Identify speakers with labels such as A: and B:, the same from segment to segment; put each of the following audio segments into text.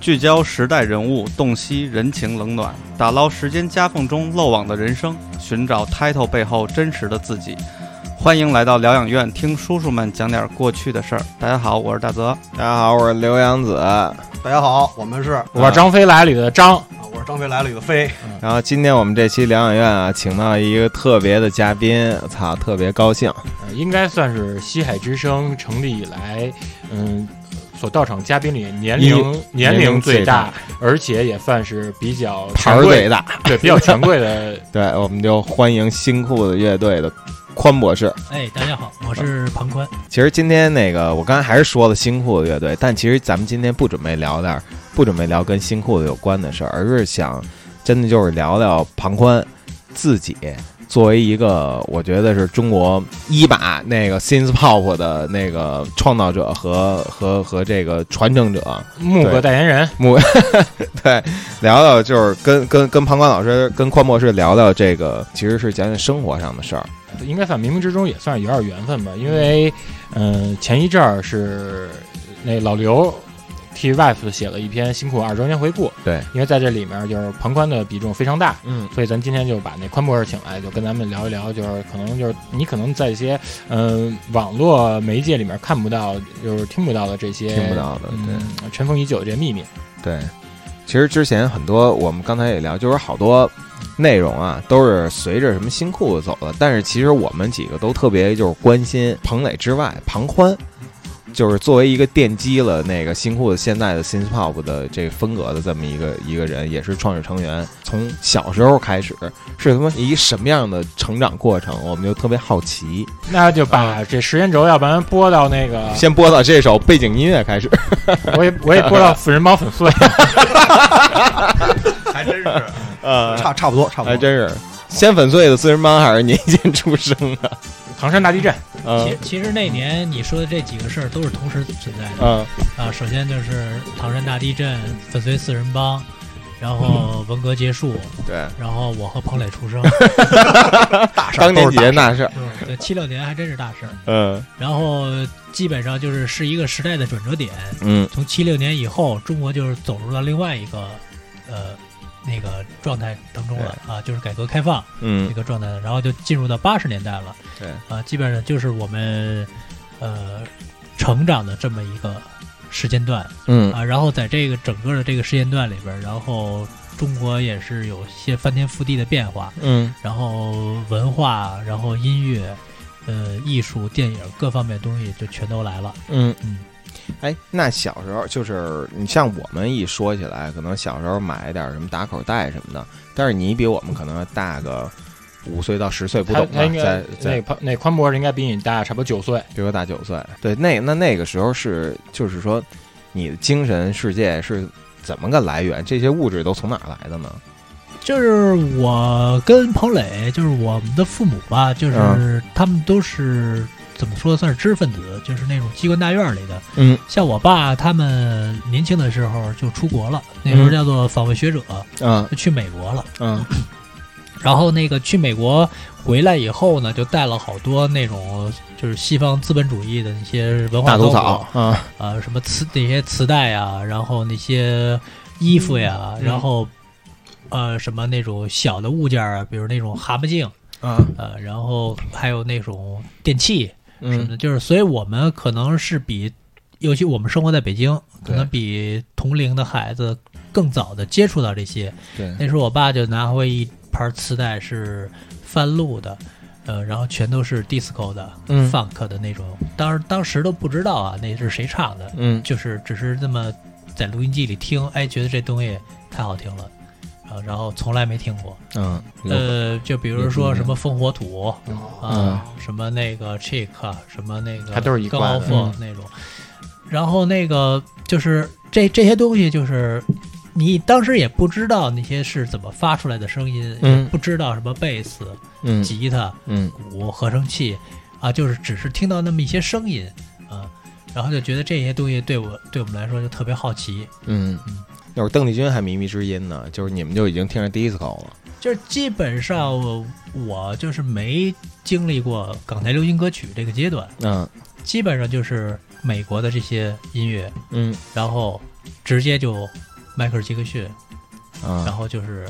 A: 聚焦时代人物，洞悉人情冷暖，打捞时间夹缝中漏网的人生，寻找 title 背后真实的自己。欢迎来到疗养院，听叔叔们讲点过去的事儿。大家好，我是大泽。
B: 大家好，我是刘洋子。
C: 大家好，我们是啊，
D: 我是张飞来了里的张，
C: 我是张飞来了里的飞，
B: 然后今天我们这期疗养院啊，请到一个特别的嘉宾，操，特别高兴。
D: 呃应该算是西海之声成立以来，嗯，所到场嘉宾里年龄年龄最大，而且也算是比较
B: 牌
D: 权
B: 儿
D: 贵
B: 最，大，
D: 对比较权贵的。
B: 对，我们就欢迎新裤子乐队的宽博士。
E: 哎，大家好，我是庞宽。
B: 其实今天那个，我刚才还是说了新裤子乐队，但其实咱们今天不准备聊点儿，不准备聊跟新裤子有关的事儿，而是想真的就是聊聊庞宽自己作为一个，我觉得是中国一把那个 synth pop 的那个创造者和和和这个传承者，
D: 木
B: 对
D: 个代言人，
B: 对，聊聊就是跟跟跟庞宽老师跟宽博士聊聊这个，其实是讲讲生活上的事儿。
D: 应该算冥冥之中也算有点缘分吧。因为，嗯、前一阵儿是那老刘替 wife 写了一篇辛苦二周年回顾，
B: 对，
D: 因为在这里面就是庞宽的比重非常大，
B: 嗯，
D: 所以咱今天就把那宽博士请来，就跟咱们聊一聊，就是可能就是你可能在一些嗯、呃网络媒介里面看不到，就是听不到的这些
B: 听不到的，对。
D: 嗯尘封已久的这些秘密。
B: 对，其实之前很多我们刚才也聊，就是好多内容啊，都是随着什么新裤子走的。但是其实我们几个都特别就是关心彭磊之外，庞宽，就是作为一个奠基了那个新裤子现在的 synth pop 的这个风格的这么一个一个人，也是创始成员。从小时候开始是他妈一什么样的成长过程，我们就特别好奇。
D: 那就把这时间轴，要不然播到那个，
B: 啊先播到这首背景音乐开始，
D: 我也我也播 到死人猫粉碎。
C: 还真是
B: 呃，
C: 差差不多，差不
B: 还
C: 多。
B: 真是。先粉碎的四人帮还是您先出生啊？
D: 唐山大地震，
B: 嗯
E: 其其实那年你说的这几个事儿都是同时存在的
B: 嗯
E: 啊。首先就是唐山大地震、粉碎四人帮，然后文革结束，，
B: 对，
E: 然后我和彭磊出生。嗯
C: 大事儿
B: 当年
C: 都是
B: 几
C: 大
B: 件大事儿，
E: 对，七六年还真是大事儿。
B: 嗯
E: 然后基本上就是是一个时代的转折点。
B: 嗯，
E: 从七六年以后，中国就是走入了另外一个呃那个状态当中了啊，就是改革开放。
B: 嗯
E: 这，个状态，然后就进入到八十年代了。
B: 对
E: 啊、基本上就是我们呃成长的这么一个时间段
B: 嗯
E: 啊。然后在这个整个的这个时间段里边儿，然后中国也是有些翻天覆地的变化，
B: 嗯
E: 然后文化，然后音乐。呃，艺术、电影各方面东西就全都来了。
B: 嗯
E: 嗯。
B: 哎，那小时候就是你像我们一说起来，可能小时候买点什么打口袋什么的，但是你比我们可能大个五岁到十岁，不
D: 他
B: 懂
D: 他
B: 啊
D: 应，该
B: 在
D: 那
B: 在
D: 宽那宽博士应该比你大差不多九岁。
B: 比我大九岁。对，那那那个时候是就是说，你的精神世界是怎么个来源？这些物质都从哪儿来的呢？
E: 就是我跟彭磊，就是我们的父母吧，
B: 嗯
E: 就是他们都是怎么说，算是知识分子，就是那种机关大院里的。
B: 嗯，
E: 像我爸他们年轻的时候就出国了，那时候叫做访问学者，
B: 嗯
E: 就去美国了。
B: 嗯
E: 然后那个去美国回来以后呢，就带了好多那种就是西方资本主义的那些文化
B: 大
E: 包
B: 头
E: 裹
B: 草，啊，
E: 呃，什么磁那些磁带呀，然后那些衣服呀，
D: 嗯
E: 然后呃什么那种小的物件儿啊，比如那种蛤蟆镜，
B: 啊，
E: 呃，然后还有那种电器什么
B: 嗯
E: 的，就是所以我们可能是比，尤其我们生活在北京，可
B: 对
E: 能比同龄的孩子更早的接触到这些。
B: 对，
E: 那时候我爸就拿回一盘磁带是翻录的。呃，然后全都是 disco 的、
B: 嗯
E: funk 的那种，当时当时都不知道啊，那是谁唱的，
B: 嗯
E: 就是只是这么在录音机里听，哎，觉得这东西太好听了，啊，然后从来没听过。
B: 嗯，
E: 呃，就比如说什么烽火土
B: 嗯
E: 啊，什么那个 chick，啊什么那个，
D: 它都是一
E: 高
D: 挂的
E: 凤那种。然后那个就是这这些东西，就是你当时也不知道那些是怎么发出来的声音，
B: 嗯
E: 也不知道什么贝斯、
B: 嗯
E: 吉他、
B: 嗯
E: 鼓、合成器啊，就是只是听到那么一些声音啊，然后就觉得这些东西对我对我们来说就特别好奇，
B: 嗯
E: 嗯，
B: 那会儿邓丽君还靡靡之音呢，就是你们就已经听着 disco 了。
E: 就是基本上我我就是没经历过港台流行歌曲这个阶段，
B: 嗯
E: 基本上就是美国的这些音乐，
B: 嗯
E: 然后直接就迈克尔·杰克逊，
B: 嗯
E: 然后就是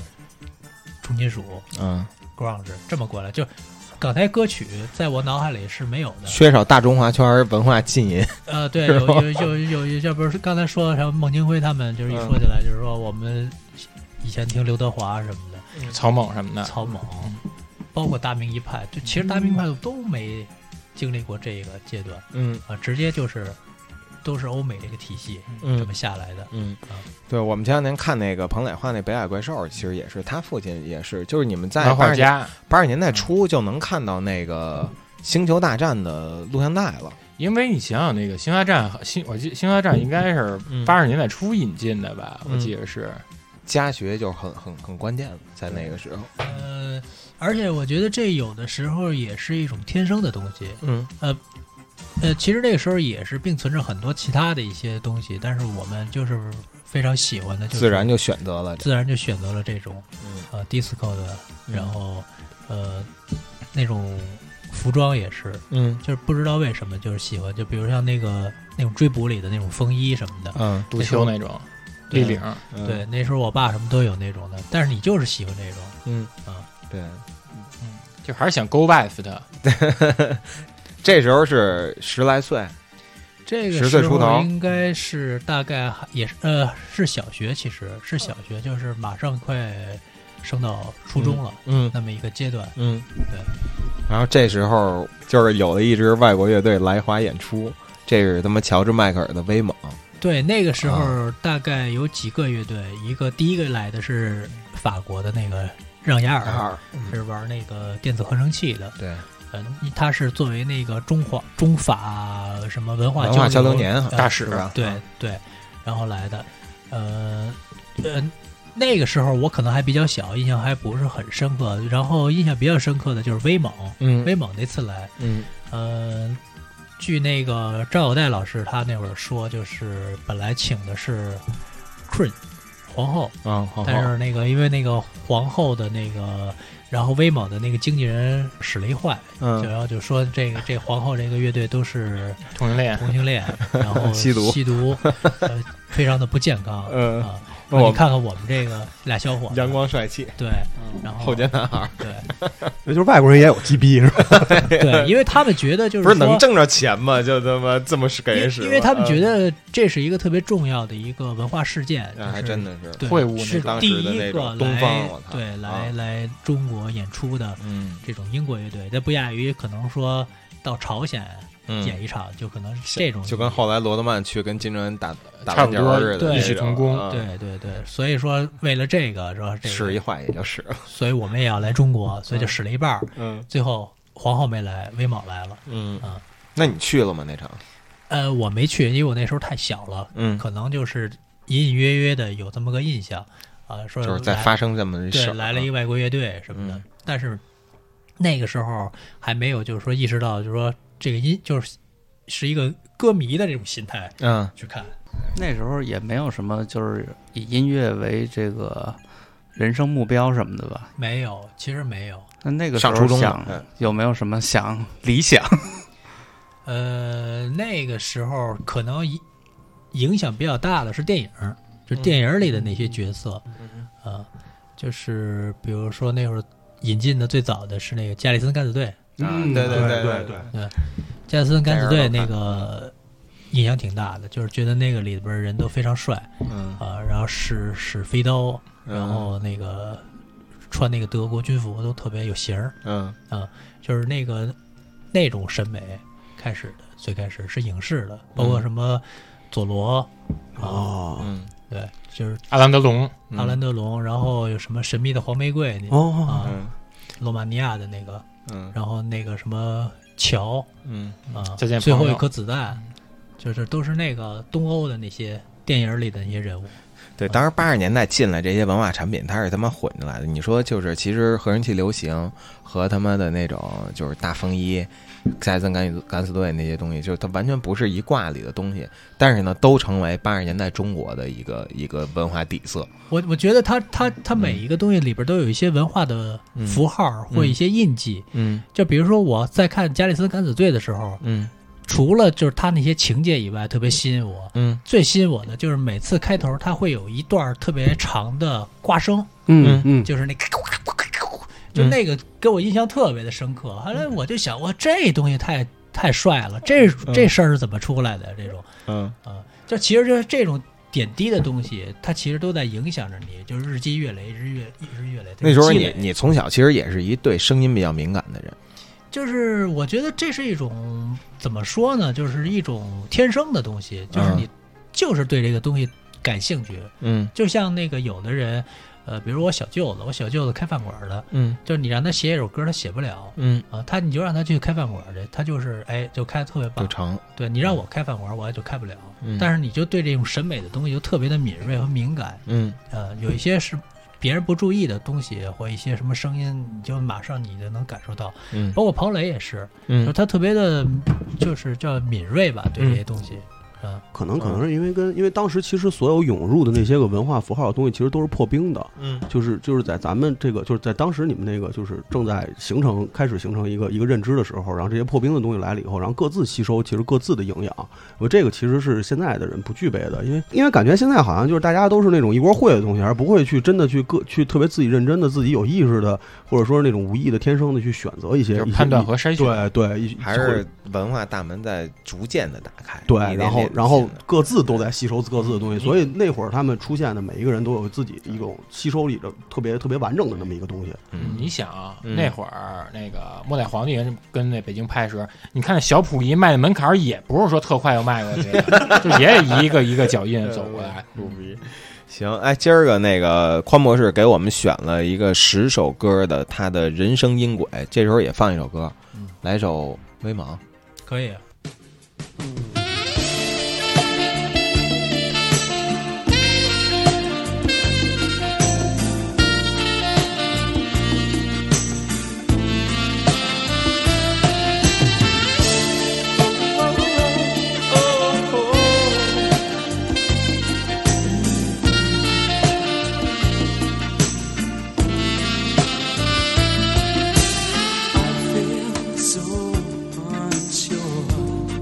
E: 重金属、
B: 嗯，
E: grunge 这么过来，就是港台歌曲在我脑海里是没有的。
B: 缺少大中华圈文化浸淫，
E: 呃，对，
B: 是
E: 有
B: 吗
E: 有有有，要不是刚才说什么孟京辉他们，就是一
B: 嗯
E: 说起来就是说我们以前听刘德华啊什么的，
B: 嗯
D: 草蜢什么的，
E: 草蜢
D: 嗯，
E: 包括大明一派，就其实大明一派都没经历过这个阶段
B: 嗯
E: 啊，直接就是都是欧美这个体系这
B: 嗯
E: 么下来的。
B: 嗯
E: 啊，
B: 对，我们前两天看那个彭磊画那《北海怪兽》，其实也是他父亲也是，就是你们在
D: 漫
B: 八
D: 画
B: 十
D: 家，
B: 八十年代初就能看到那个《星球大战》的录像带了，
D: 因为你想想那个《星球大战》，星我记《星球大战》应该是
B: 嗯
D: 八十年代初引进的吧，
B: 嗯
D: 我记得是，
B: 家学就很很很关键了，在那个时候，
E: 呃，而且我觉得这有的时候也是一种天生的东西。
B: 嗯
E: 呃，其实那个时候也是并存着很多其他的一些东西，但是我们就是非常喜欢的，就是
B: 自然就选择了这，
E: 自然就选择了这种
B: 嗯
E: 呃 disco 的，
B: 嗯
E: 然后呃那种服装也是，
B: 嗯
E: 就是不知道为什么就是喜欢，就比如像那个那种追捕里的那种风衣什么的，
B: 嗯，
D: 杜秋那种，
E: 对
D: 立领，
B: 嗯
E: 对，那时候我爸什么都有那种的，但是你就是喜欢这种，
B: 嗯
E: 啊
B: 对，
D: 就还是想 go west 的，
B: 这时候是十来岁，
E: 这
B: 十
E: 个
B: 岁
E: 时
B: 出头
E: 候应该是大概还也是呃是小学，其实是小学，就是马上快升到初中了。
B: 嗯
E: 那么一个阶段，
B: 嗯，
E: 对。
B: 然后这时候就是有了一支外国乐队来华演出，这是他妈乔治迈克尔的威猛，
E: 对，那个时候大概有几个乐队，一个第一个来的是法国的那个让雅尔，
B: 二
E: 是玩那个电子合成器的，
B: 对，
E: 嗯，他是作为那个中华中法什么文化
B: 文化交
E: 交
B: 流年
E: 呃
D: 大使
B: 是吧？
E: 对对，然后来的，呃呃，那个时候我可能还比较小，印象还不是很深刻。然后印象比较深刻的就是威猛，
B: 嗯
E: 威猛那次来，
B: 嗯
E: 呃，据那个赵有代老师他那会儿说，就是本来请的是 Queen 皇后，
B: 啊，好
E: 但是那个因为那个皇后的那个，然后威猛的那个经纪人使了一坏，就
B: 嗯
E: 然后就说这个这皇后这个乐队都是
D: 同性恋，
E: 同性 恋，然后
B: 吸毒
E: 吸 毒，呃，非常的不健康啊。
B: 嗯
E: 那
B: 我
E: 你看看我们这个俩小伙子，
B: 阳光帅气
E: 对，然后
B: 嗯后街男孩，
E: 对
C: 也就是外国人也有鸡逼是吧？
E: 对，因为他们觉得就是
B: 不是能
E: 说
B: 挣着钱吗？就他妈这么是给人使
E: 因因
B: 吗，
E: 为他们觉
B: 嗯
E: 得这是一个特别重要的一个文化事件，就
B: 那啊还
E: 是
B: 真的是，
E: 对
D: 会晤那
E: 是
B: 当
E: 第
B: 时的
E: 一
B: 那
E: 个
B: 种东方
E: 来
B: 我操
E: 对
B: 啊
E: 来来中国演出的
B: 嗯
E: 这种英国乐队，但不亚于可能说到朝鲜
B: 嗯。
E: 演一场，就可能是这种
B: 就跟后来罗德曼去跟金正恩打打
D: 差
B: 篮
D: 不
B: 球
D: 多
B: 似的那种，
E: 异曲
D: 同工
B: 嗯
E: 对对对，所以说为了这个是吧？这
B: 使
E: 个，
B: 一坏也就是了。
E: 所以我们也要来中国，所以就使了一半儿，
B: 嗯
E: 最后皇后没来，威猛来了。
B: 嗯
E: 啊
B: 那你去了吗？那场？
E: 呃，我没去，因为我那时候太小了，
B: 嗯，
E: 可能就是隐隐约约的有这么个印象啊，说
B: 就是在
E: 来
B: 发生这么一事
E: 对
B: 儿，
E: 来了一个外国乐队什么的，
B: 嗯
E: 但是那个时候还没有就是说意识到，就是说这个音就是是一个歌迷的这种心态
B: 嗯
E: 去看。
A: 那时候也没有什么就是以音乐为这个人生目标什么的吧。
E: 没有，其实没有。
A: 那那个时
B: 上初
A: 候
B: 中了
A: 想
B: 嗯
A: 有没有什么想理想？
E: 呃，那个时候可能影影响比较大的是电影儿，就电影儿里的那些角色，啊、就是比如说那会儿引进的最早的是那个加里森敢死队，
B: 嗯对对
C: 对
B: 对
C: 对，
E: 加里森敢死队
B: 电影
E: 那
B: 儿好看
E: 个印象挺大的，就是觉得那个里边儿人都非常帅
B: 嗯，
E: 啊、然后使使飞刀，然后那个穿那个德国军服都特别有型儿，呃
B: 嗯
E: 就是那个那种审美开始的，最开始是影视的，包
C: 嗯
E: 括什么佐罗啊、
C: 哦
B: 嗯
E: 对，就是
D: 阿兰德龙，
B: 嗯
E: 阿兰德龙，然后有什么神秘的黄玫瑰，那、
C: 哦，
E: 啊，
B: 嗯
E: 罗马尼亚的那个，
B: 嗯
E: 然后那个什么桥
B: 嗯
E: 啊，
D: 再见
E: 最后
D: 朋
E: 一
D: 友嗯
E: 颗子弹，就是都是那个东欧的那些电影里的那些人物，
B: 对，当时八十年代进来这些文化产品，它是他妈混进来的。你说就是，其实合成器流行和他妈的那种就是大风衣、塞森敢死敢死队那些东西，就是它完全不是一挂里的东西，但是呢，都成为八十年代中国的一个一个文化底色。
E: 我我觉得它它它每一个东西里边都有一些文化的
B: 嗯
E: 符号或一些印记，
B: 嗯
F: Mm.
E: 就比如说我在看《加里森敢死队》的时候，
B: 嗯
E: 除了就是他那些情节以外，特别吸引我。
B: 嗯
E: 最吸引我的就是每次开头他会有一段特别长的挂声，
B: 嗯
C: 嗯
E: 就是那咔咔咔咔咔咔就那个给我印象特别的深刻。后来我就想，哇，这东西太太帅了，这这事儿是怎么出来的？这种
B: 嗯
E: 啊，就其实就是这种点滴的东西，它其实都在影响着你，就是日积月累，日月日日月累。
B: 那时候
E: 积
B: 你
E: 累
B: 你从小其实也是一对声音比较敏感的人，
E: 就是我觉得这是一种怎么说呢？就是一种天生的东西，就是
B: 嗯
E: 你就是对这个东西感兴趣。
B: 嗯
E: 就像那个有的人，呃，比如我小舅子，我小舅子开饭馆的，
B: 嗯
E: 就是你让他写一首歌，他写不了。
B: 嗯，
E: 啊，他你就让他去开饭馆去，他就是哎，就开的特别
B: 就
E: 棒。
B: 成，
E: 对你让我开饭馆，我也就开不了。
B: 嗯
E: 但是你就对这种审美的东西就特别的敏锐和敏感，
B: 嗯
E: 呃，有一些是别人不注意的东西或一些什么声音，你就马上你就能感受到。
B: 嗯
E: 包括彭磊也是，就是
B: 嗯
E: 他特别的，就是叫敏锐吧，对这些东西。嗯，
C: 可能可能是因为跟因为当时其实所有涌入的那些个文化符号的东西，其实都是破冰的，
B: 嗯
C: 就是就是在咱们这个就是在当时你们那个就是正在形成开始形成一个一个认知的时候，然后这些破冰的东西来了以后，然后各自吸收其实各自的营养，我这个其实是现在的人不具备的，因为因为感觉现在好像就是大家都是那种一锅烩的东西，而不会去真的去各去特别自己认真的自己有意识的，或者说是那种无意的天生的去选择一些
D: 就
C: 一
D: 是
C: 些
D: 判断和筛选。
C: 对对一
B: 还
C: 或者
B: 是文化大门在逐渐的打开，
C: 对
B: 一，点
C: 然后
B: 点地
C: 然后
B: 进来
C: 各自都在吸收各自的东西，所以那会儿他们出现的每一个人都有自己一种吸收里的特别特别完整的那么一个东西。
D: 你想啊，
B: 嗯
D: 那会儿那个末代皇帝跟那北京拍的时候，你看小溥仪迈的门槛儿也不是说特快就迈过去的，就也一个一个脚印走过来。
B: 行，哎，今儿个那个宽博士给我们选了一个十首歌的他的人生音轨，这时候也放一首歌，
E: 嗯
B: 来首《威猛》。
E: 可以。啊
F: feel so unsure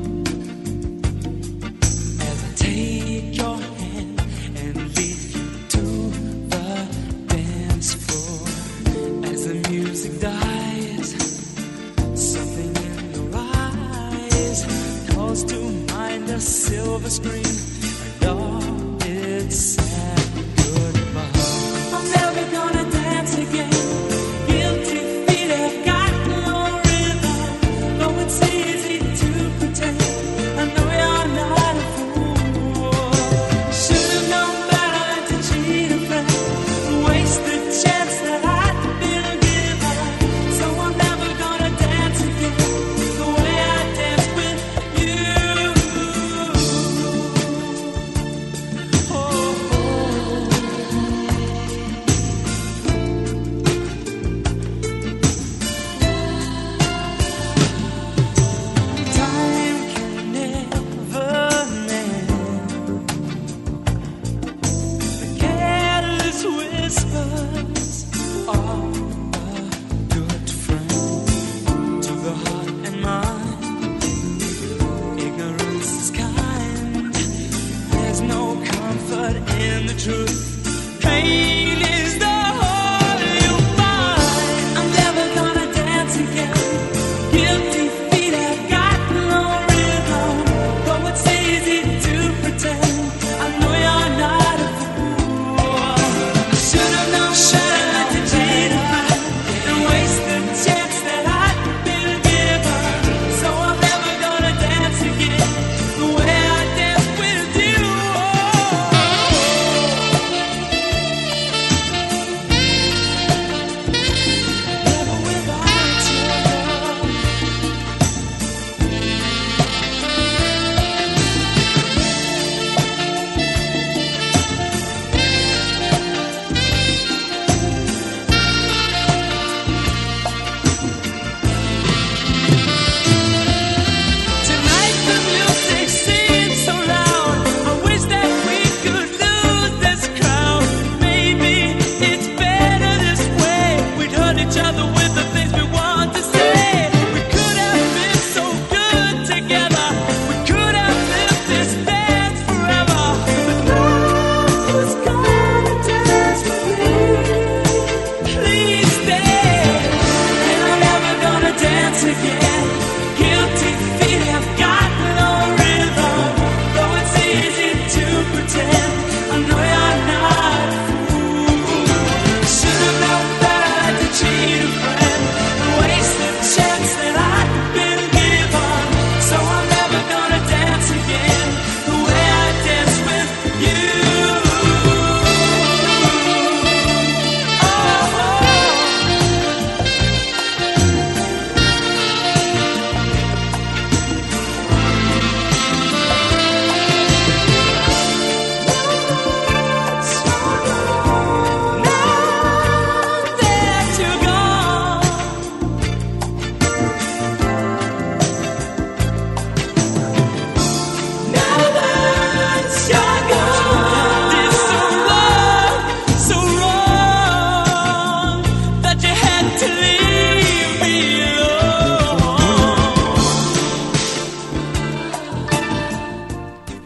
F: as I take your hand and lead you to the dance floor. As the music dies, something in your eyes calls to mind a silver screen. and all its sad goodbye. I'm never gonna dance again. Guilty feet have got no rhythm. Though it's easy to pretend, I know you're not a fool. Should've known better to cheat a friend. Waste the chance that I'd been given. So I'm never gonna dance again the way I danced with you. Oh, oh. Time can never mend the careless whispers of a good friend to the heart and mind. Ignorance is kind. There's no comfort in the truth. Pain is the whole you find. I'm never gonna dance again. Guilty feet have got no rhythm. Though it's easy to pretend, I know you're not a fool. I should have known better to cheat around and waste the chance that I'd been given. So I'm never gonna dance again the way I danced with you.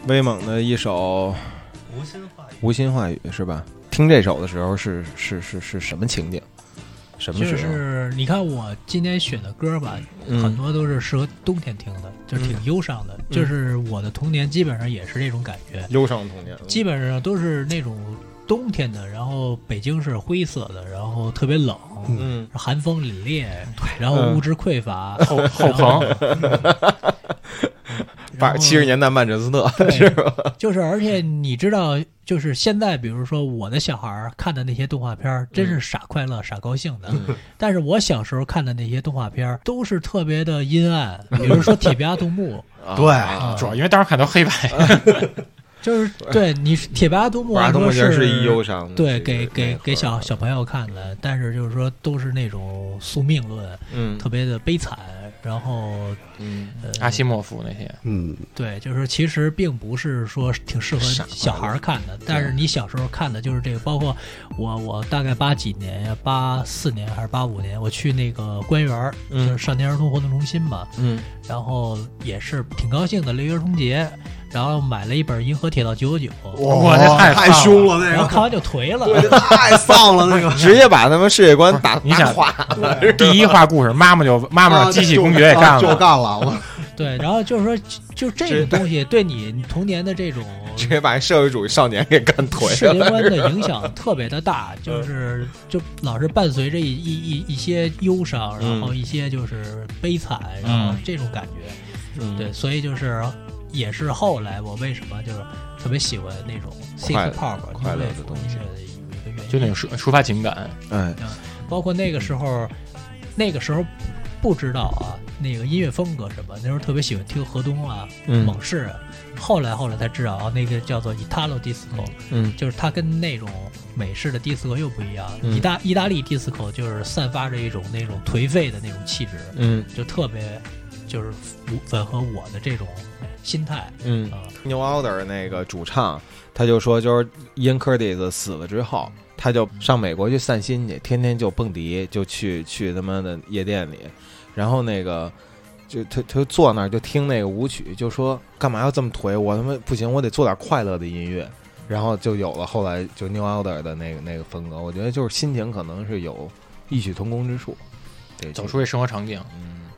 B: 威猛的一首
E: 无心话语，
B: 《无心话语》是吧？听这首的时候是是是是什么情景？什么
E: 就
B: 时候？
E: 是你看我今天选的歌吧，很
B: 嗯
E: 多都是适合冬天听的，就是挺忧伤的。就是我的童年基本上也是这种感觉，
B: 嗯忧伤童年，
E: 基本上都是那种冬天的，然后北京是灰色的，然后特别冷，
B: 嗯，
E: 寒风凛冽，然后物质匮乏，
D: 后后 棚，
B: 八七十年代曼彻斯特，
E: 代就是而且你知道，就是现在，比如说我的小孩儿看的那些动画片儿，真是傻快乐、傻高兴的。
B: 嗯
E: 但是我小时候看的那些动画片儿，都是特别的阴暗，比如说《铁臂阿童木
B: 啊
C: 对
B: 啊
D: 主要因为当时看到黑白，》，
E: 就是对你《铁臂阿童木》
B: 阿童
E: 说
B: 木其实是一忧
E: 是
B: 伤的，
E: 对
B: 其
E: 给
B: 实那
E: 给
B: 会儿
E: 给小小朋友看的，但是就是说都是那种宿命论，
B: 嗯
E: 特别的悲惨。然后
B: 嗯
E: 呃，
D: 阿西莫夫那些，
C: 嗯，
E: 对，就是说其实并不是说挺适合小孩儿看的，但是你小时候看的就是这个，包括我我大概八几年呀，八四年还是八五年，我去那个官园儿，
B: 嗯
E: 就是少年儿童活动中心嘛，
B: 嗯。
E: 然后也是挺高兴的，六一儿童节，然后买了一本《银河铁道九九九》，
D: 哇，那太
C: 太
D: 棒
C: 凶了那
E: 然后
C: 个，
E: 看完就颓了。
C: 太丧 了那个
B: 直接把他们世界观打
D: 你想
B: 打垮 了，
D: 了！第一话故事，妈妈就妈妈让机器公爵也
C: 啊
D: 干
C: 就
D: 了，
C: 干了，我
E: 对，然后就是说，就就这
B: 直
E: 种东西对你童年的这种
B: 直接把社会主义少年给干
E: 世
B: 颓
E: 界
B: 了。
E: 观的影响特别的 大，就是就老是伴随着一一一一些忧伤，然
B: 嗯
E: 后一些就是悲惨，然后这种感觉，
B: 嗯
E: 对，所以就是也是后来我为什么就是特别喜欢那种 s i
B: 快
E: x pop
B: 快乐的东西
E: 西的一个原因，
D: 就那种抒抒发情感，
B: 哎，
E: 包括那个时候，那个时候不知道啊，那个音乐风格什么，那时候特别喜欢听河东啊、
B: 嗯
E: 猛士啊，后来后来才知道啊，那个叫做 Italo disco，
B: 嗯
E: 就是它跟那种美式的 disco 又不一样，
B: 嗯
E: 意大意大利 disco 就是散发着一种那种颓废的那种气质，
B: 嗯
E: 就特别就是吻合我的这种心态
B: 嗯
E: 啊，
B: ，New Order 那个主唱他就说，就是 Ian Curtis 死了之后，他就上美国去散心去，天天就蹦迪，就去去他妈的夜店里，然后那个。就他他就坐那儿就听那个舞曲，就说干嘛要这么颓？我他妈不行，我得做点快乐的音乐。然后就有了后来就 New Order 的那个那个风格。我觉得就是心情可能是有异曲同工之处。对
D: 走出这生活场景，
B: 嗯，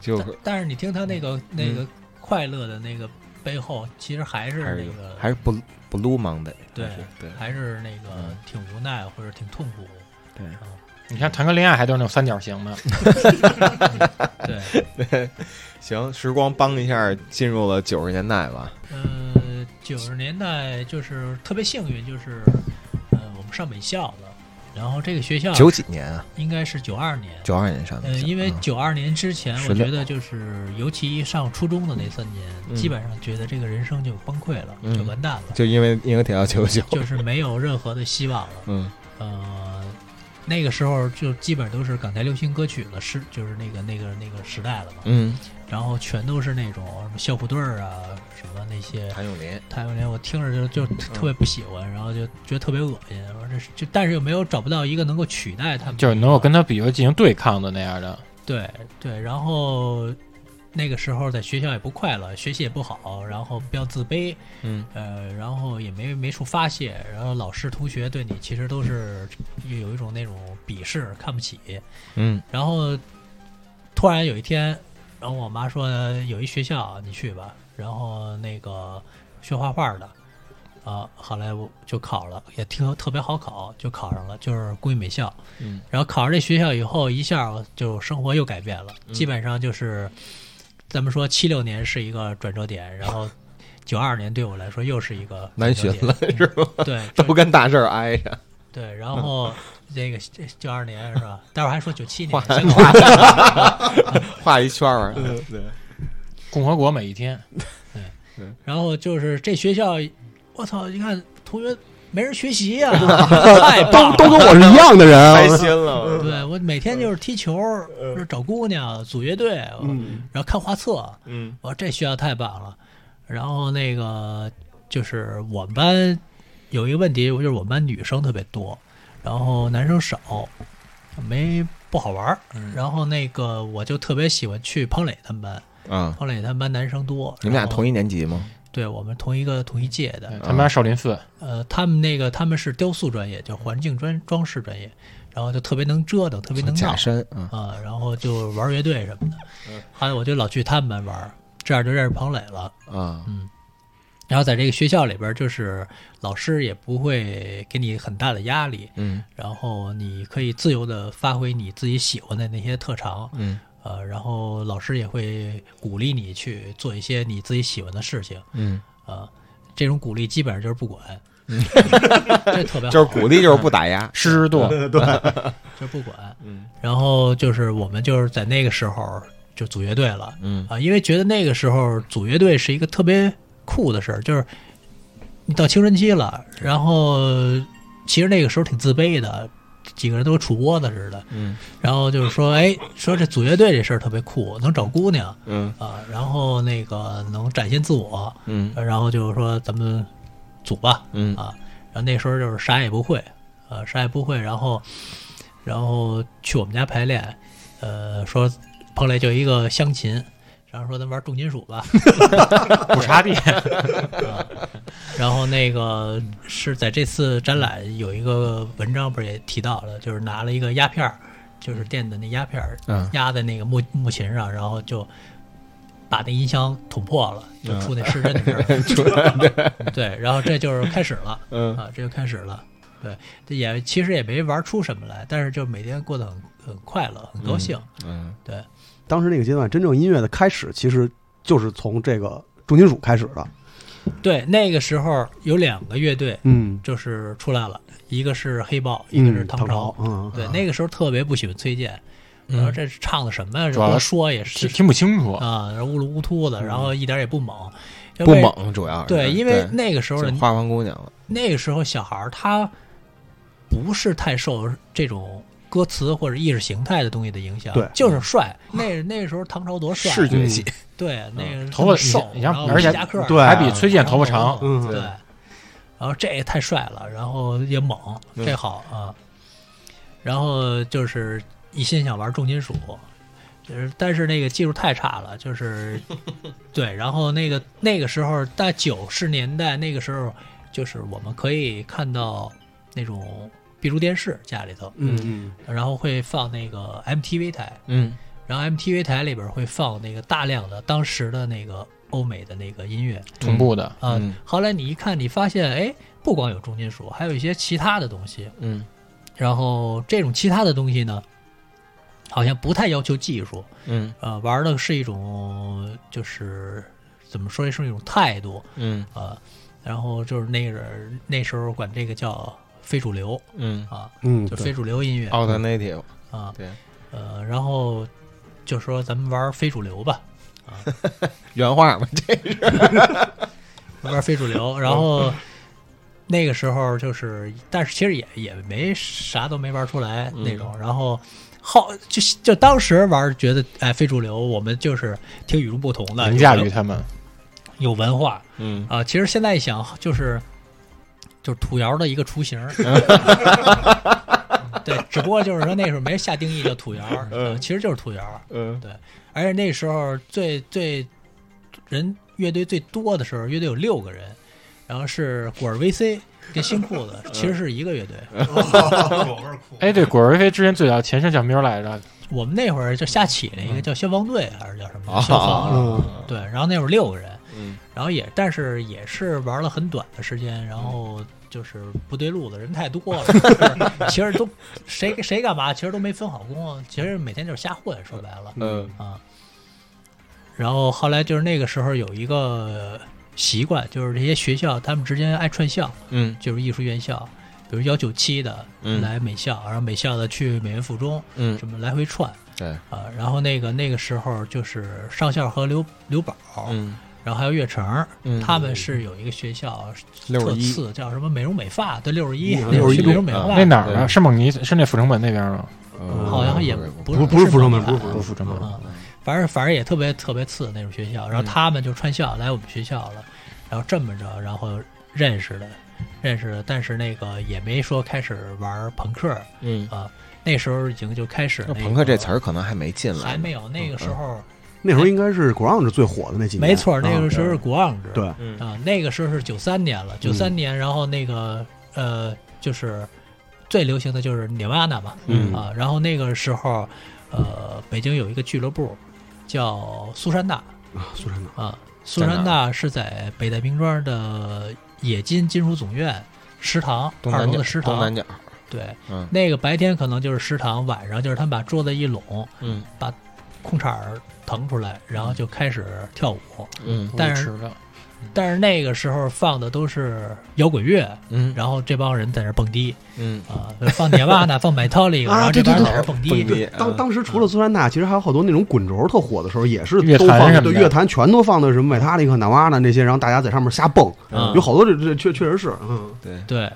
B: 就
E: 但但是你听他那
B: 嗯
E: 个那个快乐的那个背后，其实还是
D: 嗯
B: 还是
E: 那
B: 有
E: 个
B: 还是不不撸忙的，
E: 对
B: 还是对
E: 还是那个
B: 嗯
E: 挺无奈或者挺痛苦。
B: 对
E: 啊
D: 你看谈个恋爱还都是那种三角形的，
E: 对，
B: 行，时光帮一下进入了九十年代吧。
E: 呃，九十年代就是特别幸运，就是呃，我们上美校了，然后这个学校
B: 九几年啊，
E: 应该是九二年。
B: 九二年上的
E: 呃，
B: 学，
E: 因为
B: 嗯
E: 九二年之前，我
B: 16
E: 觉得就是，尤其上初中的那三年，
B: 嗯
E: 基本上觉得这个人生就崩溃了，
B: 嗯
E: 就完蛋了，
B: 就因为因为铁道九九，
E: 就是没有任何的希望了。
B: 嗯
E: 呃，那个时候就基本都是港台流行歌曲了，是就是那个那个那个时代了嘛。
B: 嗯，
E: 然后全都是那种什么校服队儿啊，什么那些
B: 谭咏麟，嗯
E: 太阳连，我听着就就特别不喜欢，然后就觉得特别恶心。我说这是就，但是又没有找不到一个能够取代他们，
D: 就是能够跟他比如进行对抗的那样的，
E: 对对。然后那个时候在学校也不快乐，学习也不好，然后比较自卑，
B: 嗯
E: 呃，然后也没没处发泄，然后老师同学对你其实都是有一种那种鄙视、看不起。
B: 嗯
E: 然后突然有一天，然后我妈说有一学校你去吧，然后那个学画画的，啊，后来我就考了，也挺特别好考，就考上了，就是工艺美校。
B: 嗯，
E: 然后考上这学校以后，一下就生活又改变了，
B: 嗯
E: 基本上就是咱们说七六年是一个转折点，然后九二年对我来说又是一个
B: 南巡
E: 转折
B: 了
E: 点
B: 是吧？
E: 嗯对，
B: 都
E: 就
B: 跟大事儿挨着，嗯
E: 对，然后这个九二年是吧？待会儿还说九七年，
B: 画
E: 先搞
B: 画一圈儿，
E: 嗯
B: 对，
D: 共和国每一 天，
E: 然后就是这学校，我操！你看同学没人学习啊 呀、太 棒了！
C: 都跟我是一样的
B: 开
C: 人，
B: 心了，
E: 对我每天就是踢球，就是找姑娘、组乐队，
C: 嗯
E: 然后看画册。
B: 嗯
E: 我说这学校太棒了。然后那个就是我们班有一个问题，就是我们班女生特别多，然后男生少，没不好玩儿。
B: 嗯
E: 然后那个我就特别喜欢去彭磊他们班，
B: 啊，
E: 彭磊他们班男生多。
B: 你们俩
E: 然后
B: 同一年级吗？
E: 对我们同一个同一届的，
D: 嗯他妈少林寺，
E: 呃，他们那个他们是雕塑专业，叫环境专装饰专业，然后就特别能折腾，特别能闹
B: 假山
D: 嗯
B: 啊，
E: 啊，然后就玩乐队什么的。
B: 嗯
E: 后来我就老去他们班玩儿，这样就认识彭磊了。
B: 啊，
E: 然后在这个学校里边儿，就是老师也不会给你很大的压力，
B: 嗯
E: 然后你可以自由的发挥你自己喜欢的那些特长，
B: 嗯
E: 呃，然后老师也会鼓励你去做一些你自己喜欢的事情，
B: 嗯，
E: 呃，这种鼓励基本上就是不管，这特别好
B: 就是鼓励就是不打 压，
D: 狮子座，
E: 就是不管，
B: 嗯，
E: 然后就是我们就是在那个时候就组乐队了，
B: 嗯
E: 啊，因为觉得那个时候组乐队是一个特别酷的事儿，就是你到青春期了，然后其实那个时候挺自卑的，几个人都跟杵窝子似的，
B: 嗯
E: 然后就是说，哎，说这组乐队这事儿特别酷，能找姑娘
B: 嗯
E: 啊，然后那个能展现自我，
B: 嗯
E: 呃然后就是说咱们组吧，
B: 嗯
E: 啊，然后那时候就是啥也不会，呃，啥也不会，然后然后去我们家排练，呃，说彭磊就一个湘琴，然后说咱玩重金属吧，
D: 补 茶店，
E: 然后那个是在这次展览有一个文章不是也提到了，就是拿了一个鸦片儿，就是电子那鸦片儿
B: 嗯
E: 压在那个木木琴上，然后就把那音箱捅破了，就
B: 嗯
E: 出那失真的 事儿。对，然后这就是开始了
B: 嗯，
E: 啊，这就开始了。对，这也其实也没玩出什么来，但是就每天过得很很快乐，很高兴。
B: 嗯
C: 当时那个阶段，真正音乐的开始其实就是从这个重金属开始的。
E: 对，那个时候有两个乐队
C: 嗯，
E: 就是出来了，一个是黑豹，一
C: 嗯，
E: 个是
C: 唐
E: 朝。
C: 嗯，
E: 对，那个时候特别不喜欢崔健，然后
D: 嗯
E: 这是唱的什么呀？
D: 主要
E: 光说也是
D: 听听不清楚，
E: 啊，然后乌噜乌秃的，然后一点也不猛，
B: 不。猛主要是
E: 对，因为那个时候
B: 就
E: 的
B: 花房姑娘了，
E: 那个时候小孩儿他不是太受这种歌词或者意识形态的东西的影响，
C: 对
E: 就是帅。那那个时候唐朝多帅，
B: 视觉系，
E: 对，那个
D: 头发
E: 瘦，
D: 你像
E: 然后
D: 而且
E: 皮夹克，啊
C: 对
D: 还比崔健头发
E: 然后
D: 长，
C: 嗯
E: 对，然后这也太帅了，然后也猛，这好啊。然后就是一心想玩重金属，就是但是那个技术太差了，就是对。然后那个那个时候在九十年代那个时候，就是我们可以看到那种壁炉电视家里头，
C: 嗯嗯
E: 然后会放那个 MTV 台，
B: 嗯
E: 然后 MTV 台里边会放那个大量的当时的那个欧美的那个音乐，
D: 同步的，
E: 啊、
B: 嗯
E: 后来你一看，你发现哎，不光有重金属，还有一些其他的东西。
B: 嗯
E: 然后这种其他的东西呢，好像不太要求技术，
B: 嗯
E: 呃，玩的是一种就是怎么说是一种态度
B: 嗯
E: 啊、然后就是那个那时候管这个叫非主流
B: 嗯
E: 啊，
C: 嗯，
E: 就
C: 对
E: 非主流音乐啊、
B: ，alternative，对
E: 呃，然后就说咱们玩非主流吧，啊
B: 原话嘛，这
E: 玩非主流，然
C: 嗯
E: 后那个时候就是，但是其实也也没啥都没玩出来
D: 嗯
E: 那种，然后。好，就就当时玩觉得哎，非主流，我们就是挺与众不同的，
D: 凌
E: 有
D: 驾
E: 文
D: 于他们，
E: 有文化
B: 嗯
E: 啊、其实现在一想，就是就是土窑的一个雏形 儿，对，只不过就是说那时候没下定义叫土窑儿，呃其实就是土窑儿，
B: 嗯
E: 而且那时候最最人乐队最多的时候，乐队有六个人，然后是果儿 VC 跟新裤 子其实是一个乐队。
D: 哎，对，果儿飞之前最早前身叫名儿来着，
E: 我们那会儿就瞎起了一个叫消防队还是叫什么
B: 嗯啊
E: 消防，
C: 嗯
E: 对，然后那会儿六个人，
B: 嗯
E: 然后也但是也是玩了很短的时间，然后。就是不对路子，人太多 了，就是其实都谁谁干嘛，其实都没分好工，其实每天就是瞎混，说白了。
B: 嗯
E: 啊。然后后来就是那个时候有一个习惯，就是这些学校他们之间爱串校，
B: 嗯
E: 就是艺术院校，比如幺九七的
B: 嗯
E: 来美校，然后美校的去美院附中，
B: 嗯
E: 什么来回串
B: 对，
E: 啊。然后那个那个时候就是上校和刘刘宝，
B: 嗯
E: 然后还有岳成，
B: 嗯
E: 他们是有一个学校
B: 六
E: 特
B: 十一，
E: 次叫什么美容美发，对六十 一，
C: 嗯
E: 那会儿去
C: 61
E: 美容美发，
D: 那哪儿啊？
B: 对嗯
D: 是蒙尼，是那阜成本那边吗？
E: 好像也不
B: 不
E: 是
C: 不是
E: 是
C: 不是
E: 美
C: 不是
E: 发
C: 不
D: 不是阜成本，
E: 啊，反正反正也特别特别次那种学校，然
B: 嗯
E: 后他们就穿校来我们学校了，然后这么着，然后认识的，认识的，但是那个也没说开始玩朋克，啊
B: 嗯，
E: 那时候已经就开始、那
B: 那
E: 个、
B: 朋克这词儿可能还没进来，嗯
E: 还没有，那个时候
C: 嗯那时候应该是 grunge 最火的那几年，
E: 没错儿，那
C: 啊
E: 个时候是古昂制，
C: 对，
B: 嗯
E: 啊，那个时候是九三年了，九三年，然后那个呃，就是最流行的就是 Nirvana 嘛，
C: 嗯
E: 啊，然后那个时候，呃，北京有一个俱乐部叫苏珊娜
C: 啊，苏珊娜，
E: 啊，苏珊娜是在北戴冰庄的冶金金属总院食堂
B: 东
E: 二
B: 南
E: 楼
B: 角
E: 的食，
B: 东
E: 堂
B: 南，角，
E: 对，
B: 嗯
E: 那个白天可能就是食堂，晚上就是他们把桌子一拢，
B: 嗯
E: 空场儿腾出来，然后就开始跳舞，
B: 嗯
E: 但是
D: 吃了，
E: 但是那个时候放的都是摇滚乐，
B: 嗯
E: 然后这帮人在那儿蹦迪
B: 嗯，
E: 啊、放涅 瓦纳，放 Metallica，
C: 啊
E: 然后这
C: 对对
E: 帮人在
C: 对
E: 那儿蹦
B: 蹦
E: 迪。啊
B: 迪，
C: 当
B: 嗯
C: 当时除了苏珊娜，其实还有好多那种滚轴特火的时候，也是
D: 乐
C: 都
D: 坛
C: 放
D: 什么
C: 对
D: 的
C: 乐坛全都放的什么美塔利克、纳瓦纳那些，然后大家在上面瞎蹦，
E: 嗯
C: 有好多这这确确实是， 嗯，
B: 对
E: 对，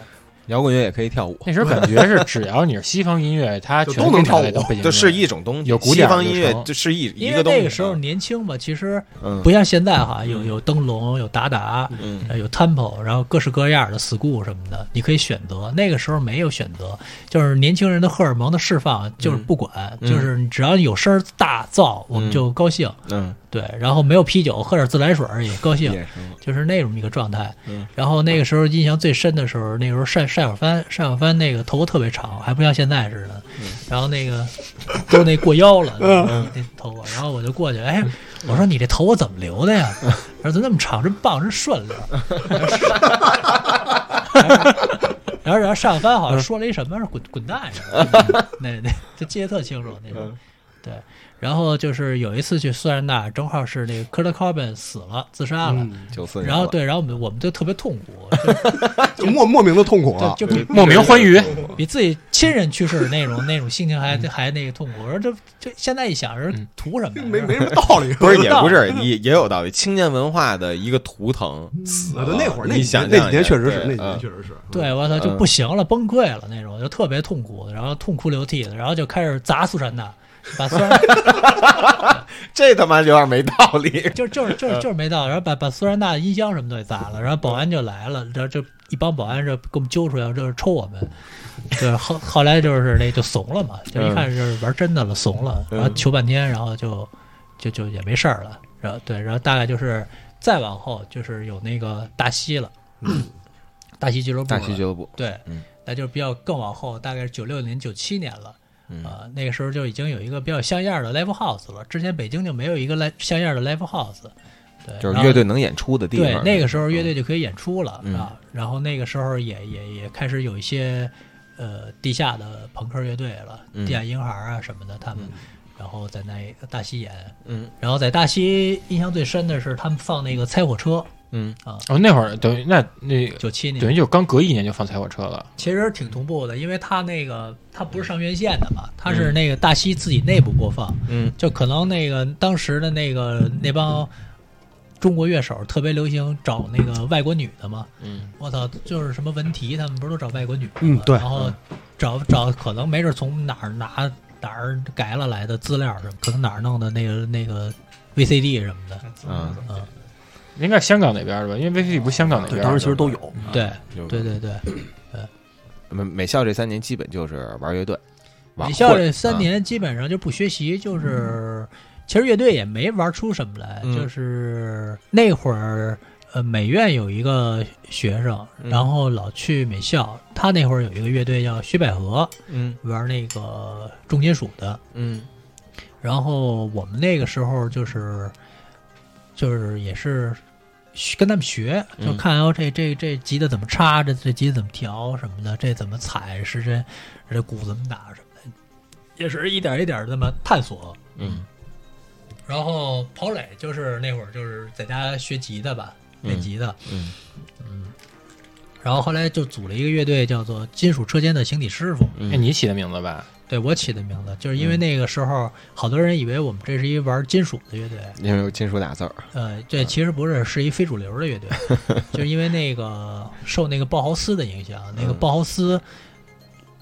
B: 摇滚乐也可以跳舞，
D: 那时候感觉是只要你是西方音 乐，它
C: 就
D: 全
C: 都能
D: 给拿
C: 跳
D: 来当
C: 舞
D: 背景
B: 就
D: 音
B: 是
D: 乐
B: 一种东西，
D: 有古
B: 西
D: 典
B: 方
D: 就
B: 音乐
D: 成
B: 就是一一
E: 因
B: 个
E: 为
B: 东西。
E: 那个时候年轻嘛，其实
B: 嗯，
E: 不像现在哈，有有灯笼，有达达，
B: 嗯
E: 呃有 Temple，然后各式各样的 School 什么的，你可以选择。那个时候没有选择，就是年轻人的荷尔蒙的释放，就是不管，
B: 嗯
E: 就是你只要有声儿大噪，我们就高兴。
B: 嗯，
E: 对，然后没有啤酒，喝点自来水儿也高兴。
B: 也是，
E: 就是那种一个状态。
B: 嗯
E: 然后那个时候印象最深的时候，那时候单单小帆，单小帆那个头发特别长，还不像现在似的。然后那个 都那过腰了，
B: 嗯
E: 那那头发。然后我就过去，哎，我说你这头发怎么留的呀？他说怎么那么长，真棒，真顺溜。 然后然后单小帆好像说了一什么，是滚滚蛋 似的。那那就记得特清楚那种。
C: 嗯
E: 对，然后就是有一次去苏珊娜，正好是那个 Kurt Cobain 死了，自杀了。
B: 嗯九四年了，
E: 然后对，然后我们我们就特别痛苦，就
C: 就莫莫名的痛苦啊，
E: 就比
D: 莫名欢愉，
E: 比自己亲人去世的那种那种心情还还那个痛苦。我说这这现在一想是
D: 嗯
E: 图什么呀？
C: 没没什么道理，
B: 不是也不是也也有道理，青年文化的一个图腾死
C: 啊
B: 了
C: 对，那会儿那
B: 你想
C: 那
B: 象
C: 几
B: 一
C: 年
B: 下
C: 确实是，那
B: 对
C: 几年
B: 嗯
C: 确实是，
E: 对我操
D: 嗯
E: 就不行了，崩溃了那种，就特别痛苦，然后痛哭流涕的，然后就开始砸苏珊娜，把苏珊
B: 这他妈有点没道理。
E: 就就是
B: 嗯
E: 就是就是没到，然后把把苏珊娜的音箱什么都给砸了，然后保安就来了，然后就一帮保安就给我们揪出来，就是抽我们。对，后后来就是那就怂了嘛，就
B: 嗯
E: 一看就是玩真的了，怂了，然后求半天，然后就就就也没事儿了，然后对，然后大概就是再往后就是有那个大西了，大西俱乐部了，
B: 嗯大西俱乐部，
E: 对
B: 嗯，
E: 那就比较更往后，大概是九六年、九七年了。
B: 嗯
E: 啊、那个时候就已经有一个比较像样的 live house 了。之前北京就没有一个来像样的 live house，对，
B: 就是
E: 然后
B: 乐队能演出的地
E: 对
B: 方。
E: 那个时候乐队就可以演出了、
B: 嗯
E: 啊。然后那个时候也也也开始有一些呃地下的朋克乐队了，
B: 嗯
E: 地下婴孩啊什么的，他们、然后在那大西演，
B: 嗯
E: 然后在大西印象最深的是他们放那个拆火车，啊
B: 嗯
D: 哦，那会儿等于那那
E: 九七年
D: 等于就刚隔一年就放柴火车了，
E: 其实挺同步的，因为它那个它不是上院线的嘛，它是那个大西自己内部播放，
B: 嗯，
E: 就可能那个当时的那个那帮中国乐手特别流行找那个外国女的嘛，
B: 嗯，
E: 我操，就是什么文提他们不是都找外国女的嘛，
C: 嗯对
E: 然后找找可能没准从哪儿拿哪儿改了来的资料什么，可能哪儿弄的那个那个 VCD 什么的，
B: 嗯
C: 啊
E: 嗯，
D: 应该是香港那边儿的吧？因为 VCD 不是香港那边
C: 对，
D: 儿的，嗯
C: 当时其实都有，
B: 啊
E: 对
B: 有
E: 对对对，呃
B: 美嗯美校这三年基本就是玩乐队，玩
E: 你像
B: 混
E: 这三，
B: 啊
E: 年基本上就不学习，就是其实乐队也没玩出什么来，
B: 嗯
E: 就是那会儿呃美院有一个学生，
B: 嗯
E: 然后老去美校，他那会儿有一个乐队叫薛百合，
B: 嗯
E: 玩那个重金属的，
B: 嗯
E: 然后我们那个时候就是就是也是学跟他们学，
B: 嗯
E: 就看哦这这这吉他怎么插，这这吉他怎么调什么的，这怎么踩是这这鼓怎么打什么的，也是一点一点这么探索。
B: 嗯
E: 然后跑垒就是那会儿就是在家学吉他吧，
B: 嗯
E: 练吉他，
B: 嗯
E: 然后后来就组了一个乐队，叫做金属车间的形体师傅。
D: 那嗯哎你起的名字吧？嗯
E: 对我起的名字，就是因为那个时候好多人以为我们这是一玩金属的乐队，
B: 因为有金属俩字儿，
E: 呃，这其实不是，是一非主流的 乐队，就是因为那个受那个鲍豪斯的影响，那个
B: 嗯
E: 鲍豪斯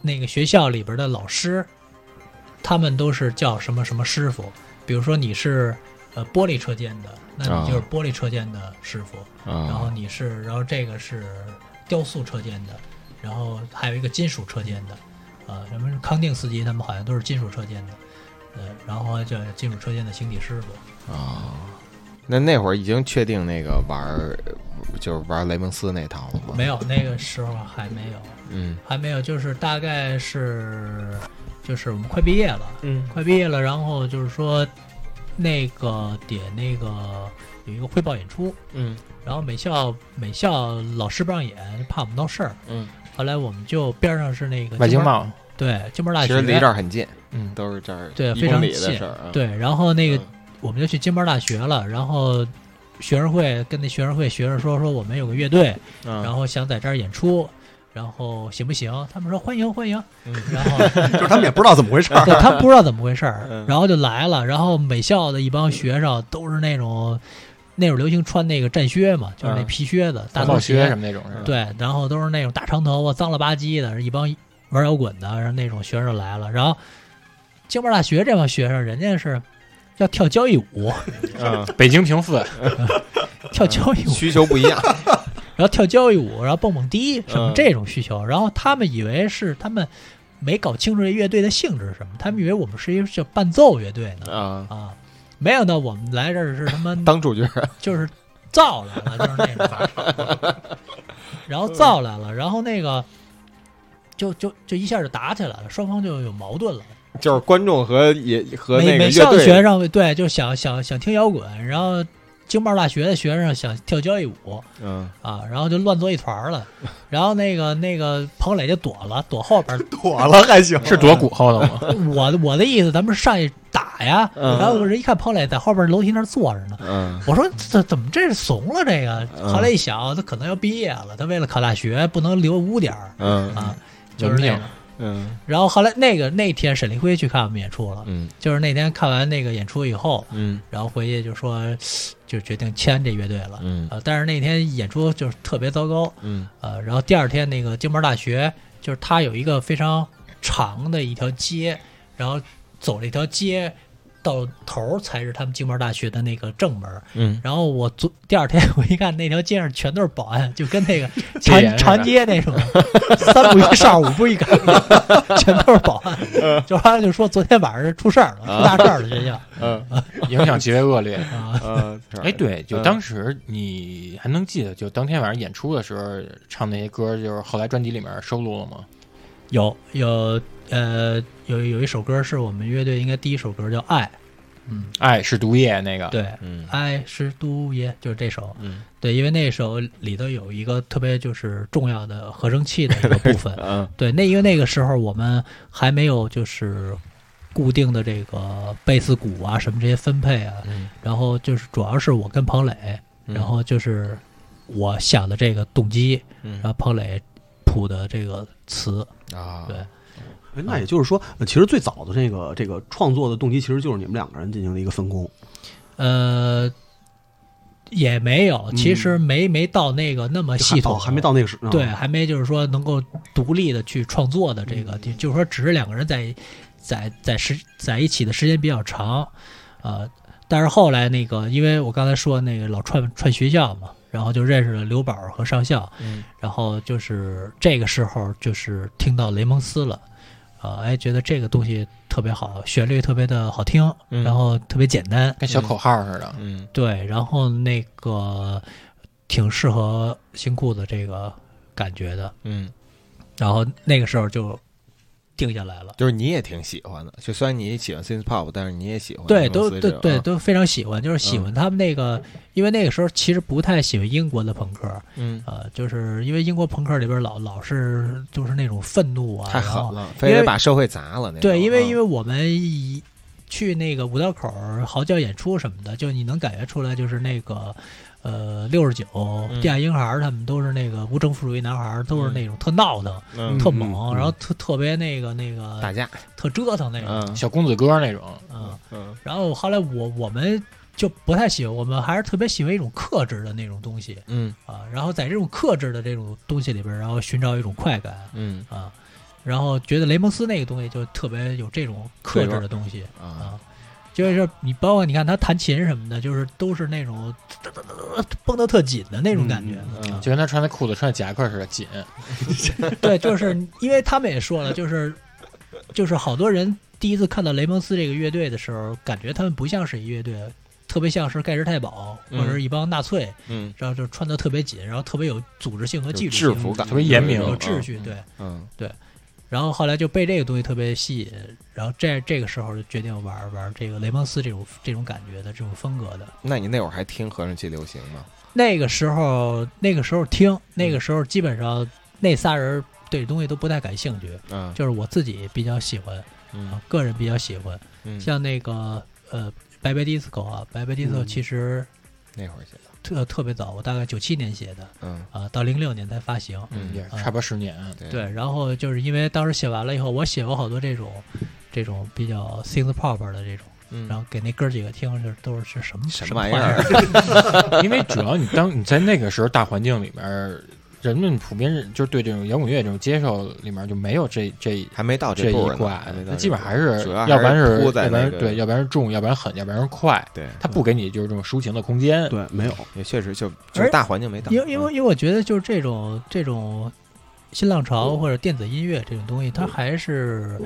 E: 那个学校里边的老师，他们都是叫什么什么师傅，比如说你是呃玻璃车间的，那你就是
B: 啊
E: 玻璃车间的师傅，然后
B: 啊，
E: 你是，然后这个是雕塑车间的，然呃后还有一个金属车间的，啊、什么康定斯基他们好像都是金属车间的，对，然后就进入车间的形体师傅，
B: 啊那那会儿已经确定那个玩儿，就是玩雷蒙斯那套了吗？
E: 没有那个时候还没有，
B: 嗯
E: 还没有，就是大概是就是我们快毕业了，
B: 嗯
E: 快毕业了，然后就是说那个点那个有一个汇报演出，
B: 嗯
E: 然后美校美校老师不让演，怕我们闹事儿，
B: 嗯，
E: 后来我们就边上是那个
D: 外经
E: 门
D: 贸，
E: 对金门大
B: 其
E: 学，
B: 实离这儿很近，
D: 嗯，
B: 都是这儿
E: 对
B: 一
E: 非
B: 公
E: 常
B: 里的
E: 近
B: 事儿啊。
E: 对，然后那个
B: 嗯
E: 我们就去金门大学了，然后学生会跟那学生会学生说说我们有个乐队，
B: 嗯
E: 然后想在这儿演出，然后行不行？他们说欢迎欢迎，嗯然后
C: 嗯 就是他们也不知道怎么回事儿。
E: 对他不知道怎么回事 儿
B: 嗯，
E: 然后就来了，然后美校的一帮学生都是那种那会儿流行穿那个战靴嘛，就是那
B: 嗯
E: 皮靴子、大
D: 暴
E: 拖
D: 靴
E: 鞋
D: 什，么那种是吧？
E: 对，然后都是那种大长头发、脏了吧唧的，一帮玩摇滚的，然后那种学生来了，然后京门大学这帮学生，人家是要跳交谊舞，
B: 嗯，
D: 北京平四，
E: 跳交谊舞，
B: 需求不一样，
E: 然后跳交谊舞，然后蹦蹦迪什么
B: 嗯
E: 这种需求，然后他们以为是他们没搞清楚这乐队的性质是什么，他们以为我们是一个叫伴奏乐队呢
B: 啊，
E: 啊，没想到我们来这儿是他妈
B: 当主角儿，
E: 就是造来了，就是那种， 然后造来了，然后那个就就就一下就打起来了，双方就有矛盾了。
B: 就是观众和也和
E: 美
B: 那个
E: 美
B: 乐
E: 校的学
B: 队，
E: 生对，就想想想听摇滚，然后经贸大学的学生想跳交谊舞
B: 嗯，
E: 啊，然后就乱作一团了。然后那个那个彭磊就躲了，躲后 边儿。嗯
C: 妥了还行，
D: 是躲骨后头吗？
E: 我的我的意思，咱们上去打呀。
B: 嗯
E: 然后人一看彭磊在后边楼梯那儿坐着呢，
B: 嗯
E: 我说这怎么这是怂了？这个
B: 嗯
E: 后来一想，他可能要毕业了，他为了考大学不能留污点儿
B: 嗯
E: 啊，就是那
D: 文
E: 样。
D: 凭
B: 嗯
E: 然后后来那个那天沈立辉去看我们演出了，
B: 嗯
E: 就是那天看完那个演出以后，
B: 嗯
E: 然后回去就说就决定签这乐队了。
B: 嗯
E: 呃，但是那天演出就是特别糟糕，
B: 嗯
E: 呃，然后第二天那个京门大学，就是它有一个非常长的一条街，然后走了一条街到头儿才是他们京门大学的那个正门儿。
B: 嗯，
E: 然后我昨第二天 我一看，那条街上全都是保安，就跟那个
D: 戒
E: 长
D: 严是吧
E: 长街那种，三步一哨，五步一岗， 全都是保安。就他就说昨天晚上出事儿了，出 大事儿了，学校
B: 嗯
D: 影响极为恶劣。
E: 啊，
B: 嗯，
D: 哎，对，就
B: 嗯
D: 当时你还能记得，就当天晚上演出的时候唱那些歌，就是后来专辑里面收录了吗？
E: 有有呃有有一首歌是我们乐队应该第一首歌叫《爱》，嗯，
D: 爱是毒液那个，
E: 对，
B: 啊嗯
E: 爱是毒液，就是这首，
B: 嗯，
E: 对，因为那首里头有一个特别就是重要的合成器的一个部分
B: 嗯
E: 对，那因为那个时候我们还没有就是固定的这个贝斯鼓啊什么这些分配啊，
B: 嗯
E: 然后就是主要是我跟彭磊，
B: 嗯
E: 然后就是我想的这个动机，
B: 嗯
E: 然后彭磊谱的这个词，
B: 啊
E: 对，
C: 哎那也就是说，呃其实最早的这个这个创作的动机，其实就是你们两个人进行了一个分工。
E: 呃。也没有，其实没、没到那个那么系统，
C: 哦嗯还没到那个时，啊
E: 对，，还没就是说能够独立的去创作的这个，
C: 嗯
E: 就就是说只是两个人在在在时在一起的时间比较长，呃，但是后来那个，因为我刚才说那个老串串学校嘛，然后就认识了刘宝和上校，
B: 嗯
E: 然后就是这个时候就是听到雷蒙斯了，啊、哎，觉得这个东西特别好，旋律特别的好听，
B: 嗯
E: 然后特别简单，
D: 跟小口号似的。
B: 嗯
E: 对，然后那个挺适合新裤子这个感觉的。
B: 嗯，
E: 然后那个时候就定下来了。
B: 就是你也挺喜欢的，就虽然你喜欢 synth pop，但是你也喜欢
E: 对，
B: 雷蒙
E: 都
B: 斯
E: 对
B: 这种
E: 对
B: 啊嗯
E: 都非常喜欢，就是喜欢他们那个，因为那个时候其实不太喜欢英国的朋克，
B: 嗯，
E: 呃，就是因为英国朋克里边老老是就是那种愤怒啊，
B: 太
E: 然后
B: 狠了，非得把社会砸了那种嗯
E: 对，因为因为
B: 为
E: 我们一去那个五道口儿嚎叫演出什么的，就你能感觉出来，就是那个呃六十九
B: 嗯
E: 地下婴孩儿他们都是那个无政府主义男孩儿，都是那种特闹腾、
B: 嗯
E: 特
C: 嗯
E: 猛，
C: 嗯
E: 然后特特别那个那
B: 打
E: 个
B: 架，
E: 特折腾那种，
B: 嗯
D: 小公子哥那种，
E: 嗯。
B: 嗯
E: 然后后来我我们就不太喜欢，我们还是特别喜欢一种克制的那种东西
B: 嗯
E: 啊。然后在这种克制的这种东西里边儿，然后寻找一种快感。
B: 嗯
E: 啊，然后觉得雷蒙斯那个东西就特别有这种克制的东西
B: 啊
E: 啊，就是你包括你看他弹琴什么的，就是都是那种嘚嘚嘚嘚绷得特紧的那种感觉。
B: 嗯
D: 就跟他穿那 裤子穿的夹克似的紧。
E: 对，就是因为他们也说了，就是就是好多人第一次看到雷蒙斯这个乐队的时候，感觉他们不像是一乐队，特别像是盖世太保或者是一帮纳粹，
B: 嗯，
E: 然后就穿的特别紧，然后特别有组织性和纪
B: 有
E: 律
B: 制
E: 性，
B: 服感，
D: 特别严明
E: 有秩序，对。
B: 嗯，
E: 然后后来就被这个东西特别吸引，然后这这个时候就决定玩玩这个雷蒙斯这种这种感觉的这种风格的。
B: 那你那会儿还听合上去流行吗？
E: 那个时候，那个时候听，那
B: 嗯
E: 个时候基本上那仨人对这东西都不太感兴趣，
B: 嗯
E: 就是我自己比较喜欢，
B: 嗯
E: 啊，个人比较喜欢。
B: 嗯，
E: 像那个呃，白白 disco 啊，白白 disco
C: 嗯
E: 其实
B: 那会儿写的，
E: 特特别早，我大概九七年写的
B: 嗯
E: 啊，到零六年才发行。
D: 嗯，也
B: 嗯，
D: 是差不多十年。
E: 对，然后就是因为当时写完了以后，我写过好多这种这种比较 synth pop 的这种。
B: 嗯
E: 然后给那哥几个听，就是都是是什么
B: 什
E: 什
B: 么
E: 么
B: 玩意儿？
D: 因为主要你当你在那个时候大环境里面，人们普遍认就是对这种摇滚乐这种接受里面就没有这这
B: 还没到
D: 这一
B: 步呢
D: 挂
B: 还没，到
D: 那
B: 这
D: 基本
B: 步
D: 还是
B: 主要
D: 要不然
B: 还
D: 是
B: 扑
D: 要不
B: 在那
D: 然
B: 个
D: 对，要不然是重，要不然狠，要不然是快，
B: 对，
D: 他不给你就是这种抒情的空间。
C: 对，没有，
B: 也确实就就
E: 而
B: 是大环境没到，嗯
E: 因为因为因为我觉得就是这种这种新浪
B: 嗯
E: 潮或者电子音乐这种东西，它还是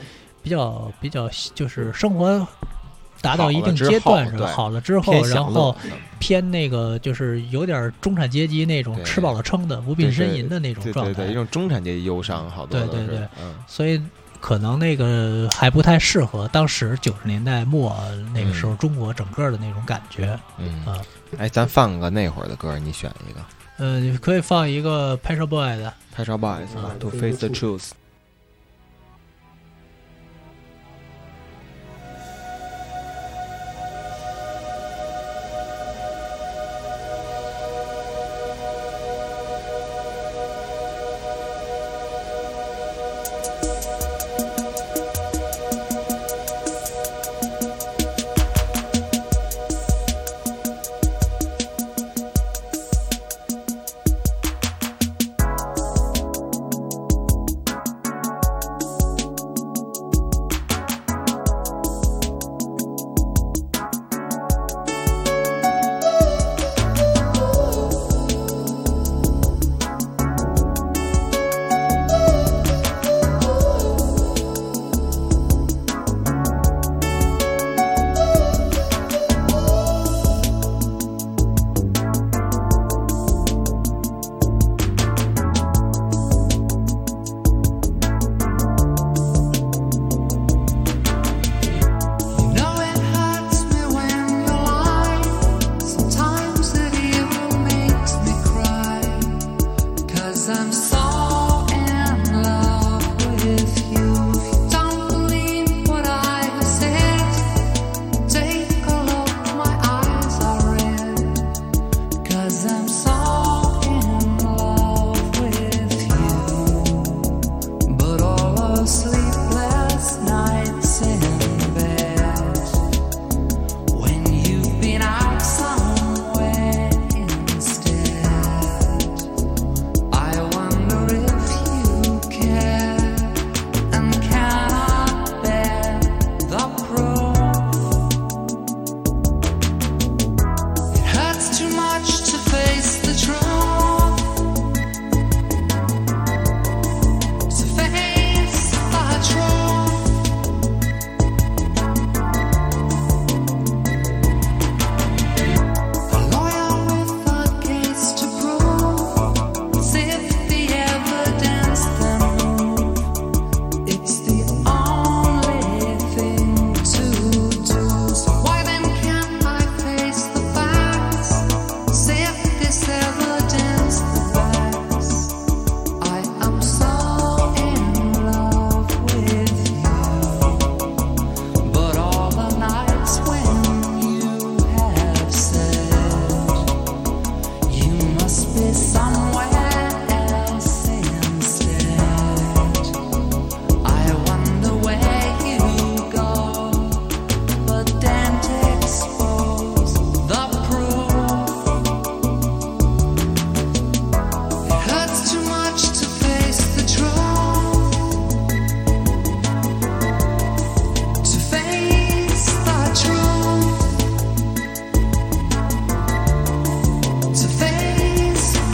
E: 比较比较就是生活达到一定阶段是吧？好
B: 好
E: 了之
B: 嗯
E: 后，
B: 偏
E: 然
B: 享乐
E: 后偏那个就是有点中产阶级那种
B: 对
E: 吃饱了撑的无病呻吟的那种
B: 对
E: 状
B: 对对，一
E: 态，
B: 种中产阶级忧伤，好多
E: 对
B: 都
E: 对
B: 是
E: 对，
B: 嗯
E: 所以。可能那个还不太适合当时九十年代末那个时候中国整个的那种感觉，
B: 嗯
E: 啊，
B: 哎，咱放个那会儿的歌，你选一个，
E: 嗯、呃，可以放一个拍摄 boy 的，
B: 拍照 boys 吧
C: 嗯
B: ，To Face the Truth。
G: You know it hurts me when you lie. Sometimes it even makes me cry. 'Cause I'm so in love with you. Don't believe what I have said. Take a look, my eyes are red. 'Cause I'm so in love with you. But all our sleepless nights in bed when you've been out somewhere instead. I wonder if you care and cannot bear the proof. It hurts too much to face the truth. To face the truth. A lawyer with a case to prove. It's if the evidence can move. It's the only thing to do. So why then can't I face the facts? Say if this evidence backs. I am so in love with you. But all the nights when you have said. You must be somewhere else instead. I wonder where you go. But then expose the proof. It hurts too much to face the truth. To face the truth. To face the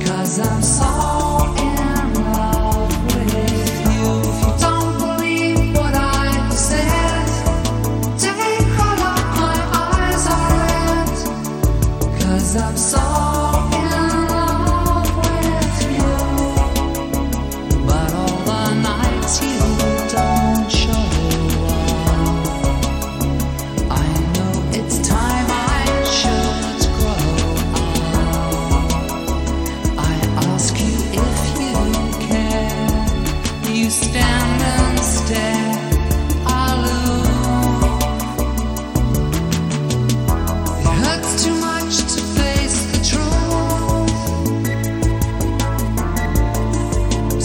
G: 'Cause I'm so in love with you. If you don't believe what I said, take a look. My eyes are red. 'Cause I'm so in love with you. But all the nights you don't show up. I know it's time I should grow I ask you if you care You stand and stare alone It hurts too much to face the truth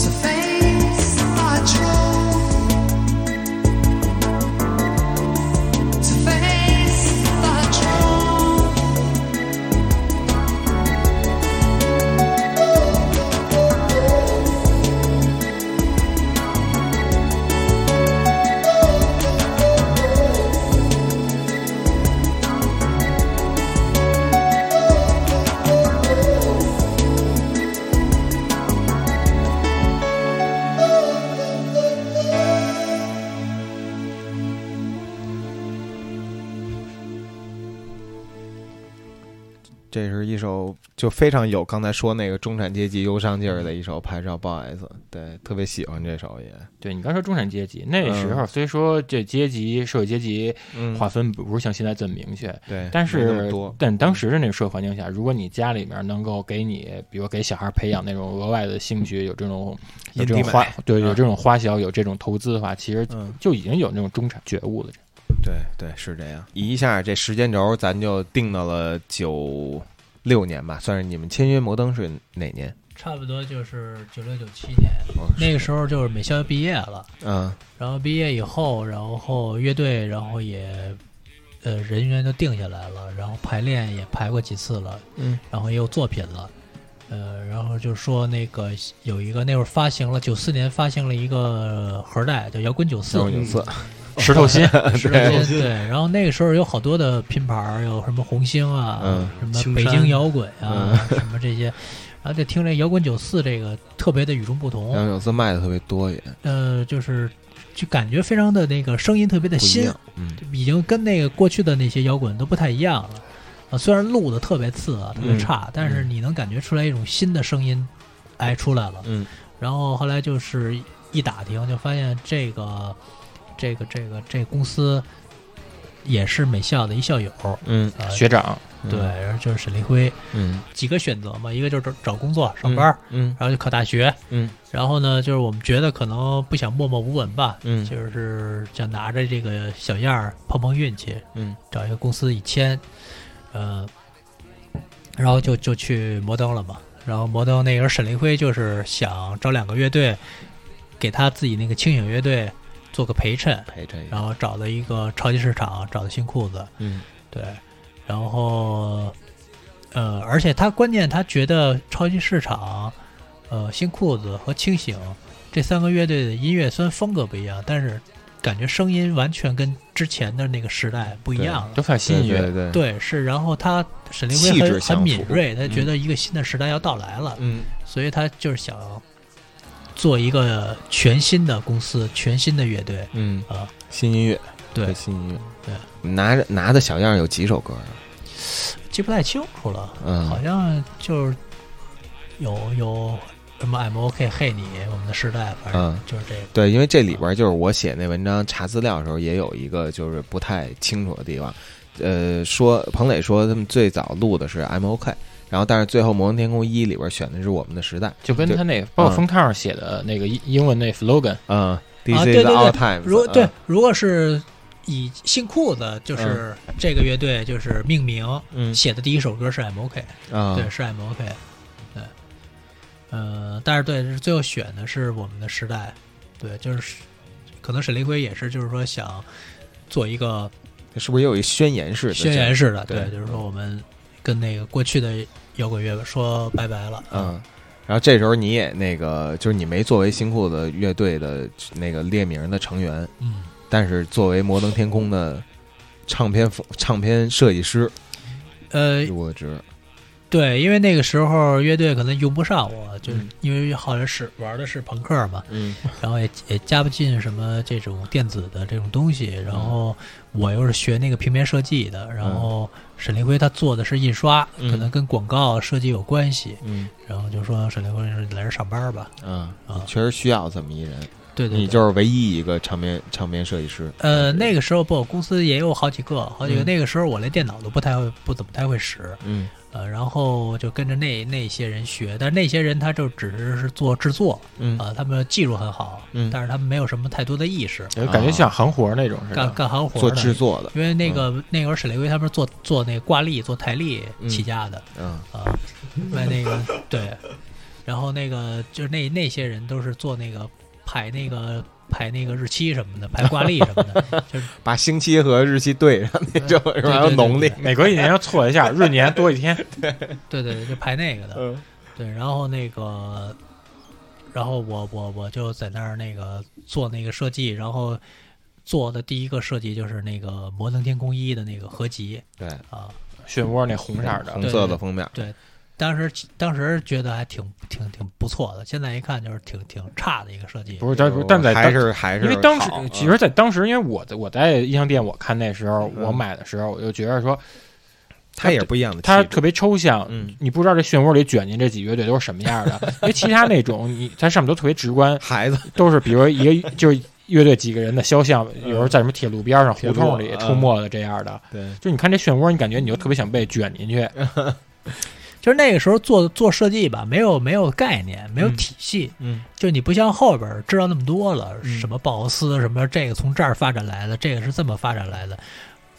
G: So face our truth To face the truth.
B: 这是一首就非常有刚才说那个中产阶级忧伤劲儿的一首《拍照 boys》，对，特别喜欢这首也。
D: 对你刚说中产阶级，那时候虽说这阶级社会阶级
B: 嗯
D: 划分不是像现在这么明确，
B: 对，
D: 但
B: 没那么
D: 是
B: 多，嗯
D: 但当时的那个社会环境下，如果你家里面能够给你，比如给小孩培养那种额外的兴趣，有这种有这种花，对，有这种花销，有这种投资的话，其实
B: 嗯，
D: 就已经有那种中产觉悟了。
B: 对对，是这样。一下这时间轴咱就定到了九六年吧，算是你们签约摩登是哪年？
E: 差不多就是九六九七年，
B: 哦
E: 那个时候就是美校要毕业了，
B: 嗯，
E: 然后毕业以后，然后乐队，然后也呃人员都定下来了，然后排练也排过几次了，
B: 嗯，
E: 然后也有作品了，呃，然后就说那个有一个那会儿发行了九四年发行了一个盒带叫摇滚九四，
B: 九九四，
D: 石头心，
E: 石头心对，然后那个时候有好多的拼盘儿，有什么红星啊，
B: 嗯
E: 什么北京摇滚啊，什么这些，然后就听这摇滚九四这个特别的与众不同，
B: 然后有次卖的特别多也
E: 呃，就是就感觉非常的那个声音特别的
B: 不一
E: 新
B: 样，，嗯，
E: 已经跟那个过去的那些摇滚都不太一样了。啊，虽然录的特别次啊，特别
B: 嗯
E: 差，但是你能感觉出来一种新的声音，哎，出来了。
B: 嗯。
E: 然后后来就是一打听，就发现这个这个这个这公司也是美校的一校友，
B: 嗯，
E: 呃，
D: 学长，
B: 嗯
E: 对，，然后就是沈立辉，
B: 嗯，
E: 几个选择嘛，一个就是找找工作上班儿，
B: 嗯，
E: 然后就考大学，
B: 嗯，
E: 然后呢，就是我们觉得可能不想默默无闻吧，
B: 嗯
E: 就是想拿着这个小样儿碰碰运气，
B: 嗯，
E: 找一个公司一签，呃，然后就就去摩登了嘛。然后摩登那个时候沈立辉就是想找两个乐队，给他自己那个清醒乐队做个陪衬，
B: 陪衬一下，
E: 然后找了一个超级市场，找的新裤子，
B: 嗯
E: 对，然后呃，而且他关键他觉得超级市场、呃新裤子和清醒这三个乐队的音乐虽然风格不一样，但是感觉声音完全跟之前的那个时代不一样了。
D: 都算新
B: 对
D: 音乐
B: 对，对，
E: 对，是，然后他沈凌
B: 气
E: 辉
B: 质
E: 很
B: 相
E: 很
B: 符
E: 敏锐，他觉
B: 嗯
E: 得一个新的时代要到来了，
B: 嗯
E: 所以他就是想做一个全新的公司、全新的乐队
B: 嗯，
E: 啊、
B: 新音乐，
E: 对
B: 对新音乐，
E: 对，
B: 拿着拿的小样有几首歌啊？
E: 记不太清楚了，
B: 嗯
E: 好像就是有有什么 M O K 嘿你我们的时代，反正
B: 嗯，
E: 就是这个。
B: 对，因为这里边就是我写那文章查资料的时候，也有一个就是不太清楚的地方。呃，说彭磊说他们最早录的是 M O K，然后但是最后《摩登天空一》里边选的是我们的时代，
D: 就跟
B: 对
D: 他那包括封套上写的那个英英文那 slogan，
B: 嗯，This
E: 啊对对
B: is
E: 对
B: our time，
E: 如果对，如果是以新裤子就是这个乐队就是命名
B: 嗯
E: 写的第一首歌是 M O K，
B: 啊，
E: 对，是 M O K，对，呃，但是对，是最后选的是我们的时代，对，就是可能沈立辉也是，就是说想做一个
B: 是不是也有一宣言式的
E: 宣言式的，
B: 对
E: 对，就是说我们跟那个过去的摇滚乐说拜拜了，
B: 嗯，然后这时候你也那个，就是你没作为新裤子乐队的那个列名的成员，
E: 嗯，
B: 但是作为摩登天空的唱片风唱片设计师
E: 呃，
B: 入了职。
E: 对，因为那个时候乐队可能用不上我，就是因为好像是玩的是朋克嘛，
B: 嗯
E: 然后也也加不进什么这种电子的这种东西，然后我又是学那个平面设计的，然后沈立辉他做的是印刷，
B: 嗯
E: 可能跟广告设计有关系，
B: 嗯
E: 然后就说沈立辉说你来这儿上班吧，
B: 嗯
E: 啊，
B: 确实需要这么一人，
E: 对对对，
B: 你就是唯一一个唱片唱片设计师。
D: 嗯
E: 呃，那个时候不，我公司也有好几个，好几个。
B: 嗯
E: 那个时候我连电脑都不太会，不怎么太会使，
B: 嗯
E: 呃，然后就跟着那那些人学，但那些人他就只是是做制作，
B: 嗯
E: 啊、他们技术很好，
B: 嗯
E: 但是他们没有什么太多的意识，啊
D: 就哎感觉像行活那种似
E: 干
D: 的。
E: 干行活
B: 做
E: 的。
B: 制作的，
E: 因为
D: 嗯
E: 那个、那会儿沈立威他们是做做那个挂历、做台历
B: 嗯
E: 起家的
B: 嗯
E: 啊，卖、那个对，然后那个就是那那些人都是做那个排那个排那个日期什么的，排挂历什么 的，就是
B: 把星期和日期对上 那种，
E: 对
B: 然后还有
E: 对对
B: 农 历
E: 对，
D: 每隔一年要错一 下，闰年多一天。
E: 对对，对，就排那个的。
B: 嗯
E: 对，然后那个，然后我我我就在那儿那个做那个设计，然后做的第一个设计就是那个《摩登天空一》的那个合集
B: 对，
E: 啊。
D: 漩涡那红色的，
B: 红色的封面，
E: 对，当时当时觉得还挺挺挺不错的，现在一看就是挺挺差的一个设计。
D: 不是，但是但是在
B: 还
D: 当
B: 是还是
D: 因为当时
B: 好啊
D: 其实，在当时，因为我在我在音像店我看那时候，我买的时候，我就觉得说
B: 嗯它也是不一样的气质，
D: 它特别抽象，
B: 嗯
D: 你不知道这漩涡里卷进这几乐队都是什么样 的，因为其他那种你它上面都特别直观，
B: 孩子
D: 都是比如一个就是乐队几个人的肖像，有时候在什么铁路边上、胡同里
B: 嗯铁路啊
D: 出没的这样的，
B: 对
D: 就你看这漩涡，你感觉你就特别想被卷进去，
E: 就是那个时候做做设计吧，没有没有概念，没有
B: 嗯
E: 体系，
B: 嗯
E: 就你不像后边儿知道那么多了，
B: 嗯
E: 什么鲍斯，什么这个从这儿发展来的，这个是这么发展来的。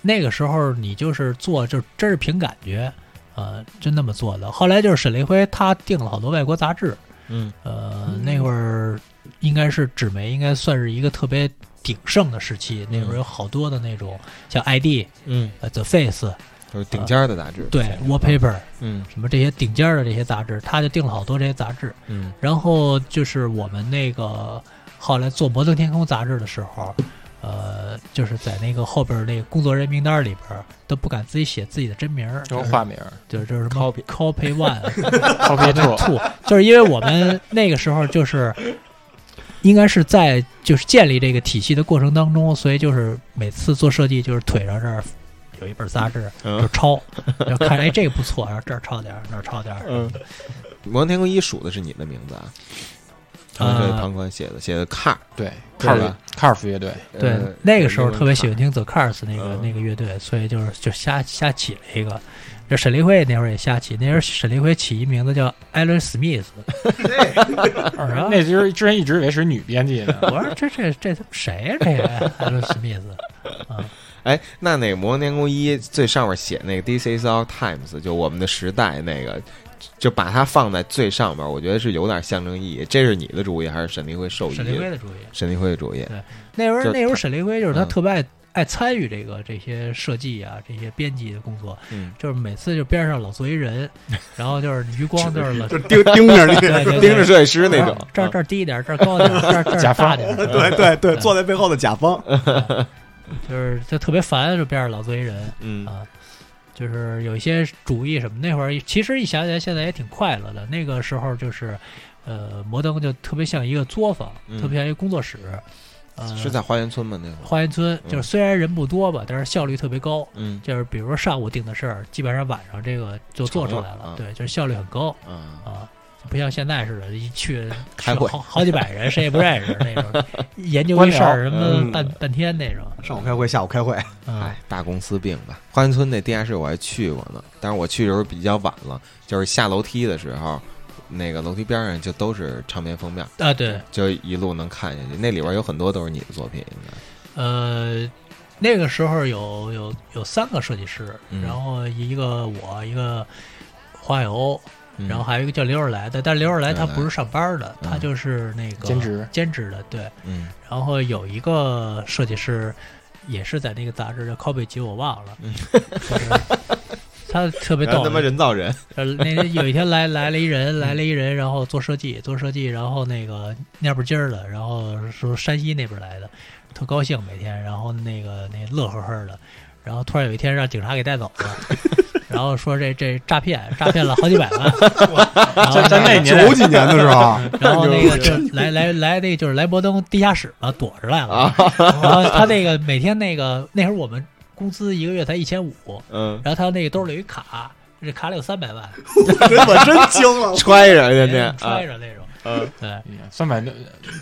E: 那个时候你就是做，就真是凭感觉，呃，就那么做的。后来就是沈立辉他订了好多外国杂志，
B: 嗯
E: 呃，那会儿应该是纸媒，应该算是一个特别鼎盛的时期。那会儿有好多的那种像 ID、
B: 嗯，
E: 呃 The Face、呃
B: 就是顶尖儿的杂志，
E: 对 Wallpaper
B: 嗯
E: 什么这些顶尖儿的这些杂志，他就订了好多这些杂志。
B: 嗯
E: 然后就是我们那个后来做《摩登天空》杂志的时候，呃，就是在那个后边儿那个工作人员名单里边儿都不敢自己写自己的真名儿，
D: 就是化名
E: 就是就是什么
B: Copy
E: copy one
D: ，copy two，
E: two，就是因为我们那个时候就是。应该是在就是建立这个体系的过程当中，所以就是每次做设计，就是腿上这儿有一本杂志，就
B: 嗯，
E: 抄，就看哎这个不错，然后这儿抄点儿，那儿抄点 儿，
B: 嗯，摩天天空一数的是你的名字啊，然后这
E: 啊
B: 庞宽写的写的 car
D: 对
B: 对
D: ，carf carf 乐队，
E: 对
B: 呃，
E: 那个时候
B: 英文
E: 特别
B: car
E: 喜欢听 The Cars 那个、
B: 嗯
E: 那个乐队，所以就是就瞎瞎起了一个。这沈立辉那会儿也瞎起，那时候沈立辉起一名字叫艾伦·史密斯，然后，
D: 那时候之前一直以为是女编辑呢
E: 我说这这这他妈谁呀、这个艾伦·史密斯，
B: 哎，那那个《摩登天空一》最上面写那个 “This is our times”，就我们的时代那个，就把它放在最上面，我觉得是有点象征意义。这是你的主意还是沈立辉授意
E: 沈立辉
B: 的？
E: 的主意。
B: 沈立辉的主意。
E: 那时
B: 就
E: 候那时候沈立辉就是他
B: 嗯
E: 特别爱、爱参与这个这些设计啊这些编辑的工作，
B: 嗯，
E: 就是每次就边上老坐一人，然后就是余光就是老
B: 盯盯着你，
E: 对对对啊
B: 盯着设计师那种。嗯
E: 这儿这儿低一点，这儿高点，这儿这
D: 甲
E: 儿
D: 方
E: 大点，嗯
C: 对对对，
E: 坐
C: 在背后的甲方，
E: 就是就特别烦，就边上老坐一人。
B: 嗯
E: 啊，就是有一些主意什么。那会儿其实一想起来，现在也挺快乐的。那个时候就是，呃，摩登就特别像一个作坊，
B: 嗯
E: 特别像一个工作室。呃，
B: 是在花园村吗？那会儿。
E: 花园村，
B: 嗯
E: 就是虽然人不多吧，但是效率特别高。
B: 嗯
E: 就是比如说上午定的事儿，基本上晚上这个就做出
B: 成
E: 来
B: 了
E: 了，
B: 啊
E: 对，就是效率很高
B: 啊，
E: 啊。不像现在似的，一去
B: 开会
E: 好好几百人，谁也不认识那 种，研究
D: 官
E: 一
D: 僚
E: 事儿什么
B: 嗯
E: 半、半天那种。
C: 上午开会，下午开会，
E: 嗯、
B: 哎，大公司病吧。花园村那地下室我还去过呢，但是我去的时候比较晚了，就是下楼梯的时候，那个楼梯边上就都是唱片封面，
E: 啊，对，
B: 就一路能看下去。那里边有很多都是你的作品，应该。
E: 呃，那个时候有有有三个设计师，
B: 嗯
E: 然后一个我，一个花油，
B: 嗯
E: 然后还有一个叫刘二来的，但刘二来他
B: 刘二来
E: 不是上班的，
B: 嗯
E: 他就是那个
D: 兼职
E: 兼职的，对。
B: 嗯
E: 然后有一个设计师也是在那个杂志叫《靠背集》，我忘了，
B: 嗯
E: 就是他特别
B: 然后
E: 逗
B: 他，妈人造人，
E: 呃，那天有一天来来了一人，来了一人，然后做设计，做设计，然后那个蔫不唧儿的，然后说山西那边来的，特高兴每天，然后那个那乐呵呵的，然后突然有一天让警察给带走了，然后说这这诈骗，诈骗了好几百 万，然后
D: 在在那年
H: 九
D: 代
H: 几年的时候，
E: 然后 那个这来来来，那个就是来博登地下室嘛，躲着来
B: 啊
E: 了。然后他那个每天那个那会儿我们工资一个月才一千五，
B: 嗯，
E: 然后他那个兜里有一卡，这卡里有三百万，
H: 我真惊了。
B: 揣着人家啊
E: 人啊揣着那种。
B: 嗯
E: 对，
D: 三百多，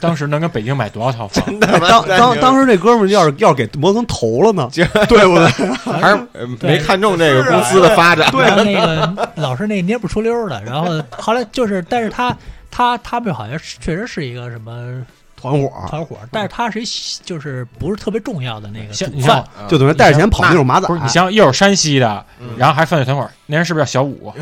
D: 当时能跟北京买多少套房？
C: 哎当当当时这哥们儿要是要是给摩登投了呢， 对不 对？
E: 反
B: 还
E: 正
B: 是呃没看中这个
C: 啊
B: 公司的发展，
E: 然后那个 老是那蔫不出溜的，然后后来就是，但是他他他们好像是确实是一个什么
C: 团伙
E: 团伙，但是他是一就是不是特别重要的那个
D: 像
E: 主
D: 你
E: 犯
D: 像，
C: 就等于带着钱跑那种马仔
D: 不，是你想想，又是山西的，然后还犯罪团伙，那人是不是叫小五？